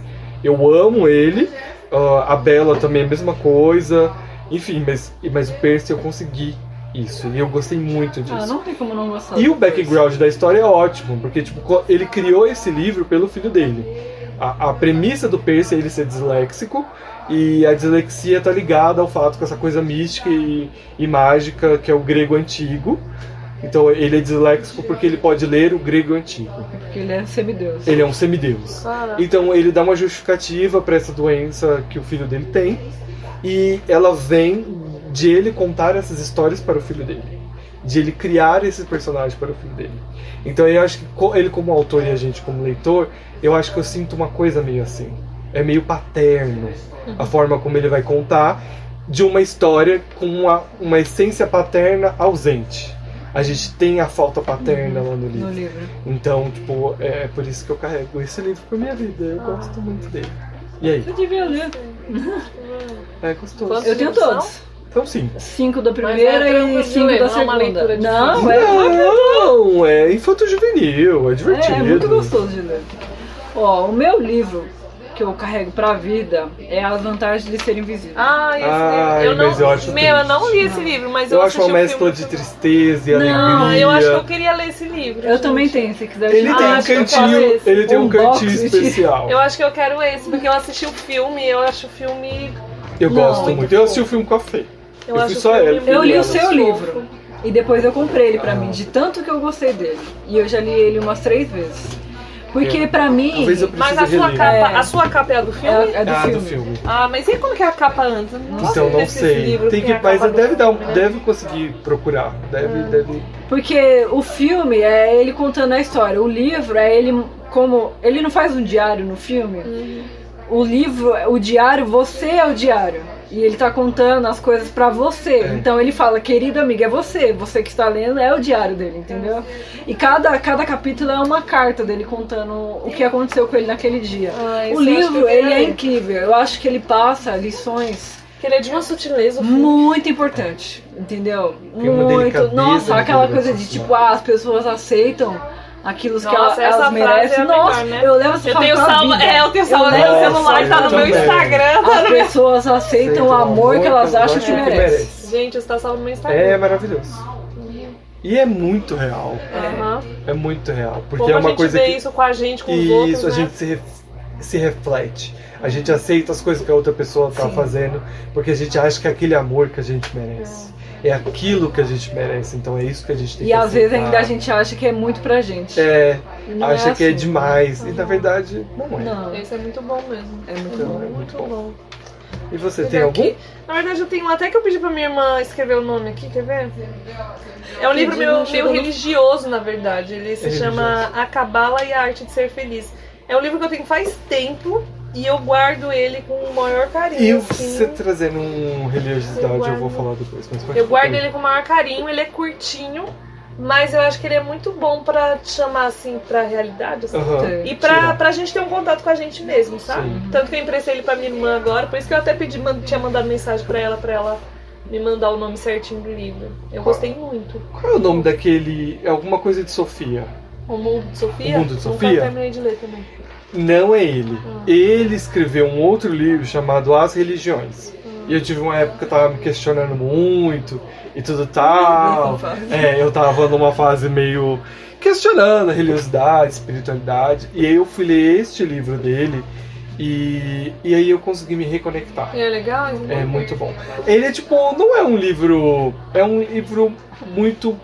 [SPEAKER 1] Eu amo ele, ah, a Bella também é a mesma coisa. Enfim, mas, mas o Percy eu consegui isso. E eu gostei muito disso.
[SPEAKER 2] Ah, não tem como não gostar.
[SPEAKER 1] E o background da história é ótimo, porque tipo, co- ele criou esse livro pelo filho dele. A, a premissa do Percy é ele ser disléxico, e a dislexia tá ligada ao fato com essa coisa mística e, e mágica que é o grego antigo. Então ele é disléxico porque ele pode ler o grego antigo.
[SPEAKER 2] Porque ele é semideus.
[SPEAKER 1] Ele é um semideus.
[SPEAKER 3] Cara,
[SPEAKER 1] Então ele dá uma justificativa para essa doença que o filho dele tem e ela vem de ele contar essas histórias para o filho dele, de ele criar esse personagem para o filho dele. Então eu acho que co- ele como autor e a gente como leitor, eu acho que eu sinto uma coisa meio assim, é meio paterno a forma como ele vai contar de uma história com uma, uma essência paterna ausente. A gente tem a falta paterna lá no livro.
[SPEAKER 2] No livro.
[SPEAKER 1] Então, tipo, é por isso que eu carrego esse livro pra minha vida.
[SPEAKER 3] Ah.
[SPEAKER 1] Eu gosto muito dele. E aí?
[SPEAKER 2] Eu devia ler.
[SPEAKER 1] É gostoso.
[SPEAKER 3] Quantos?
[SPEAKER 2] Eu tenho todos.
[SPEAKER 1] Então sim.
[SPEAKER 2] Cinco da
[SPEAKER 3] Mas é
[SPEAKER 2] primeira
[SPEAKER 3] tranquilo
[SPEAKER 2] e
[SPEAKER 3] de
[SPEAKER 2] cinco
[SPEAKER 3] ler,
[SPEAKER 2] da
[SPEAKER 3] não é uma leitura
[SPEAKER 2] segunda.
[SPEAKER 3] difícil.
[SPEAKER 2] Não, é
[SPEAKER 1] Não, é infanto juvenil, é
[SPEAKER 2] É,
[SPEAKER 1] divertido.
[SPEAKER 2] É, muito gostoso de ler. Ó, o meu livro que eu carrego pra vida é As Vantagens de Ser Invisível.
[SPEAKER 3] Ah, esse
[SPEAKER 1] Ai,
[SPEAKER 3] livro. Eu não,
[SPEAKER 1] mas eu acho
[SPEAKER 3] meu, eu
[SPEAKER 1] triste.
[SPEAKER 3] não li esse livro, mas eu,
[SPEAKER 1] Eu acho
[SPEAKER 3] assisti
[SPEAKER 1] uma
[SPEAKER 3] o
[SPEAKER 1] mescla
[SPEAKER 3] filme
[SPEAKER 1] de
[SPEAKER 3] muito bom.
[SPEAKER 1] tristeza e
[SPEAKER 2] Não,
[SPEAKER 1] alegria.
[SPEAKER 3] Eu acho que eu queria ler esse livro.
[SPEAKER 2] eu
[SPEAKER 3] gente.
[SPEAKER 2] também tenho, se quiser.
[SPEAKER 1] Ele
[SPEAKER 2] eu te
[SPEAKER 1] tem
[SPEAKER 3] Ah,
[SPEAKER 1] um
[SPEAKER 3] acho que eu
[SPEAKER 1] cantinho,
[SPEAKER 3] faço esse.
[SPEAKER 1] ele tem um
[SPEAKER 2] Um
[SPEAKER 1] cantinho
[SPEAKER 2] box,
[SPEAKER 1] especial.
[SPEAKER 3] Eu
[SPEAKER 1] Eu,
[SPEAKER 3] assisti- eu acho que eu quero esse, porque eu assisti o filme e eu acho o filme.
[SPEAKER 2] Não,
[SPEAKER 1] gosto
[SPEAKER 3] muito
[SPEAKER 1] muito. Eu
[SPEAKER 3] bom.
[SPEAKER 1] assisti o filme com a Fê. Eu
[SPEAKER 3] Eu, acho
[SPEAKER 1] fui
[SPEAKER 3] o
[SPEAKER 1] só
[SPEAKER 3] filme
[SPEAKER 1] ela.
[SPEAKER 3] muito
[SPEAKER 2] Eu li o
[SPEAKER 3] fofo.
[SPEAKER 2] seu livro. E depois eu comprei ele pra
[SPEAKER 1] Ah.
[SPEAKER 2] mim, de tanto que eu gostei dele. E eu já li ele umas três vezes. Porque pra mim
[SPEAKER 1] É. Talvez eu
[SPEAKER 3] Mas
[SPEAKER 1] precise
[SPEAKER 3] a sua,
[SPEAKER 1] reler.
[SPEAKER 3] capa,
[SPEAKER 2] É.
[SPEAKER 3] a sua capa é a do filme?
[SPEAKER 2] é, é do
[SPEAKER 1] Ah,
[SPEAKER 2] filme.
[SPEAKER 1] do filme.
[SPEAKER 3] Ah, mas e como que é a capa antes? Eu
[SPEAKER 1] Então não
[SPEAKER 3] esse
[SPEAKER 1] sei.
[SPEAKER 3] livro é
[SPEAKER 1] Tem que,
[SPEAKER 3] a
[SPEAKER 1] mas
[SPEAKER 3] capa do
[SPEAKER 1] deve dar, um-
[SPEAKER 3] filme, né? Ah.
[SPEAKER 1] deve conseguir procurar. Deve, deve.
[SPEAKER 2] Porque o filme é ele contando a história. O livro é ele como. Ele não faz um diário no filme.
[SPEAKER 3] Uhum.
[SPEAKER 2] O livro, o diário, você é o diário. E ele tá contando as coisas pra você.
[SPEAKER 1] É.
[SPEAKER 2] Então ele fala, querida amiga, é você. Você que está lendo é o diário dele, entendeu?
[SPEAKER 3] Uhum.
[SPEAKER 2] E cada, cada capítulo é uma carta dele contando o que aconteceu com ele naquele dia.
[SPEAKER 3] Ah, esse
[SPEAKER 2] O
[SPEAKER 3] eu acho que eu
[SPEAKER 2] livro,
[SPEAKER 3] queria
[SPEAKER 2] ele é
[SPEAKER 3] ler.
[SPEAKER 2] incrível. Eu acho que ele passa lições
[SPEAKER 3] Que ele é de uma sutileza. o filme.
[SPEAKER 2] muito importante, entendeu?
[SPEAKER 1] Tem uma
[SPEAKER 2] Muito.
[SPEAKER 1] delicadeza
[SPEAKER 2] Nossa,
[SPEAKER 1] na
[SPEAKER 2] aquela coisa
[SPEAKER 1] conversação.
[SPEAKER 2] de tipo, ah, as pessoas aceitam aquilo que
[SPEAKER 3] Nossa,
[SPEAKER 2] elas,
[SPEAKER 3] essa
[SPEAKER 2] elas
[SPEAKER 3] frase é
[SPEAKER 2] merecem.
[SPEAKER 3] a
[SPEAKER 2] Nossa,
[SPEAKER 3] melhor, né?
[SPEAKER 2] eu levo essa
[SPEAKER 3] Eu
[SPEAKER 2] frase
[SPEAKER 3] tenho
[SPEAKER 2] pra
[SPEAKER 3] salva,
[SPEAKER 2] vida.
[SPEAKER 3] é, eu tenho salva no meu
[SPEAKER 1] Nossa, então é.
[SPEAKER 3] celular, tá
[SPEAKER 1] eu
[SPEAKER 3] no meu
[SPEAKER 1] também.
[SPEAKER 3] Instagram. tá
[SPEAKER 2] As pessoas aceitam o amor que elas acham que
[SPEAKER 3] acham que
[SPEAKER 2] merecem.
[SPEAKER 3] no- Gente, isso tá salvo no meu
[SPEAKER 1] É
[SPEAKER 3] Instagram.
[SPEAKER 1] maravilhoso. E é muito real.
[SPEAKER 3] Aham.
[SPEAKER 1] É muito real. Porque
[SPEAKER 3] Como
[SPEAKER 1] é
[SPEAKER 3] a
[SPEAKER 1] uma
[SPEAKER 3] gente
[SPEAKER 1] coisa
[SPEAKER 3] vê
[SPEAKER 1] que.
[SPEAKER 3] isso com a gente, com os outros,
[SPEAKER 1] Isso, a
[SPEAKER 3] né?
[SPEAKER 1] gente se, ref- se reflete. A gente aceita as coisas que a outra pessoa tá fazendo, porque a gente acha que é aquele amor que a gente merece. É aquilo que a gente merece, então é isso que a gente tem
[SPEAKER 2] E
[SPEAKER 1] que
[SPEAKER 2] às vezes
[SPEAKER 1] aceitar.
[SPEAKER 2] ainda a gente acha que é muito pra gente.
[SPEAKER 1] Ah. É,
[SPEAKER 2] Não
[SPEAKER 1] acha que é
[SPEAKER 2] assim.
[SPEAKER 1] demais. E na verdade, não é.
[SPEAKER 2] Não,
[SPEAKER 3] Esse é muito bom mesmo.
[SPEAKER 2] é muito
[SPEAKER 1] Então, é
[SPEAKER 2] bom.
[SPEAKER 1] muito bom.
[SPEAKER 3] bom.
[SPEAKER 1] E você
[SPEAKER 3] Vou
[SPEAKER 1] tem
[SPEAKER 3] ver
[SPEAKER 1] algum?
[SPEAKER 3] aqui. Na verdade, eu tenho um até que eu pedi pra minha irmã escrever o nome aqui, quer ver? É um
[SPEAKER 2] Pedi,
[SPEAKER 3] livro
[SPEAKER 2] não
[SPEAKER 3] meio, meio
[SPEAKER 2] chegou no-
[SPEAKER 3] religioso, na verdade. Ele se
[SPEAKER 1] É
[SPEAKER 3] chama A Cabala e a Arte de Ser Feliz. É um livro que eu tenho faz tempo e eu guardo ele com o maior carinho.
[SPEAKER 1] E
[SPEAKER 3] assim.
[SPEAKER 1] você trazendo um religiosidade, eu,
[SPEAKER 3] Eu guardo-
[SPEAKER 1] vou falar depois. Mas pode
[SPEAKER 3] Eu guardo
[SPEAKER 1] continuar.
[SPEAKER 3] ele com o maior carinho, ele é curtinho, mas eu acho que ele é muito bom pra te chamar assim pra realidade. assim.
[SPEAKER 1] Aham.
[SPEAKER 3] E pra,
[SPEAKER 1] Tira.
[SPEAKER 3] pra gente ter um contato com a gente mesmo, sabe?
[SPEAKER 1] Sim.
[SPEAKER 3] Tanto que eu emprestei ele pra minha irmã agora, por isso que eu até pedi, man- tinha mandado mensagem pra ela, pra ela me mandar o nome certinho do livro. Eu gostei muito.
[SPEAKER 1] Qual é o nome daquele. é Alguma coisa de Sofia?
[SPEAKER 3] O Mundo de Sofia?
[SPEAKER 1] O Mundo de Sofia?
[SPEAKER 3] Nunca terminei de ler também.
[SPEAKER 1] Não é ele.
[SPEAKER 3] Ah.
[SPEAKER 1] Ele escreveu um outro livro chamado As Religiões, E eu tive uma época que eu tava me questionando muito e tudo tal. É, eu tava numa fase meio questionando a religiosidade, espiritualidade. E aí eu fui ler este livro dele e, e aí eu consegui me reconectar.
[SPEAKER 3] E é legal?
[SPEAKER 1] É muito bom. Ele é tipo, não é um livro. É um livro muito.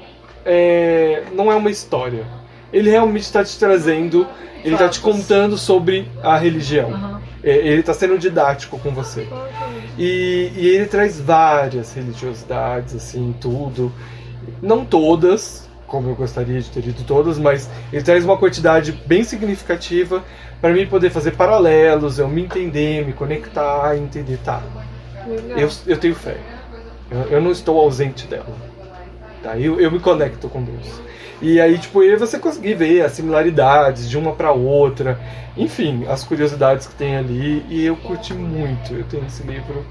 [SPEAKER 1] é, não é uma história. Ele realmente está te trazendo. Ele está te
[SPEAKER 3] Fatos.
[SPEAKER 1] contando sobre a religião.
[SPEAKER 3] Aham.
[SPEAKER 1] É, ele está sendo didático com você. E, e ele traz várias religiosidades, assim, tudo. Não todas, como eu gostaria de ter dito todas, mas ele traz uma quantidade bem significativa para mim poder fazer paralelos, eu me entender, me conectar, entender, tá.
[SPEAKER 3] Legal.
[SPEAKER 1] Eu, eu tenho fé. Eu, eu não estou ausente dela. Tá? Eu, eu me conecto com Deus. E aí, tipo, e você conseguir ver as similaridades de uma pra outra, enfim, as curiosidades que tem ali. E eu curti muito. Eu tenho esse livro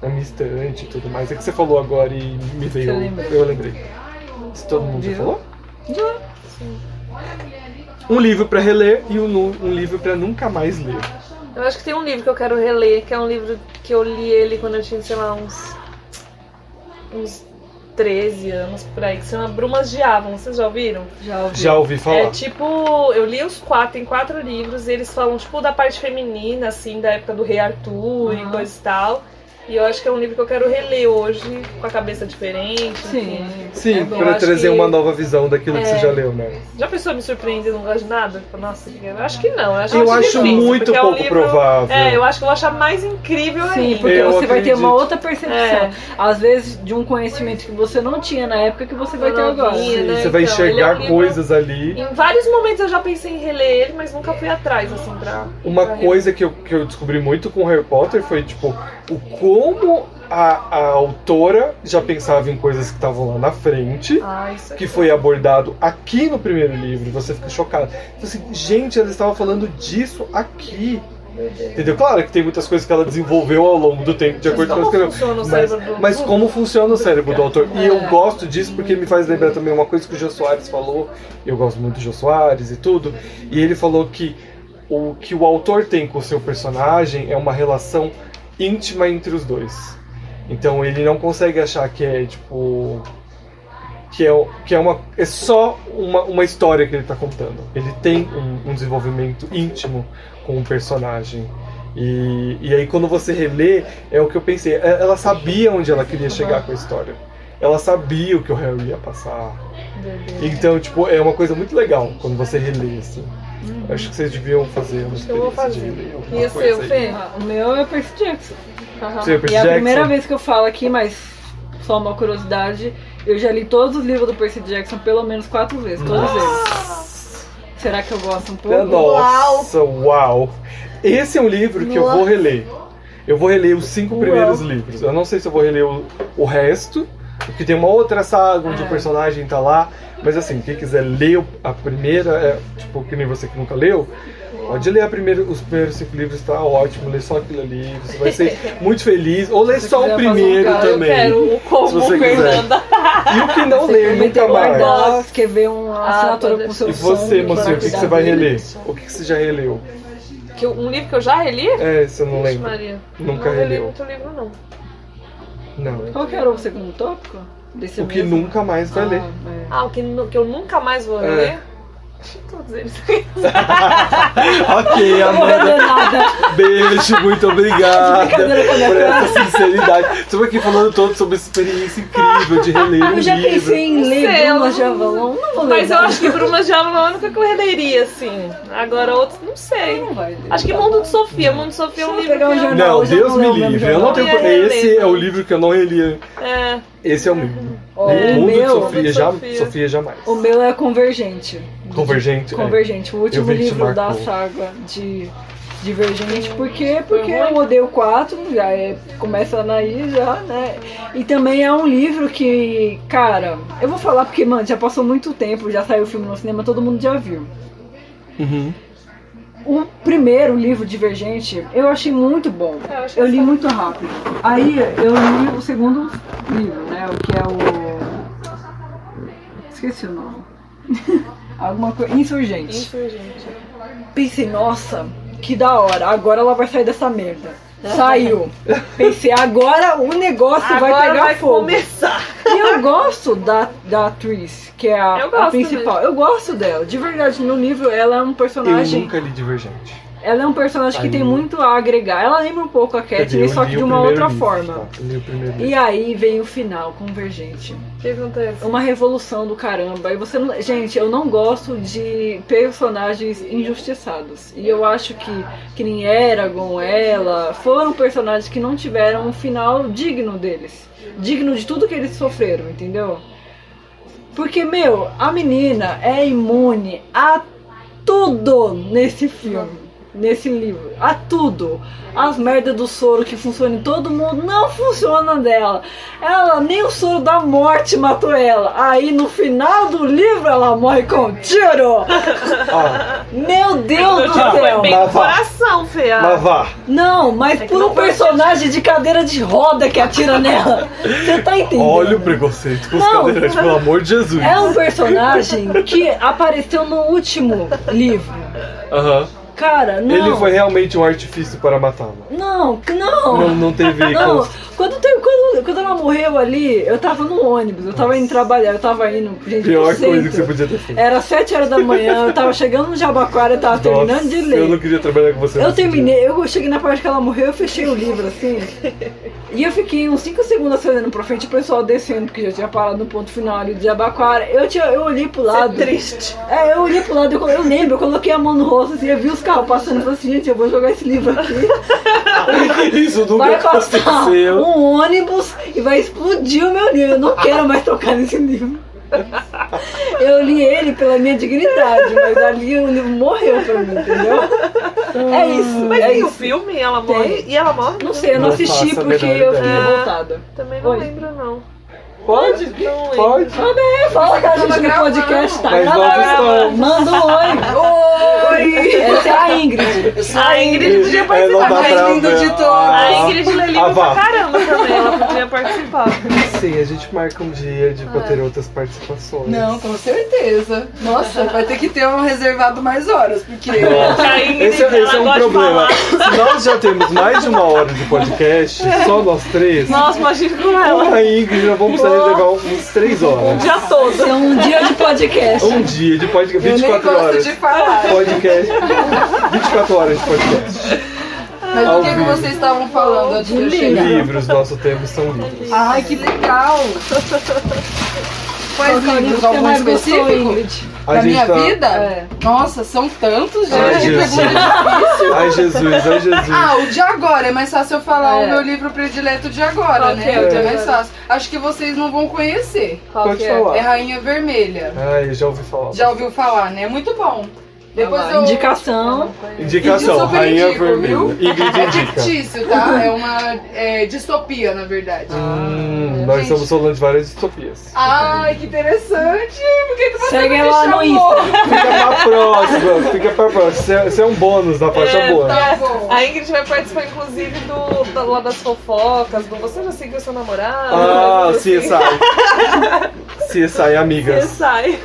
[SPEAKER 1] na minha estante e tudo mais. É que você falou agora e me veio.
[SPEAKER 2] Você lembra?
[SPEAKER 1] Eu lembrei. Se todo mundo já
[SPEAKER 2] Viu?
[SPEAKER 1] falou? Um livro pra reler e um, nu- um livro pra nunca mais ler.
[SPEAKER 3] Eu acho que tem um livro que eu quero reler, que é um livro que eu li ele quando eu tinha, sei lá, uns. uns 13 anos por aí, que se chama Brumas de Avon, vocês já ouviram?
[SPEAKER 2] Já ouvi.
[SPEAKER 1] Já ouvi
[SPEAKER 3] É
[SPEAKER 1] falar?
[SPEAKER 3] tipo, eu li os quatro, tem quatro livros, e eles falam, tipo, da parte feminina, assim, da época do Rei Arthur e
[SPEAKER 2] Aham.
[SPEAKER 3] coisa e tal. E eu acho que é um livro que eu quero reler hoje, com a cabeça diferente.
[SPEAKER 2] Sim.
[SPEAKER 3] enfim.
[SPEAKER 1] Sim,
[SPEAKER 3] é bom,
[SPEAKER 1] pra
[SPEAKER 3] acho
[SPEAKER 1] trazer
[SPEAKER 3] que-
[SPEAKER 1] uma nova visão daquilo que
[SPEAKER 3] É.
[SPEAKER 1] você já leu, né?
[SPEAKER 3] Já pensou em me surpreender e não gosto de nada? Tipo, Nossa, eu acho que não. Eu acho,
[SPEAKER 1] Eu acho
[SPEAKER 3] difícil,
[SPEAKER 1] muito
[SPEAKER 3] porque é um
[SPEAKER 1] pouco
[SPEAKER 3] livro-
[SPEAKER 1] provável.
[SPEAKER 3] É, eu acho que eu vou achar mais incrível
[SPEAKER 2] Sim,
[SPEAKER 3] ainda.
[SPEAKER 2] porque
[SPEAKER 1] Eu
[SPEAKER 2] você vai ter uma
[SPEAKER 1] acredito.
[SPEAKER 2] outra percepção.
[SPEAKER 3] É.
[SPEAKER 2] Às vezes, de um conhecimento que você não tinha na época que você vai ter agora.
[SPEAKER 3] Novinha,
[SPEAKER 1] Sim,
[SPEAKER 3] né?
[SPEAKER 1] Você vai
[SPEAKER 3] Então, ele é um
[SPEAKER 1] enxergar
[SPEAKER 3] livro-
[SPEAKER 1] coisas ali.
[SPEAKER 3] Em vários momentos eu já pensei em reler ele, mas nunca fui atrás, assim, pra. pra
[SPEAKER 1] Uma
[SPEAKER 3] reler.
[SPEAKER 1] coisa que eu, que eu descobri muito com Harry Potter foi, tipo, o como a, a autora já pensava em coisas que estavam lá na frente,
[SPEAKER 3] Ah, isso aí.
[SPEAKER 1] que foi abordado aqui no primeiro livro, e você fica chocado. Fala assim, gente, ela estava falando disso aqui. Entendeu? Claro que tem muitas coisas que ela desenvolveu ao longo do tempo, de
[SPEAKER 3] Mas
[SPEAKER 1] acordo com
[SPEAKER 3] como
[SPEAKER 1] as é que ela
[SPEAKER 3] funciona o
[SPEAKER 1] mas,
[SPEAKER 3] cérebro do-
[SPEAKER 1] mas como funciona o cérebro do autor? E eu
[SPEAKER 2] É.
[SPEAKER 1] gosto disso porque me faz lembrar também uma coisa que o Jô Soares falou. Eu gosto muito do Jô Soares e tudo. E ele falou que o que o autor tem com o seu personagem é uma relação íntima entre os dois. Então ele não consegue achar que é tipo que é, o- que é uma é só uma, uma história que ele está contando. Ele tem um, um desenvolvimento íntimo com o personagem. E, e aí quando você relê, é o que eu pensei. É- Ela sabia onde ela queria chegar com a história. Ela sabia o que o Harry ia passar. Então, tipo, é uma coisa muito legal quando você relê, assim. Acho que vocês deviam fazer uma
[SPEAKER 3] Acho que Uhum. eu vou
[SPEAKER 1] experiência de
[SPEAKER 3] fazer.
[SPEAKER 1] ler alguma
[SPEAKER 3] E o
[SPEAKER 1] coisa
[SPEAKER 3] seu,
[SPEAKER 1] aí.
[SPEAKER 3] Fê?
[SPEAKER 2] O meu é Percy Jackson.
[SPEAKER 3] Aham.
[SPEAKER 1] Você, Percy
[SPEAKER 2] E é a
[SPEAKER 1] Jackson?
[SPEAKER 2] primeira vez que eu falo aqui, mas só uma curiosidade, eu já li todos os livros do Percy Jackson pelo menos quatro vezes, todos eles. Será que eu gosto um pouco?
[SPEAKER 1] É Nossa, uau! Esse é um livro que eu vou reler. Eu vou reler os cinco primeiros livros. Eu não sei se eu vou reler o, o resto, porque tem uma outra saga onde
[SPEAKER 2] É.
[SPEAKER 1] o personagem tá lá. Mas assim, quem quiser ler o- a primeira, é, tipo, que nem você que nunca leu, pode ler a primeira, os primeiros cinco livros, tá ótimo, lê só aquilo ali, você vai ser muito feliz. Ou lê
[SPEAKER 2] Se
[SPEAKER 1] só
[SPEAKER 2] quiser
[SPEAKER 1] o
[SPEAKER 2] fazer um
[SPEAKER 1] primeiro
[SPEAKER 2] cara,
[SPEAKER 1] também.
[SPEAKER 3] Eu quero o
[SPEAKER 1] Se
[SPEAKER 3] combo
[SPEAKER 1] você quiser.
[SPEAKER 3] Fernanda.
[SPEAKER 1] E o que não
[SPEAKER 2] Você um
[SPEAKER 1] ler
[SPEAKER 2] também
[SPEAKER 1] nunca
[SPEAKER 2] tem
[SPEAKER 1] mais.
[SPEAKER 2] guardado, escrever uma
[SPEAKER 3] Ah,
[SPEAKER 2] assinatura
[SPEAKER 3] pode
[SPEAKER 2] com seu
[SPEAKER 1] E você,
[SPEAKER 2] som,
[SPEAKER 1] mocinho, o que, que você vai
[SPEAKER 2] um da vida.
[SPEAKER 1] reler? O que, que você já releu?
[SPEAKER 3] Que eu- um livro que eu já reli?
[SPEAKER 1] É, você não
[SPEAKER 3] Vixe,
[SPEAKER 1] lembra?
[SPEAKER 3] Maria.
[SPEAKER 1] Nunca um.
[SPEAKER 3] não reli
[SPEAKER 1] releu.
[SPEAKER 3] muito livro, não.
[SPEAKER 1] Não.
[SPEAKER 2] Qual que era o segundo tópico? Desse
[SPEAKER 1] O que
[SPEAKER 2] mesmo?
[SPEAKER 1] nunca mais vai ler.
[SPEAKER 2] Ah,
[SPEAKER 3] Ah, o que, nu- que eu nunca mais vou
[SPEAKER 1] É.
[SPEAKER 3] reler? Todos eles.
[SPEAKER 1] Ok,
[SPEAKER 2] é. Não vou
[SPEAKER 1] Amanda,
[SPEAKER 2] reler nada.
[SPEAKER 1] beijo, muito obrigada
[SPEAKER 2] Brincadeira com a minha
[SPEAKER 1] por essa sinceridade. Estamos aqui falando todo sobre essa experiência incrível de reler um
[SPEAKER 2] Ah, Eu já
[SPEAKER 1] livro.
[SPEAKER 2] pensei em
[SPEAKER 3] Não sei,
[SPEAKER 2] ler Bruno
[SPEAKER 3] eu não-
[SPEAKER 2] Javalão, não vou ler.
[SPEAKER 3] Mas eu
[SPEAKER 2] nada.
[SPEAKER 3] acho que Bruma de Avalon é a única que eu releria, assim. Agora outros, não sei.
[SPEAKER 2] Não vai ler.
[SPEAKER 3] Acho que Mundo de Sofia. Mundo de Sofia é um
[SPEAKER 2] Só
[SPEAKER 3] livro que
[SPEAKER 2] pegar um
[SPEAKER 3] eu...
[SPEAKER 2] jornal.
[SPEAKER 1] Não,
[SPEAKER 2] hoje eu
[SPEAKER 1] Deus
[SPEAKER 2] não
[SPEAKER 1] me
[SPEAKER 2] lembro,
[SPEAKER 1] livre.
[SPEAKER 2] já
[SPEAKER 1] Eu não
[SPEAKER 2] não
[SPEAKER 1] tenho.
[SPEAKER 3] ia reler,
[SPEAKER 1] Esse é o
[SPEAKER 3] não.
[SPEAKER 1] livro que eu não relia.
[SPEAKER 3] É.
[SPEAKER 1] Esse é o livro.
[SPEAKER 2] Ó,
[SPEAKER 1] Nem
[SPEAKER 2] o
[SPEAKER 1] Mundo de
[SPEAKER 2] Uhum. meu-
[SPEAKER 1] Sofia, já,
[SPEAKER 3] Sofia.
[SPEAKER 1] Sofia jamais.
[SPEAKER 2] O meu é Convergente.
[SPEAKER 1] Convergente. é.
[SPEAKER 2] Convergente, o
[SPEAKER 1] Eu
[SPEAKER 2] último
[SPEAKER 1] vi que te
[SPEAKER 2] livro da
[SPEAKER 1] marcou.
[SPEAKER 2] saga de Divergente. Por quê?
[SPEAKER 3] Hum, Foi
[SPEAKER 2] Porque
[SPEAKER 3] ruim?
[SPEAKER 2] eu odeio 4, já é, começa aí já, né? E também é um livro que, cara, eu vou falar porque, mano, já passou muito tempo, já saiu o filme no cinema, todo mundo já viu.
[SPEAKER 1] Uhum.
[SPEAKER 2] O primeiro livro Divergente eu achei muito bom.
[SPEAKER 3] Eu acho que
[SPEAKER 2] Eu li muito rápido. Aí eu li o segundo livro, né? O que é o. Esqueci o nome. Alguma coisa.
[SPEAKER 3] é
[SPEAKER 2] Insurgente
[SPEAKER 3] Insurgente.
[SPEAKER 2] pensei, nossa, que da hora, agora ela vai sair dessa merda. Saiu. Pensei, agora o negócio vai
[SPEAKER 3] Agora
[SPEAKER 2] pegar
[SPEAKER 3] vai
[SPEAKER 2] fogo.
[SPEAKER 3] começar.
[SPEAKER 2] E eu gosto da, da atriz, que é a,
[SPEAKER 3] Eu gosto
[SPEAKER 2] a principal. Eu gosto dela. De verdade, no livro ela é um
[SPEAKER 1] Eu
[SPEAKER 2] personagem.
[SPEAKER 1] nunca li Divergente.
[SPEAKER 2] Ela é um personagem que
[SPEAKER 1] Aí-
[SPEAKER 2] tem muito a agregar. Ela lembra um pouco a
[SPEAKER 1] Quer dizer,
[SPEAKER 2] Katniss,
[SPEAKER 1] eu
[SPEAKER 2] só
[SPEAKER 1] li
[SPEAKER 2] que
[SPEAKER 1] o
[SPEAKER 2] de uma
[SPEAKER 1] primeiro
[SPEAKER 2] outra
[SPEAKER 1] livro,
[SPEAKER 2] forma.
[SPEAKER 1] tá? Eu li o primeiro livro.
[SPEAKER 2] E aí vem o final, convergente.
[SPEAKER 3] O que acontece?
[SPEAKER 2] Uma revolução do caramba. E você não... Gente, eu não gosto de personagens injustiçados. E eu acho que, que nem Eragon, ela, foram personagens que não tiveram um final digno deles. Digno de tudo que eles sofreram, entendeu? Porque, meu, a menina é imune a tudo nesse filme, nesse livro. A tudo. As merdas do soro que funciona em todo mundo não funciona dela. Ela, nem o soro da morte matou ela. Aí no final do livro ela morre com um tiro.
[SPEAKER 1] Ah,
[SPEAKER 2] Meu Deus do
[SPEAKER 3] Tipo, é
[SPEAKER 2] céu.
[SPEAKER 3] bem do
[SPEAKER 1] Lavar.
[SPEAKER 3] coração, Fê. Ah,
[SPEAKER 1] lavar.
[SPEAKER 2] Não, mas
[SPEAKER 3] É que
[SPEAKER 2] por
[SPEAKER 3] não
[SPEAKER 2] um
[SPEAKER 3] foi
[SPEAKER 2] personagem de cadeira de roda que atira nela. Você tá entendendo?
[SPEAKER 1] Olha o preconceito com os
[SPEAKER 2] Não.
[SPEAKER 1] cadeirantes, pelo amor de Jesus.
[SPEAKER 2] É um personagem que apareceu no último livro.
[SPEAKER 1] Aham.
[SPEAKER 2] Cara, não.
[SPEAKER 1] Ele foi realmente um artifício para matá-la.
[SPEAKER 2] Não, que não.
[SPEAKER 1] Não, não teve.
[SPEAKER 2] Não,
[SPEAKER 1] cons-
[SPEAKER 2] quando, tem- quando, quando ela morreu ali, eu tava no ônibus, eu tava indo trabalhar, eu tava indo, gente,
[SPEAKER 1] Pior
[SPEAKER 2] pro centro.
[SPEAKER 1] coisa que você podia ter feito.
[SPEAKER 2] Era sete horas da manhã, eu tava chegando no Jabaquara, É, eu tava terminando de
[SPEAKER 1] Eu não
[SPEAKER 2] ler.
[SPEAKER 1] queria trabalhar com você.
[SPEAKER 2] Eu
[SPEAKER 1] nesse dia.
[SPEAKER 2] terminei, eu cheguei na parte que ela morreu, eu fechei o livro assim. E eu fiquei uns 5 segundos acelerando pra frente, o pessoal descendo, porque já tinha parado no ponto final ali do Jabaquara. Eu, tinha, eu olhei pro lado.
[SPEAKER 3] Tá Triste.
[SPEAKER 2] É, eu olhei pro lado, eu, colo- eu lembro, eu coloquei a mão no rosto, assim, eu vi os carros passando, eu falei assim, gente, eu vou jogar esse livro aqui.
[SPEAKER 1] Isso nunca
[SPEAKER 2] Vai passar
[SPEAKER 1] aconteceu.
[SPEAKER 2] um ônibus e vai explodir o meu livro. Eu não quero mais tocar nesse livro. Eu li ele pela minha dignidade, mas ali o livro morreu pra mim, entendeu? É isso,
[SPEAKER 3] Mas
[SPEAKER 2] é
[SPEAKER 3] tem o
[SPEAKER 2] isso.
[SPEAKER 3] filme, ela morre. E ela morre?
[SPEAKER 2] Não sei, eu não,
[SPEAKER 1] Não
[SPEAKER 2] assisti
[SPEAKER 1] faço a
[SPEAKER 2] porque
[SPEAKER 1] menor
[SPEAKER 2] eu fiquei
[SPEAKER 1] ideia.
[SPEAKER 2] revoltada.
[SPEAKER 3] Também não
[SPEAKER 2] Oi.
[SPEAKER 3] lembro, não.
[SPEAKER 1] Pode?
[SPEAKER 3] Não lembro.
[SPEAKER 1] Pode?
[SPEAKER 2] É, fala que a gente no
[SPEAKER 4] gravando.
[SPEAKER 2] podcast tá
[SPEAKER 1] Mas nós
[SPEAKER 2] gravando.
[SPEAKER 1] estamos.
[SPEAKER 2] Manda um oi.
[SPEAKER 3] Oi!
[SPEAKER 2] Essa é a Ingrid.
[SPEAKER 3] A Ingrid podia
[SPEAKER 1] É, não
[SPEAKER 3] participar.
[SPEAKER 1] dá
[SPEAKER 3] mais
[SPEAKER 1] pra
[SPEAKER 3] linda
[SPEAKER 1] ver.
[SPEAKER 3] de todas.
[SPEAKER 1] Ah.
[SPEAKER 3] A Ingrid lê livro
[SPEAKER 1] Ah, vá.
[SPEAKER 3] é pra caramba também. Ela podia participar.
[SPEAKER 1] Sim, a gente marca um dia
[SPEAKER 2] Ah.
[SPEAKER 1] de pra ter outras participações.
[SPEAKER 5] Não, com certeza. Nossa, vai ter que ter um reservado mais horas, porque.
[SPEAKER 3] A Ingrid,
[SPEAKER 1] Esse, é- esse é
[SPEAKER 3] ela
[SPEAKER 1] um
[SPEAKER 3] gosta de
[SPEAKER 1] problema.
[SPEAKER 3] falar.
[SPEAKER 1] Nós já temos mais de uma hora de podcast, só nós três.
[SPEAKER 3] Nossa, imagina com ela.
[SPEAKER 1] Com a Ingrid, nós vamos precisar reservar uns três
[SPEAKER 3] O
[SPEAKER 1] horas.
[SPEAKER 3] dia todo.
[SPEAKER 2] É um dia de podcast.
[SPEAKER 1] Um dia de podcast,
[SPEAKER 5] Eu nem
[SPEAKER 1] 24
[SPEAKER 5] gosto
[SPEAKER 1] horas.
[SPEAKER 5] de falar.
[SPEAKER 1] Podcast. 24 horas de podcast.
[SPEAKER 5] Mas
[SPEAKER 1] Ao
[SPEAKER 5] o que, que
[SPEAKER 1] vivo.
[SPEAKER 5] vocês estavam falando antes de eu chegar?
[SPEAKER 1] Livros, nosso tema são livros.
[SPEAKER 5] Ai, que legal! Quais
[SPEAKER 2] Qual que é o livro
[SPEAKER 5] livros?
[SPEAKER 2] que
[SPEAKER 5] Algum
[SPEAKER 2] mais gostou,
[SPEAKER 5] específico?
[SPEAKER 2] Ingrid?
[SPEAKER 1] A
[SPEAKER 5] Da
[SPEAKER 1] gente
[SPEAKER 5] minha
[SPEAKER 1] tá-
[SPEAKER 5] vida?
[SPEAKER 2] É.
[SPEAKER 5] Nossa, são tantos, gente.
[SPEAKER 1] Ai,
[SPEAKER 5] que
[SPEAKER 1] Jesus.
[SPEAKER 5] pergunta
[SPEAKER 1] Ai, Jesus, ai, Jesus.
[SPEAKER 5] Ah, o de agora. É mais fácil eu falar
[SPEAKER 2] É.
[SPEAKER 5] o meu livro predileto de agora,
[SPEAKER 3] Qual que
[SPEAKER 5] né?
[SPEAKER 3] é o de
[SPEAKER 5] É mais
[SPEAKER 3] agora?
[SPEAKER 5] fácil. Acho que vocês não vão conhecer.
[SPEAKER 1] Pode
[SPEAKER 3] que é?
[SPEAKER 1] falar.
[SPEAKER 5] É Rainha Vermelha.
[SPEAKER 1] Ai, eu já ouvi falar.
[SPEAKER 5] Já ouviu falar, né? Muito bom. Depois eu...
[SPEAKER 2] Indicação.
[SPEAKER 1] Indicação,
[SPEAKER 5] Eu super
[SPEAKER 1] Rainha
[SPEAKER 5] indico,
[SPEAKER 1] Vermelha. Ingrid
[SPEAKER 5] É
[SPEAKER 1] indica.
[SPEAKER 5] fictício,
[SPEAKER 2] Uhum.
[SPEAKER 5] tá? É uma é, distopia, na verdade.
[SPEAKER 2] Ah, é
[SPEAKER 1] Hum, nós
[SPEAKER 5] Gente.
[SPEAKER 1] estamos falando de várias distopias.
[SPEAKER 5] Ai, que interessante! Por que, que você
[SPEAKER 2] Segue
[SPEAKER 5] não me
[SPEAKER 2] ela no
[SPEAKER 5] chamou?
[SPEAKER 1] Fica pra próxima, fica pra próxima. Isso é- Isso é um bônus da faixa
[SPEAKER 3] É,
[SPEAKER 1] boa.
[SPEAKER 5] Tá bom.
[SPEAKER 3] A Ingrid vai participar, inclusive, do, da, lá das fofocas, do Você Já Seguiu Seu Namorado.
[SPEAKER 1] Ah,
[SPEAKER 3] coisas assim.
[SPEAKER 1] CSI. CSI, amigas.
[SPEAKER 3] CSI.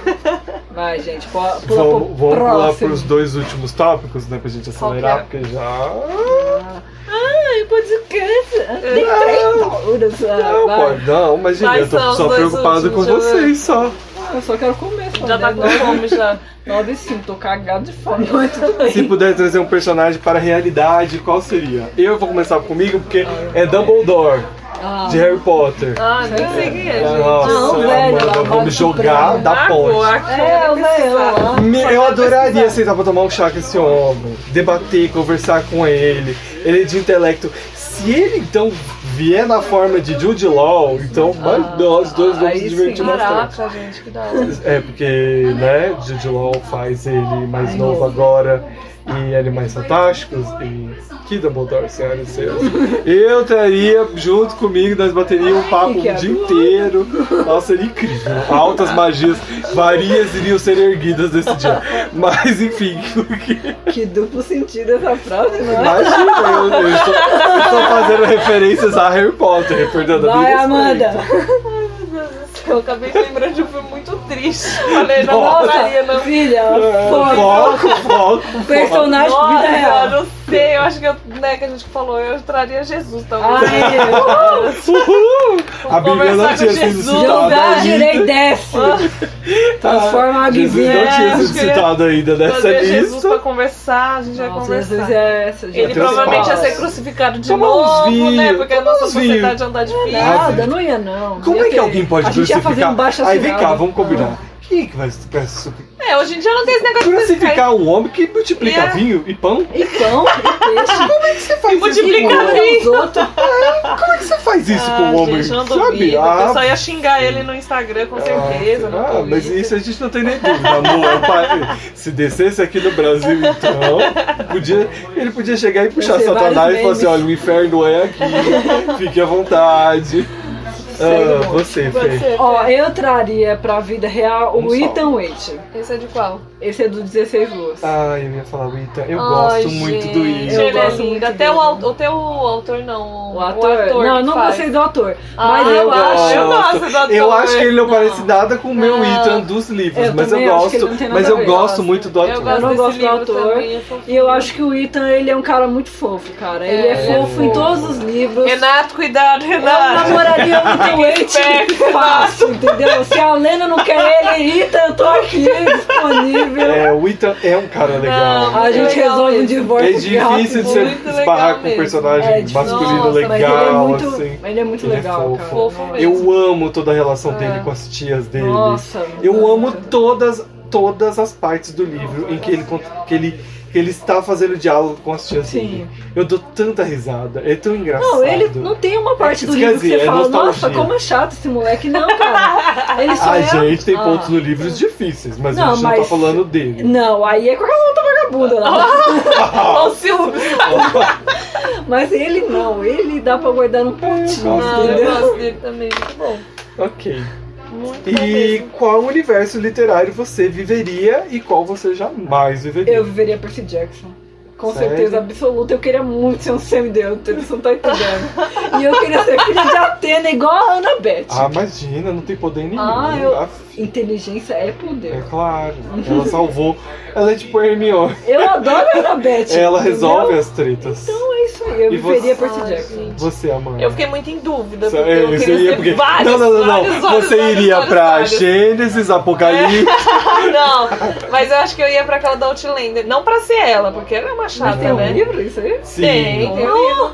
[SPEAKER 2] Vai, gente, pula, pula pro
[SPEAKER 1] Vamos, vamos pular
[SPEAKER 2] próximo.
[SPEAKER 1] pros dois últimos tópicos, né? Pra gente
[SPEAKER 3] Qual que
[SPEAKER 1] acelerar,
[SPEAKER 3] é?
[SPEAKER 1] porque já.
[SPEAKER 3] Ai, podcast.
[SPEAKER 2] Tem três horas, ah,
[SPEAKER 1] Não,
[SPEAKER 2] vai.
[SPEAKER 1] pode. Não, imagina,
[SPEAKER 3] Quais
[SPEAKER 1] eu tô
[SPEAKER 3] são os
[SPEAKER 1] só
[SPEAKER 3] dois
[SPEAKER 1] preocupado com
[SPEAKER 3] últimos, deixa eu ver.
[SPEAKER 1] vocês só.
[SPEAKER 2] Eu só quero comer, só né?
[SPEAKER 3] Já tá com fome, já.
[SPEAKER 2] 9 e 5, tô cagado de fome, mas tudo bem.
[SPEAKER 1] Se puder trazer um personagem para a realidade, qual seria? Eu vou começar comigo porque é Dumbledore,
[SPEAKER 2] Ah,
[SPEAKER 1] de Harry Potter.
[SPEAKER 3] Ah, nem sei quem é, gente.
[SPEAKER 1] Nossa,
[SPEAKER 2] Não, velho,
[SPEAKER 1] Amanda,
[SPEAKER 2] ela
[SPEAKER 1] vamos
[SPEAKER 2] vai
[SPEAKER 1] jogar
[SPEAKER 2] comprar.
[SPEAKER 1] da ponte.
[SPEAKER 3] Agora,
[SPEAKER 2] é, o velho lá.
[SPEAKER 1] Me- Eu adoraria sentar pra tomar um chá com esse homem, debater, conversar com ele. Ele é de intelecto. Se ele então vier na forma de Jude Law, então
[SPEAKER 3] Ah,
[SPEAKER 1] mano, nós dois vamos
[SPEAKER 2] aí
[SPEAKER 1] nos
[SPEAKER 2] sim.
[SPEAKER 1] divertir bastante.
[SPEAKER 3] Caraca, gente, que da hora.
[SPEAKER 1] É, porque, né, Jude Law faz ele mais novo agora e Animais Fantásticos e que Dumbledore, senhoras e senhores. Eu teria, junto comigo, nós bateríamos um papo
[SPEAKER 2] Ai,
[SPEAKER 1] o
[SPEAKER 2] que
[SPEAKER 1] dia inteiro. Nossa, seria incrível. Altas magias, varias iriam ser erguidas nesse dia. Mas, enfim, porque...
[SPEAKER 2] Que duplo sentido essa frase, não é?
[SPEAKER 1] Imagina, eu, eu estou, eu estou fazendo referências a Harry Potter, perdão. me
[SPEAKER 2] Vai,
[SPEAKER 1] respeita.
[SPEAKER 2] Amanda.
[SPEAKER 3] Eu acabei de lembrar de um filme muito triste. Falei, não,
[SPEAKER 1] Nossa.
[SPEAKER 3] não faria, não.
[SPEAKER 2] Filha,
[SPEAKER 1] É,
[SPEAKER 2] foda.
[SPEAKER 1] Foco, foco.
[SPEAKER 2] Personagem de vida
[SPEAKER 3] Nossa,
[SPEAKER 2] real.
[SPEAKER 3] eu não sei, eu acho que eu né, que a gente falou, eu traria Jesus talvez.
[SPEAKER 2] Ai,
[SPEAKER 1] Uhul! A Bíblia não
[SPEAKER 3] conversar
[SPEAKER 1] tinha
[SPEAKER 3] com
[SPEAKER 1] sido
[SPEAKER 2] de
[SPEAKER 3] Jesus. né? Não
[SPEAKER 1] citada
[SPEAKER 2] lugar
[SPEAKER 1] ainda.
[SPEAKER 2] direito desce. Transforma
[SPEAKER 1] Tá,
[SPEAKER 2] a
[SPEAKER 1] Jesus
[SPEAKER 2] Bíblia.
[SPEAKER 1] não tinha
[SPEAKER 3] acho
[SPEAKER 1] sido
[SPEAKER 3] que eu ia
[SPEAKER 1] citado ainda nessa
[SPEAKER 3] Trazer Jesus
[SPEAKER 1] lista.
[SPEAKER 3] pra conversar, a gente vai
[SPEAKER 2] Nossa,
[SPEAKER 3] conversar.
[SPEAKER 2] Jesus é essa, gente.
[SPEAKER 3] Ele
[SPEAKER 1] Deus
[SPEAKER 3] provavelmente ia
[SPEAKER 1] fala.
[SPEAKER 3] ser crucificado de
[SPEAKER 1] Toma uns
[SPEAKER 3] novo, né?
[SPEAKER 1] vinhos,
[SPEAKER 3] Porque a
[SPEAKER 1] toma
[SPEAKER 3] nossa
[SPEAKER 1] uns vinhos.
[SPEAKER 3] sociedade anda difícil.
[SPEAKER 2] Nada, não ia não.
[SPEAKER 1] Como
[SPEAKER 2] Ia
[SPEAKER 1] é que
[SPEAKER 2] ter-
[SPEAKER 1] alguém pode
[SPEAKER 2] a gente ia fazer
[SPEAKER 1] crucificar?
[SPEAKER 2] um baixo
[SPEAKER 1] Aí vem cá,
[SPEAKER 3] né?
[SPEAKER 2] assinado.
[SPEAKER 1] vamos combinar.
[SPEAKER 3] Ah.
[SPEAKER 1] Quem é que vai cruci-
[SPEAKER 3] É, hoje em dia não tem esse negócio de crucificar.
[SPEAKER 1] crucificar um homem que multiplica
[SPEAKER 3] Yeah.
[SPEAKER 1] vinho e pão?
[SPEAKER 2] E pão, Então, e peixe,
[SPEAKER 1] Você faz isso com um
[SPEAKER 3] multiplica
[SPEAKER 1] homem?
[SPEAKER 2] e cura os outros.
[SPEAKER 1] Como é que você faz isso
[SPEAKER 3] Ah,
[SPEAKER 1] com um homem?
[SPEAKER 3] Gente, não
[SPEAKER 1] Sabe?
[SPEAKER 3] duvido.
[SPEAKER 1] Ah,
[SPEAKER 3] o pessoal ia xingar ele no Instagram, com certeza. no
[SPEAKER 1] Ah, mas
[SPEAKER 3] Twitter.
[SPEAKER 1] isso a gente não tem nem dúvida, amor. é um Pai, Se descesse aqui no Brasil, então, podia, ele podia chegar e puxar
[SPEAKER 2] Vai ser
[SPEAKER 1] Satanás e
[SPEAKER 2] vários
[SPEAKER 1] falar assim: olha, o inferno é aqui, fique à vontade. Ah, você,
[SPEAKER 3] Pode
[SPEAKER 1] Fê.
[SPEAKER 3] ser.
[SPEAKER 2] Ó, eu traria pra vida real
[SPEAKER 1] Um
[SPEAKER 2] o
[SPEAKER 1] só.
[SPEAKER 2] Ethan Wait.
[SPEAKER 3] Esse é de qual?
[SPEAKER 2] Esse é do 16 Luas.
[SPEAKER 1] Ai, eu ia falar o Ethan. Eu
[SPEAKER 3] Ai,
[SPEAKER 1] gosto muito do
[SPEAKER 3] gente,
[SPEAKER 1] Ethan.
[SPEAKER 2] Eu
[SPEAKER 3] Ele é
[SPEAKER 2] gosto
[SPEAKER 3] lindo.
[SPEAKER 2] muito
[SPEAKER 3] Até
[SPEAKER 2] dele.
[SPEAKER 3] o, au- até o autor, não.
[SPEAKER 2] O ator. não, eu
[SPEAKER 3] que
[SPEAKER 2] não
[SPEAKER 3] faz.
[SPEAKER 2] gostei do ator.
[SPEAKER 3] Ah,
[SPEAKER 2] mas
[SPEAKER 3] eu
[SPEAKER 2] eu
[SPEAKER 3] gosto.
[SPEAKER 2] acho.
[SPEAKER 3] Eu gosto do ator.
[SPEAKER 1] Eu acho que ele não
[SPEAKER 3] Não.
[SPEAKER 1] parece nada com o meu
[SPEAKER 3] Não.
[SPEAKER 1] Ethan dos livros,
[SPEAKER 2] Eu
[SPEAKER 1] mas eu
[SPEAKER 2] também acho que
[SPEAKER 1] gosto.
[SPEAKER 2] ele não tem nada
[SPEAKER 1] Mas
[SPEAKER 2] a
[SPEAKER 1] eu
[SPEAKER 2] ver,
[SPEAKER 1] gosto
[SPEAKER 2] eu
[SPEAKER 1] muito do
[SPEAKER 3] Eu
[SPEAKER 1] ator.
[SPEAKER 3] gosto
[SPEAKER 2] não
[SPEAKER 3] desse
[SPEAKER 2] gosto do
[SPEAKER 3] livro
[SPEAKER 2] ator.
[SPEAKER 3] também, é fofinho.
[SPEAKER 2] E eu acho que o Ethan, ele é um cara muito fofo, cara. Ele é,
[SPEAKER 3] É, ele é
[SPEAKER 2] fofo em
[SPEAKER 3] fofo.
[SPEAKER 2] todos os livros.
[SPEAKER 3] Renato, cuidado,
[SPEAKER 2] Eu
[SPEAKER 3] Renato.
[SPEAKER 2] namoraria o Ethan Waite
[SPEAKER 3] esperto.
[SPEAKER 2] fácil, entendeu? Se a Lena não quer ele, Ethan, eu tô aqui disponível.
[SPEAKER 1] É, o Ethan é um cara legal.
[SPEAKER 3] Não,
[SPEAKER 2] a gente
[SPEAKER 3] legal
[SPEAKER 2] resolve um
[SPEAKER 3] mesmo.
[SPEAKER 1] É
[SPEAKER 2] divórcio
[SPEAKER 1] difícil de
[SPEAKER 2] rápido.
[SPEAKER 1] você
[SPEAKER 3] muito legal
[SPEAKER 1] esbarrar com um
[SPEAKER 3] mesmo.
[SPEAKER 1] personagem
[SPEAKER 2] É difícil.
[SPEAKER 1] masculino
[SPEAKER 3] Nossa, mas
[SPEAKER 2] Mas ele é
[SPEAKER 1] legal,
[SPEAKER 2] muito,
[SPEAKER 1] assim.
[SPEAKER 2] ele é muito
[SPEAKER 1] Ele é
[SPEAKER 2] legal,
[SPEAKER 1] fofo.
[SPEAKER 2] cara.
[SPEAKER 3] Fofo
[SPEAKER 2] Nossa.
[SPEAKER 3] mesmo.
[SPEAKER 1] Eu amo toda a relação
[SPEAKER 3] É.
[SPEAKER 1] dele com as tias dele.
[SPEAKER 2] Nossa.
[SPEAKER 1] Eu amo todas, todas as partes do livro em que ele, cont- que ele, que ele está fazendo diálogo com as tias
[SPEAKER 2] Sim.
[SPEAKER 1] dele. Eu dou tanta risada, é tão engraçado.
[SPEAKER 2] Não, ele não tem uma parte do
[SPEAKER 1] Quer
[SPEAKER 2] livro que
[SPEAKER 1] dizer,
[SPEAKER 2] você
[SPEAKER 1] é
[SPEAKER 2] fala,
[SPEAKER 1] nostalgia.
[SPEAKER 2] nossa, como é chato esse moleque. Não, cara. Ele só
[SPEAKER 1] A
[SPEAKER 2] é...
[SPEAKER 1] gente tem
[SPEAKER 2] Ah.
[SPEAKER 1] pontos no livro difíceis, mas a
[SPEAKER 2] Não,
[SPEAKER 1] gente não tá
[SPEAKER 2] mas-
[SPEAKER 1] falando dele.
[SPEAKER 2] Não, aí é com aquela outra vagabunda lá.
[SPEAKER 3] Olha o Silvio.
[SPEAKER 2] Mas ele não, ele dá pra guardar num
[SPEAKER 1] gosto
[SPEAKER 2] pontinho,
[SPEAKER 3] Não, eu
[SPEAKER 2] entendeu?
[SPEAKER 3] gosto dele também. Muito bom.
[SPEAKER 1] ok.
[SPEAKER 3] Muito bom
[SPEAKER 1] E
[SPEAKER 3] mesmo.
[SPEAKER 1] qual universo literário você viveria e qual você jamais viveria?
[SPEAKER 2] Eu viveria Percy Jackson. Com
[SPEAKER 1] Sério?
[SPEAKER 2] certeza absoluta. Eu queria muito ser um semideus, você não tá entendendo. e eu queria ser filha de Atena, igual a Annabeth.
[SPEAKER 1] Ah, imagina, não tem poder nenhum.
[SPEAKER 2] Ah, eu-
[SPEAKER 1] Aff,
[SPEAKER 2] Inteligência é
[SPEAKER 1] É
[SPEAKER 2] poder.
[SPEAKER 1] claro, ela salvou. Ela é tipo a Hermione.
[SPEAKER 2] Eu adoro a Annabeth.
[SPEAKER 3] Tipo,
[SPEAKER 1] Ela
[SPEAKER 2] entendeu?
[SPEAKER 1] resolve as tretas.
[SPEAKER 2] Então é isso aí, eu
[SPEAKER 1] E
[SPEAKER 2] viveria
[SPEAKER 1] você-
[SPEAKER 2] Percy
[SPEAKER 3] Ai,
[SPEAKER 2] Jackson.
[SPEAKER 3] gente.
[SPEAKER 1] Você, é Amanda.
[SPEAKER 3] Eu fiquei muito em dúvida. Porque
[SPEAKER 1] É,
[SPEAKER 3] eu
[SPEAKER 1] você
[SPEAKER 3] queria
[SPEAKER 1] ia
[SPEAKER 3] ser
[SPEAKER 1] porque-
[SPEAKER 3] vários,
[SPEAKER 1] não, não, não, não.
[SPEAKER 3] vários, vários,
[SPEAKER 1] você
[SPEAKER 3] vários,
[SPEAKER 1] iria
[SPEAKER 3] vários,
[SPEAKER 1] pra
[SPEAKER 3] vários. Ah,
[SPEAKER 1] Gênesis,
[SPEAKER 3] É.
[SPEAKER 1] Apocalipse.
[SPEAKER 3] Não, mas eu acho que eu ia pra aquela da Outlander. Não pra ser ela, porque ela é uma chata,
[SPEAKER 2] Tem um
[SPEAKER 3] né?
[SPEAKER 2] livro isso aí?
[SPEAKER 1] Sim.
[SPEAKER 3] Tem, tem um livro.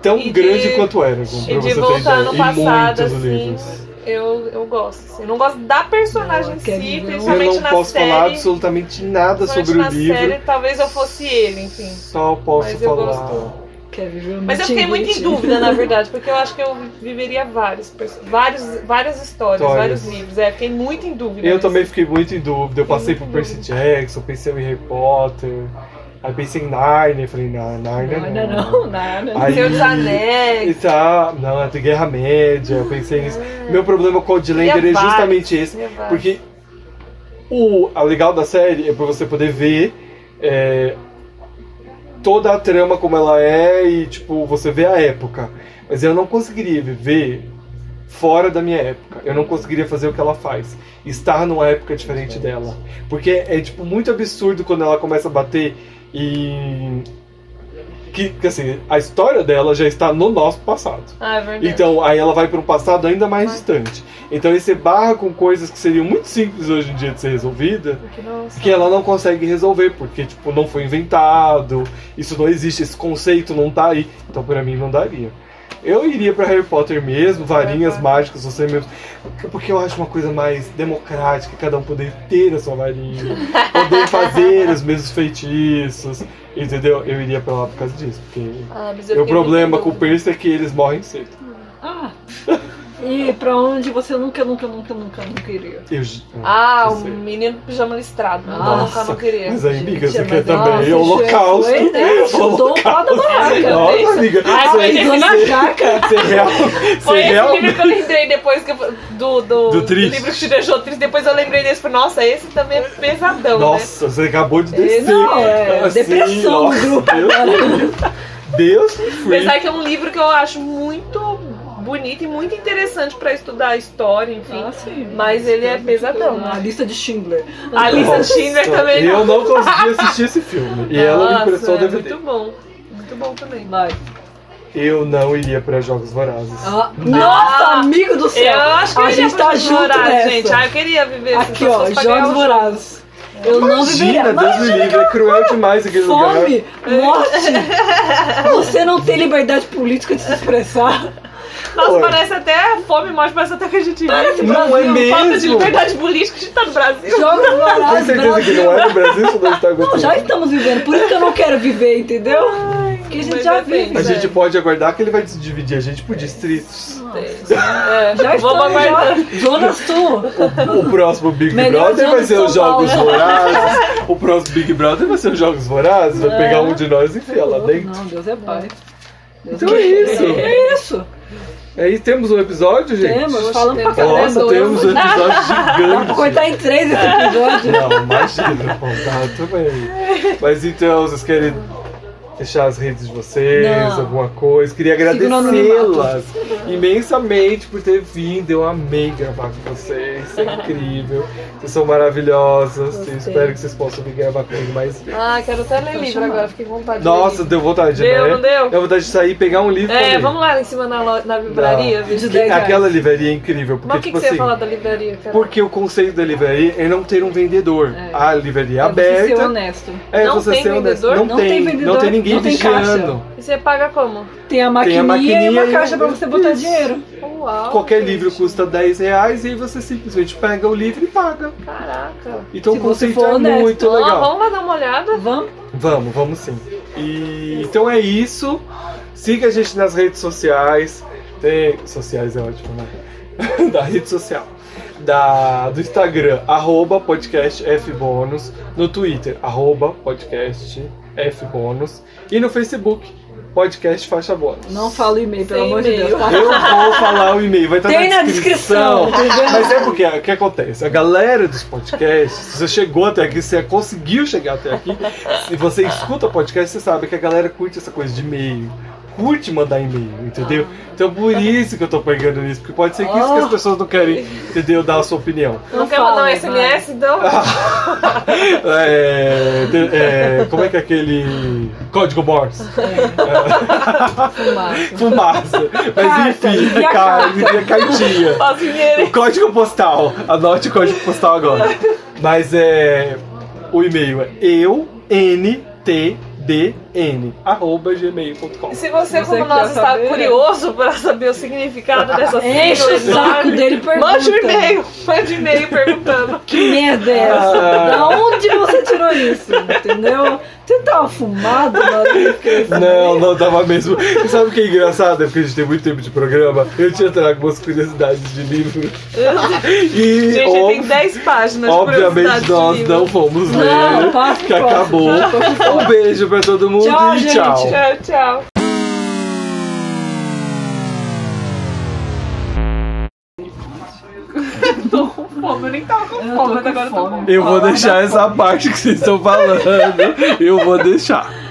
[SPEAKER 1] Tão
[SPEAKER 3] E de-
[SPEAKER 1] grande quanto era, pra
[SPEAKER 3] e de
[SPEAKER 1] você ter
[SPEAKER 3] voltar
[SPEAKER 1] ideia.
[SPEAKER 3] no
[SPEAKER 1] E
[SPEAKER 3] passado,
[SPEAKER 1] muitos
[SPEAKER 3] assim,
[SPEAKER 1] livros.
[SPEAKER 3] Eu, eu gosto. Assim. Eu não gosto da personagem
[SPEAKER 2] Não,
[SPEAKER 3] em
[SPEAKER 2] quero
[SPEAKER 3] si,
[SPEAKER 2] ver.
[SPEAKER 1] Eu
[SPEAKER 3] principalmente
[SPEAKER 1] não
[SPEAKER 3] na
[SPEAKER 1] posso
[SPEAKER 3] série.
[SPEAKER 1] falar absolutamente nada
[SPEAKER 3] principalmente
[SPEAKER 1] sobre o
[SPEAKER 3] na
[SPEAKER 1] livro.
[SPEAKER 3] série, talvez eu fosse ele, enfim.
[SPEAKER 1] Só posso
[SPEAKER 3] Mas eu
[SPEAKER 1] falar.
[SPEAKER 3] gosto.
[SPEAKER 2] Quer viver um
[SPEAKER 3] Mas eu fiquei muito em dúvida, na verdade, porque eu acho que eu viveria vários, perso- vários várias histórias,
[SPEAKER 1] Histórias.
[SPEAKER 3] vários livros. É, fiquei muito em dúvida.
[SPEAKER 1] Eu
[SPEAKER 3] nisso.
[SPEAKER 1] também fiquei muito em dúvida. Eu passei por
[SPEAKER 3] muito
[SPEAKER 1] Percy Jackson, pensei em Harry Potter. Aí pensei em Narnia. Falei, não, Narnia
[SPEAKER 2] Não, não,
[SPEAKER 1] não.
[SPEAKER 2] não, nada.
[SPEAKER 1] Aí-
[SPEAKER 3] Senhor dos
[SPEAKER 1] E
[SPEAKER 3] Anéis.
[SPEAKER 1] tá, não, é de Guerra-média, eu pensei nisso. Meu problema com o Outlander Ah. é
[SPEAKER 3] Ia vários,
[SPEAKER 1] justamente esse,
[SPEAKER 3] ia vários.
[SPEAKER 1] porque o a legal da série é pra você poder ver é, toda a trama como ela é e, tipo, você vê a época. Mas eu não conseguiria viver fora da minha época. Eu não conseguiria fazer o que ela faz. Estar numa época diferente dela. Porque é, tipo, muito absurdo quando ela começa a bater em... Que, que, assim, a história dela já está no nosso passado.
[SPEAKER 3] Ah, é verdade.
[SPEAKER 1] Então, aí ela vai para um passado ainda mais distante. Então, aí você barra com coisas que seriam muito simples hoje em dia de ser resolvida,
[SPEAKER 3] Porque, nossa.
[SPEAKER 1] que ela não consegue resolver, porque, tipo, não foi inventado, isso não existe, esse conceito não tá aí. Então, pra mim, não daria. Eu iria pra Harry Potter mesmo, varinhas
[SPEAKER 3] Potter.
[SPEAKER 1] mágicas, você mesmo. Porque eu acho uma coisa mais democrática, cada um poder ter a sua varinha, poder fazer os mesmos feitiços, entendeu? Eu iria pra lá por causa disso, porque.
[SPEAKER 3] Ah, mas eu
[SPEAKER 1] Meu
[SPEAKER 3] fiquei muito
[SPEAKER 1] problema
[SPEAKER 3] em
[SPEAKER 1] com é o
[SPEAKER 3] dúvida.
[SPEAKER 1] Percy é que eles morrem cedo.
[SPEAKER 2] Ah, e pra onde você nunca, nunca, nunca, nunca, nunca iria?
[SPEAKER 1] Eu,
[SPEAKER 3] Ah,
[SPEAKER 1] eu
[SPEAKER 3] o
[SPEAKER 1] sei.
[SPEAKER 3] menino do pijama listrado. Ah, Não,
[SPEAKER 2] Nossa,
[SPEAKER 3] não, não queria.
[SPEAKER 1] Mas é aí, amiga, você
[SPEAKER 2] Gente,
[SPEAKER 1] quer
[SPEAKER 2] mas nossa,
[SPEAKER 1] também é um
[SPEAKER 2] já
[SPEAKER 1] holocausto. É um
[SPEAKER 2] Foi, né? Chutou o pau da barraca. é
[SPEAKER 1] Nossa, amiga,
[SPEAKER 3] Ai,
[SPEAKER 1] você-
[SPEAKER 3] mas esse
[SPEAKER 2] Pisou na
[SPEAKER 3] livro-
[SPEAKER 2] jaca.
[SPEAKER 1] você real-
[SPEAKER 3] Foi
[SPEAKER 1] você
[SPEAKER 3] esse
[SPEAKER 1] real-
[SPEAKER 3] livro que eu lembrei depois que eu- do, do,
[SPEAKER 1] Do Triste.
[SPEAKER 3] livro que te deixou triste. Depois eu lembrei desse e falei, nossa, esse também é pesadão, né?
[SPEAKER 1] Nossa, você acabou de descer.
[SPEAKER 2] Não, é
[SPEAKER 1] Assim,
[SPEAKER 2] depressão
[SPEAKER 1] nossa,
[SPEAKER 2] do grupo
[SPEAKER 1] Deus, me livre. Deus me free.
[SPEAKER 3] Apesar que é um livro que eu acho muito bonito e muito interessante pra estudar a história, enfim.
[SPEAKER 2] Ah, sim.
[SPEAKER 3] Mas ele é pesadão.
[SPEAKER 2] A lista de Schindler.
[SPEAKER 3] A lista
[SPEAKER 1] Nossa,
[SPEAKER 3] de Schindler também
[SPEAKER 1] Eu não consegui assistir esse filme. E ela me
[SPEAKER 3] Nossa,
[SPEAKER 1] emprestou o
[SPEAKER 3] é
[SPEAKER 1] DVD.
[SPEAKER 3] muito bom. Muito
[SPEAKER 1] bom também.
[SPEAKER 2] Vai.
[SPEAKER 1] Eu não iria pra Jogos Vorazes.
[SPEAKER 2] Ah, Nossa, amigo do céu!
[SPEAKER 3] Ah, Eu acho que
[SPEAKER 2] a
[SPEAKER 3] eu ia
[SPEAKER 2] gente
[SPEAKER 3] pra
[SPEAKER 2] tá
[SPEAKER 3] Jogos
[SPEAKER 2] junto
[SPEAKER 3] Vorazes,
[SPEAKER 2] nessa.
[SPEAKER 3] gente. Ah, eu queria viver
[SPEAKER 2] Aqui,
[SPEAKER 3] se
[SPEAKER 2] ó,
[SPEAKER 3] fosse pra ganhar
[SPEAKER 2] Jogos
[SPEAKER 3] um-
[SPEAKER 2] Vorazes. Eu não
[SPEAKER 1] Imagina,
[SPEAKER 2] viveria.
[SPEAKER 1] Deus me livre, é cruel demais aquele lugar.
[SPEAKER 2] Fome, morte. Você não tem liberdade política de se expressar.
[SPEAKER 3] Nossa,
[SPEAKER 1] Oi.
[SPEAKER 3] parece até fome, mas parece até que a gente vive.
[SPEAKER 1] Não é
[SPEAKER 3] Falta de
[SPEAKER 1] mesmo?
[SPEAKER 3] liberdade política, a gente tá no Brasil.
[SPEAKER 2] Jogos
[SPEAKER 1] Tem
[SPEAKER 2] Vorazes,
[SPEAKER 1] certeza que
[SPEAKER 2] Brasil.
[SPEAKER 1] não é no Brasil? Isso não está
[SPEAKER 2] Não, já
[SPEAKER 1] acontecendo.
[SPEAKER 2] estamos vivendo, por isso que eu não quero viver, entendeu? Porque a gente
[SPEAKER 3] mas
[SPEAKER 2] já
[SPEAKER 3] depende.
[SPEAKER 2] vive.
[SPEAKER 1] A
[SPEAKER 3] Mas
[SPEAKER 1] gente
[SPEAKER 3] é.
[SPEAKER 1] pode aguardar que ele vai se dividir a gente por distritos.
[SPEAKER 3] É,
[SPEAKER 2] Já
[SPEAKER 3] vamos
[SPEAKER 2] estamos já.
[SPEAKER 3] aguardar.
[SPEAKER 2] Zona Sul.
[SPEAKER 1] O próximo Big
[SPEAKER 2] Melhor
[SPEAKER 1] Brother
[SPEAKER 2] jogo
[SPEAKER 1] vai
[SPEAKER 2] de
[SPEAKER 1] ser os
[SPEAKER 2] São Paulo.
[SPEAKER 1] Jogos Vorazes. O próximo Big Brother vai ser os Jogos Vorazes. Vai pegar um de nós e enfiar lá dentro.
[SPEAKER 2] Não, Deus é pai. Deus
[SPEAKER 1] Então é isso.
[SPEAKER 2] É isso.
[SPEAKER 1] Aí temos um episódio, gente?
[SPEAKER 2] Temos, falando pra
[SPEAKER 4] temos.
[SPEAKER 2] caramba.
[SPEAKER 4] Nossa,
[SPEAKER 1] Nossa, temos um episódio
[SPEAKER 2] Dá pra
[SPEAKER 1] gigante.
[SPEAKER 2] cortar em três esse episódio.
[SPEAKER 1] Não, imagina, pô, tá, tudo bem. Mas então, vocês querem deixar as redes de vocês,
[SPEAKER 2] Não.
[SPEAKER 1] alguma coisa? Queria
[SPEAKER 2] Siga no
[SPEAKER 1] agradecê-las imensamente por ter vindo. Eu amei gravar com vocês, é incrível. Vocês são maravilhosas. Eu espero que vocês possam vir gravar comigo mais vezes.
[SPEAKER 3] Ah, quero até ler livro agora, fiquei com vontade. de ler
[SPEAKER 1] Nossa,
[SPEAKER 3] livro.
[SPEAKER 1] deu vontade,
[SPEAKER 3] Deu,
[SPEAKER 1] né?
[SPEAKER 3] não deu?
[SPEAKER 1] Deu vontade de sair e pegar um livro. pra
[SPEAKER 3] É,
[SPEAKER 1] ler.
[SPEAKER 3] vamos lá em cima na, lo- na livraria.
[SPEAKER 1] Não.
[SPEAKER 3] ver se
[SPEAKER 2] De dez
[SPEAKER 3] tem.
[SPEAKER 1] Aquela livraria é incrível, porque
[SPEAKER 3] Mas o que,
[SPEAKER 1] tipo
[SPEAKER 3] que você
[SPEAKER 1] assim.
[SPEAKER 3] ia falar da livraria, cara?
[SPEAKER 1] Porque o conceito da livraria é não ter um vendedor.
[SPEAKER 2] É.
[SPEAKER 1] A livraria é
[SPEAKER 2] É você ser
[SPEAKER 1] aberta.
[SPEAKER 2] honesto.
[SPEAKER 1] É,
[SPEAKER 3] Não
[SPEAKER 1] você
[SPEAKER 3] tem
[SPEAKER 1] ser honesto.
[SPEAKER 3] vendedor?
[SPEAKER 1] Não, tem, Não tem ninguém
[SPEAKER 2] não tem
[SPEAKER 1] vigiando.
[SPEAKER 3] E você paga como?
[SPEAKER 2] Tem a maquininha, e
[SPEAKER 1] maquininha
[SPEAKER 2] uma
[SPEAKER 1] e- um-
[SPEAKER 2] caixa pra você botar
[SPEAKER 1] Isso.
[SPEAKER 2] dinheiro.
[SPEAKER 3] Uau!
[SPEAKER 1] Qualquer
[SPEAKER 3] gente.
[SPEAKER 1] livro custa 10 reais e aí você simplesmente pega o livro e paga.
[SPEAKER 3] Caraca!
[SPEAKER 1] Então
[SPEAKER 2] Se
[SPEAKER 1] o
[SPEAKER 2] você
[SPEAKER 1] conceito
[SPEAKER 2] for
[SPEAKER 1] é
[SPEAKER 2] honesto.
[SPEAKER 1] muito
[SPEAKER 3] Ó,
[SPEAKER 1] legal.
[SPEAKER 3] vamos lá dar uma olhada.
[SPEAKER 2] Vamos?
[SPEAKER 1] Vamos, vamos sim. E então é isso. Siga a gente nas redes sociais. Tem... Sociais é ótimo, né? da rede social. Da... Do Instagram, arroba podcastfbonus. No Twitter, arroba podcastfbonus. E no Facebook, podcast faixa bônus.
[SPEAKER 2] Não fala o e-mail, pelo
[SPEAKER 3] Sem
[SPEAKER 2] amor de Deus.
[SPEAKER 3] e-mail.
[SPEAKER 2] tá?
[SPEAKER 1] Eu vou falar o e-mail, vai estar
[SPEAKER 2] Tem
[SPEAKER 1] na
[SPEAKER 2] na
[SPEAKER 1] descrição.
[SPEAKER 2] descrição, entendeu?
[SPEAKER 1] Mas é porque o que acontece? A galera dos podcasts, se você chegou até aqui, se você conseguiu chegar até aqui, se você escuta podcast, você sabe que a galera curte essa coisa de e-mail. Curte mandar e-mail, entendeu? Então por isso que eu tô pegando nisso, porque pode ser que isso que
[SPEAKER 2] Oh.
[SPEAKER 1] as pessoas não querem, entendeu? Dar a sua opinião.
[SPEAKER 3] Não,
[SPEAKER 2] tá? Não
[SPEAKER 3] quer
[SPEAKER 2] fala,
[SPEAKER 3] mandar um
[SPEAKER 2] vai.
[SPEAKER 3] SMS, então?
[SPEAKER 1] É, de- é, como é que é aquele. Código Morse?
[SPEAKER 2] Fumaça.
[SPEAKER 1] Fumaça. Mas
[SPEAKER 2] Carta,
[SPEAKER 1] enfim,
[SPEAKER 2] envia
[SPEAKER 1] carta, envia cartinha.
[SPEAKER 3] Fala dinheiro.
[SPEAKER 1] O código postal. Anote o código postal agora. Mas é. O e-mail é eunntdn arroba gmail.com.
[SPEAKER 3] E Se você,
[SPEAKER 2] Você
[SPEAKER 3] como
[SPEAKER 2] que
[SPEAKER 3] nós,
[SPEAKER 2] quer
[SPEAKER 3] está
[SPEAKER 2] saber.
[SPEAKER 3] curioso para saber o significado dessa
[SPEAKER 2] Enche o saco dele e pergunta.
[SPEAKER 3] Mande um e-mail, mande um e-mail perguntando.
[SPEAKER 2] Que merda é
[SPEAKER 1] Ah.
[SPEAKER 2] essa? Da onde você tirou isso? Entendeu? Você tava fumado, mano.
[SPEAKER 1] Não, não tava mesmo. E sabe o que é engraçado? É porque a gente tem muito tempo de programa. Eu tinha trago umas curiosidades de livro. E
[SPEAKER 3] Gente,
[SPEAKER 1] ob-
[SPEAKER 3] tem 10 páginas
[SPEAKER 1] obviamente
[SPEAKER 3] de curiosidade
[SPEAKER 1] nós
[SPEAKER 3] de livro.
[SPEAKER 1] não fomos ler.
[SPEAKER 2] Não, passa
[SPEAKER 1] que
[SPEAKER 2] pro próximo.
[SPEAKER 1] acabou. Um beijo pra todo mundo
[SPEAKER 2] Tchau,
[SPEAKER 1] e
[SPEAKER 2] gente.
[SPEAKER 1] tchau.
[SPEAKER 3] Tchau, tchau.
[SPEAKER 4] Tô com fome, eu nem tava com fome, mas agora eu tô com
[SPEAKER 2] fome.
[SPEAKER 1] Eu vou deixar essa parte que vocês estão falando. Eu vou deixar.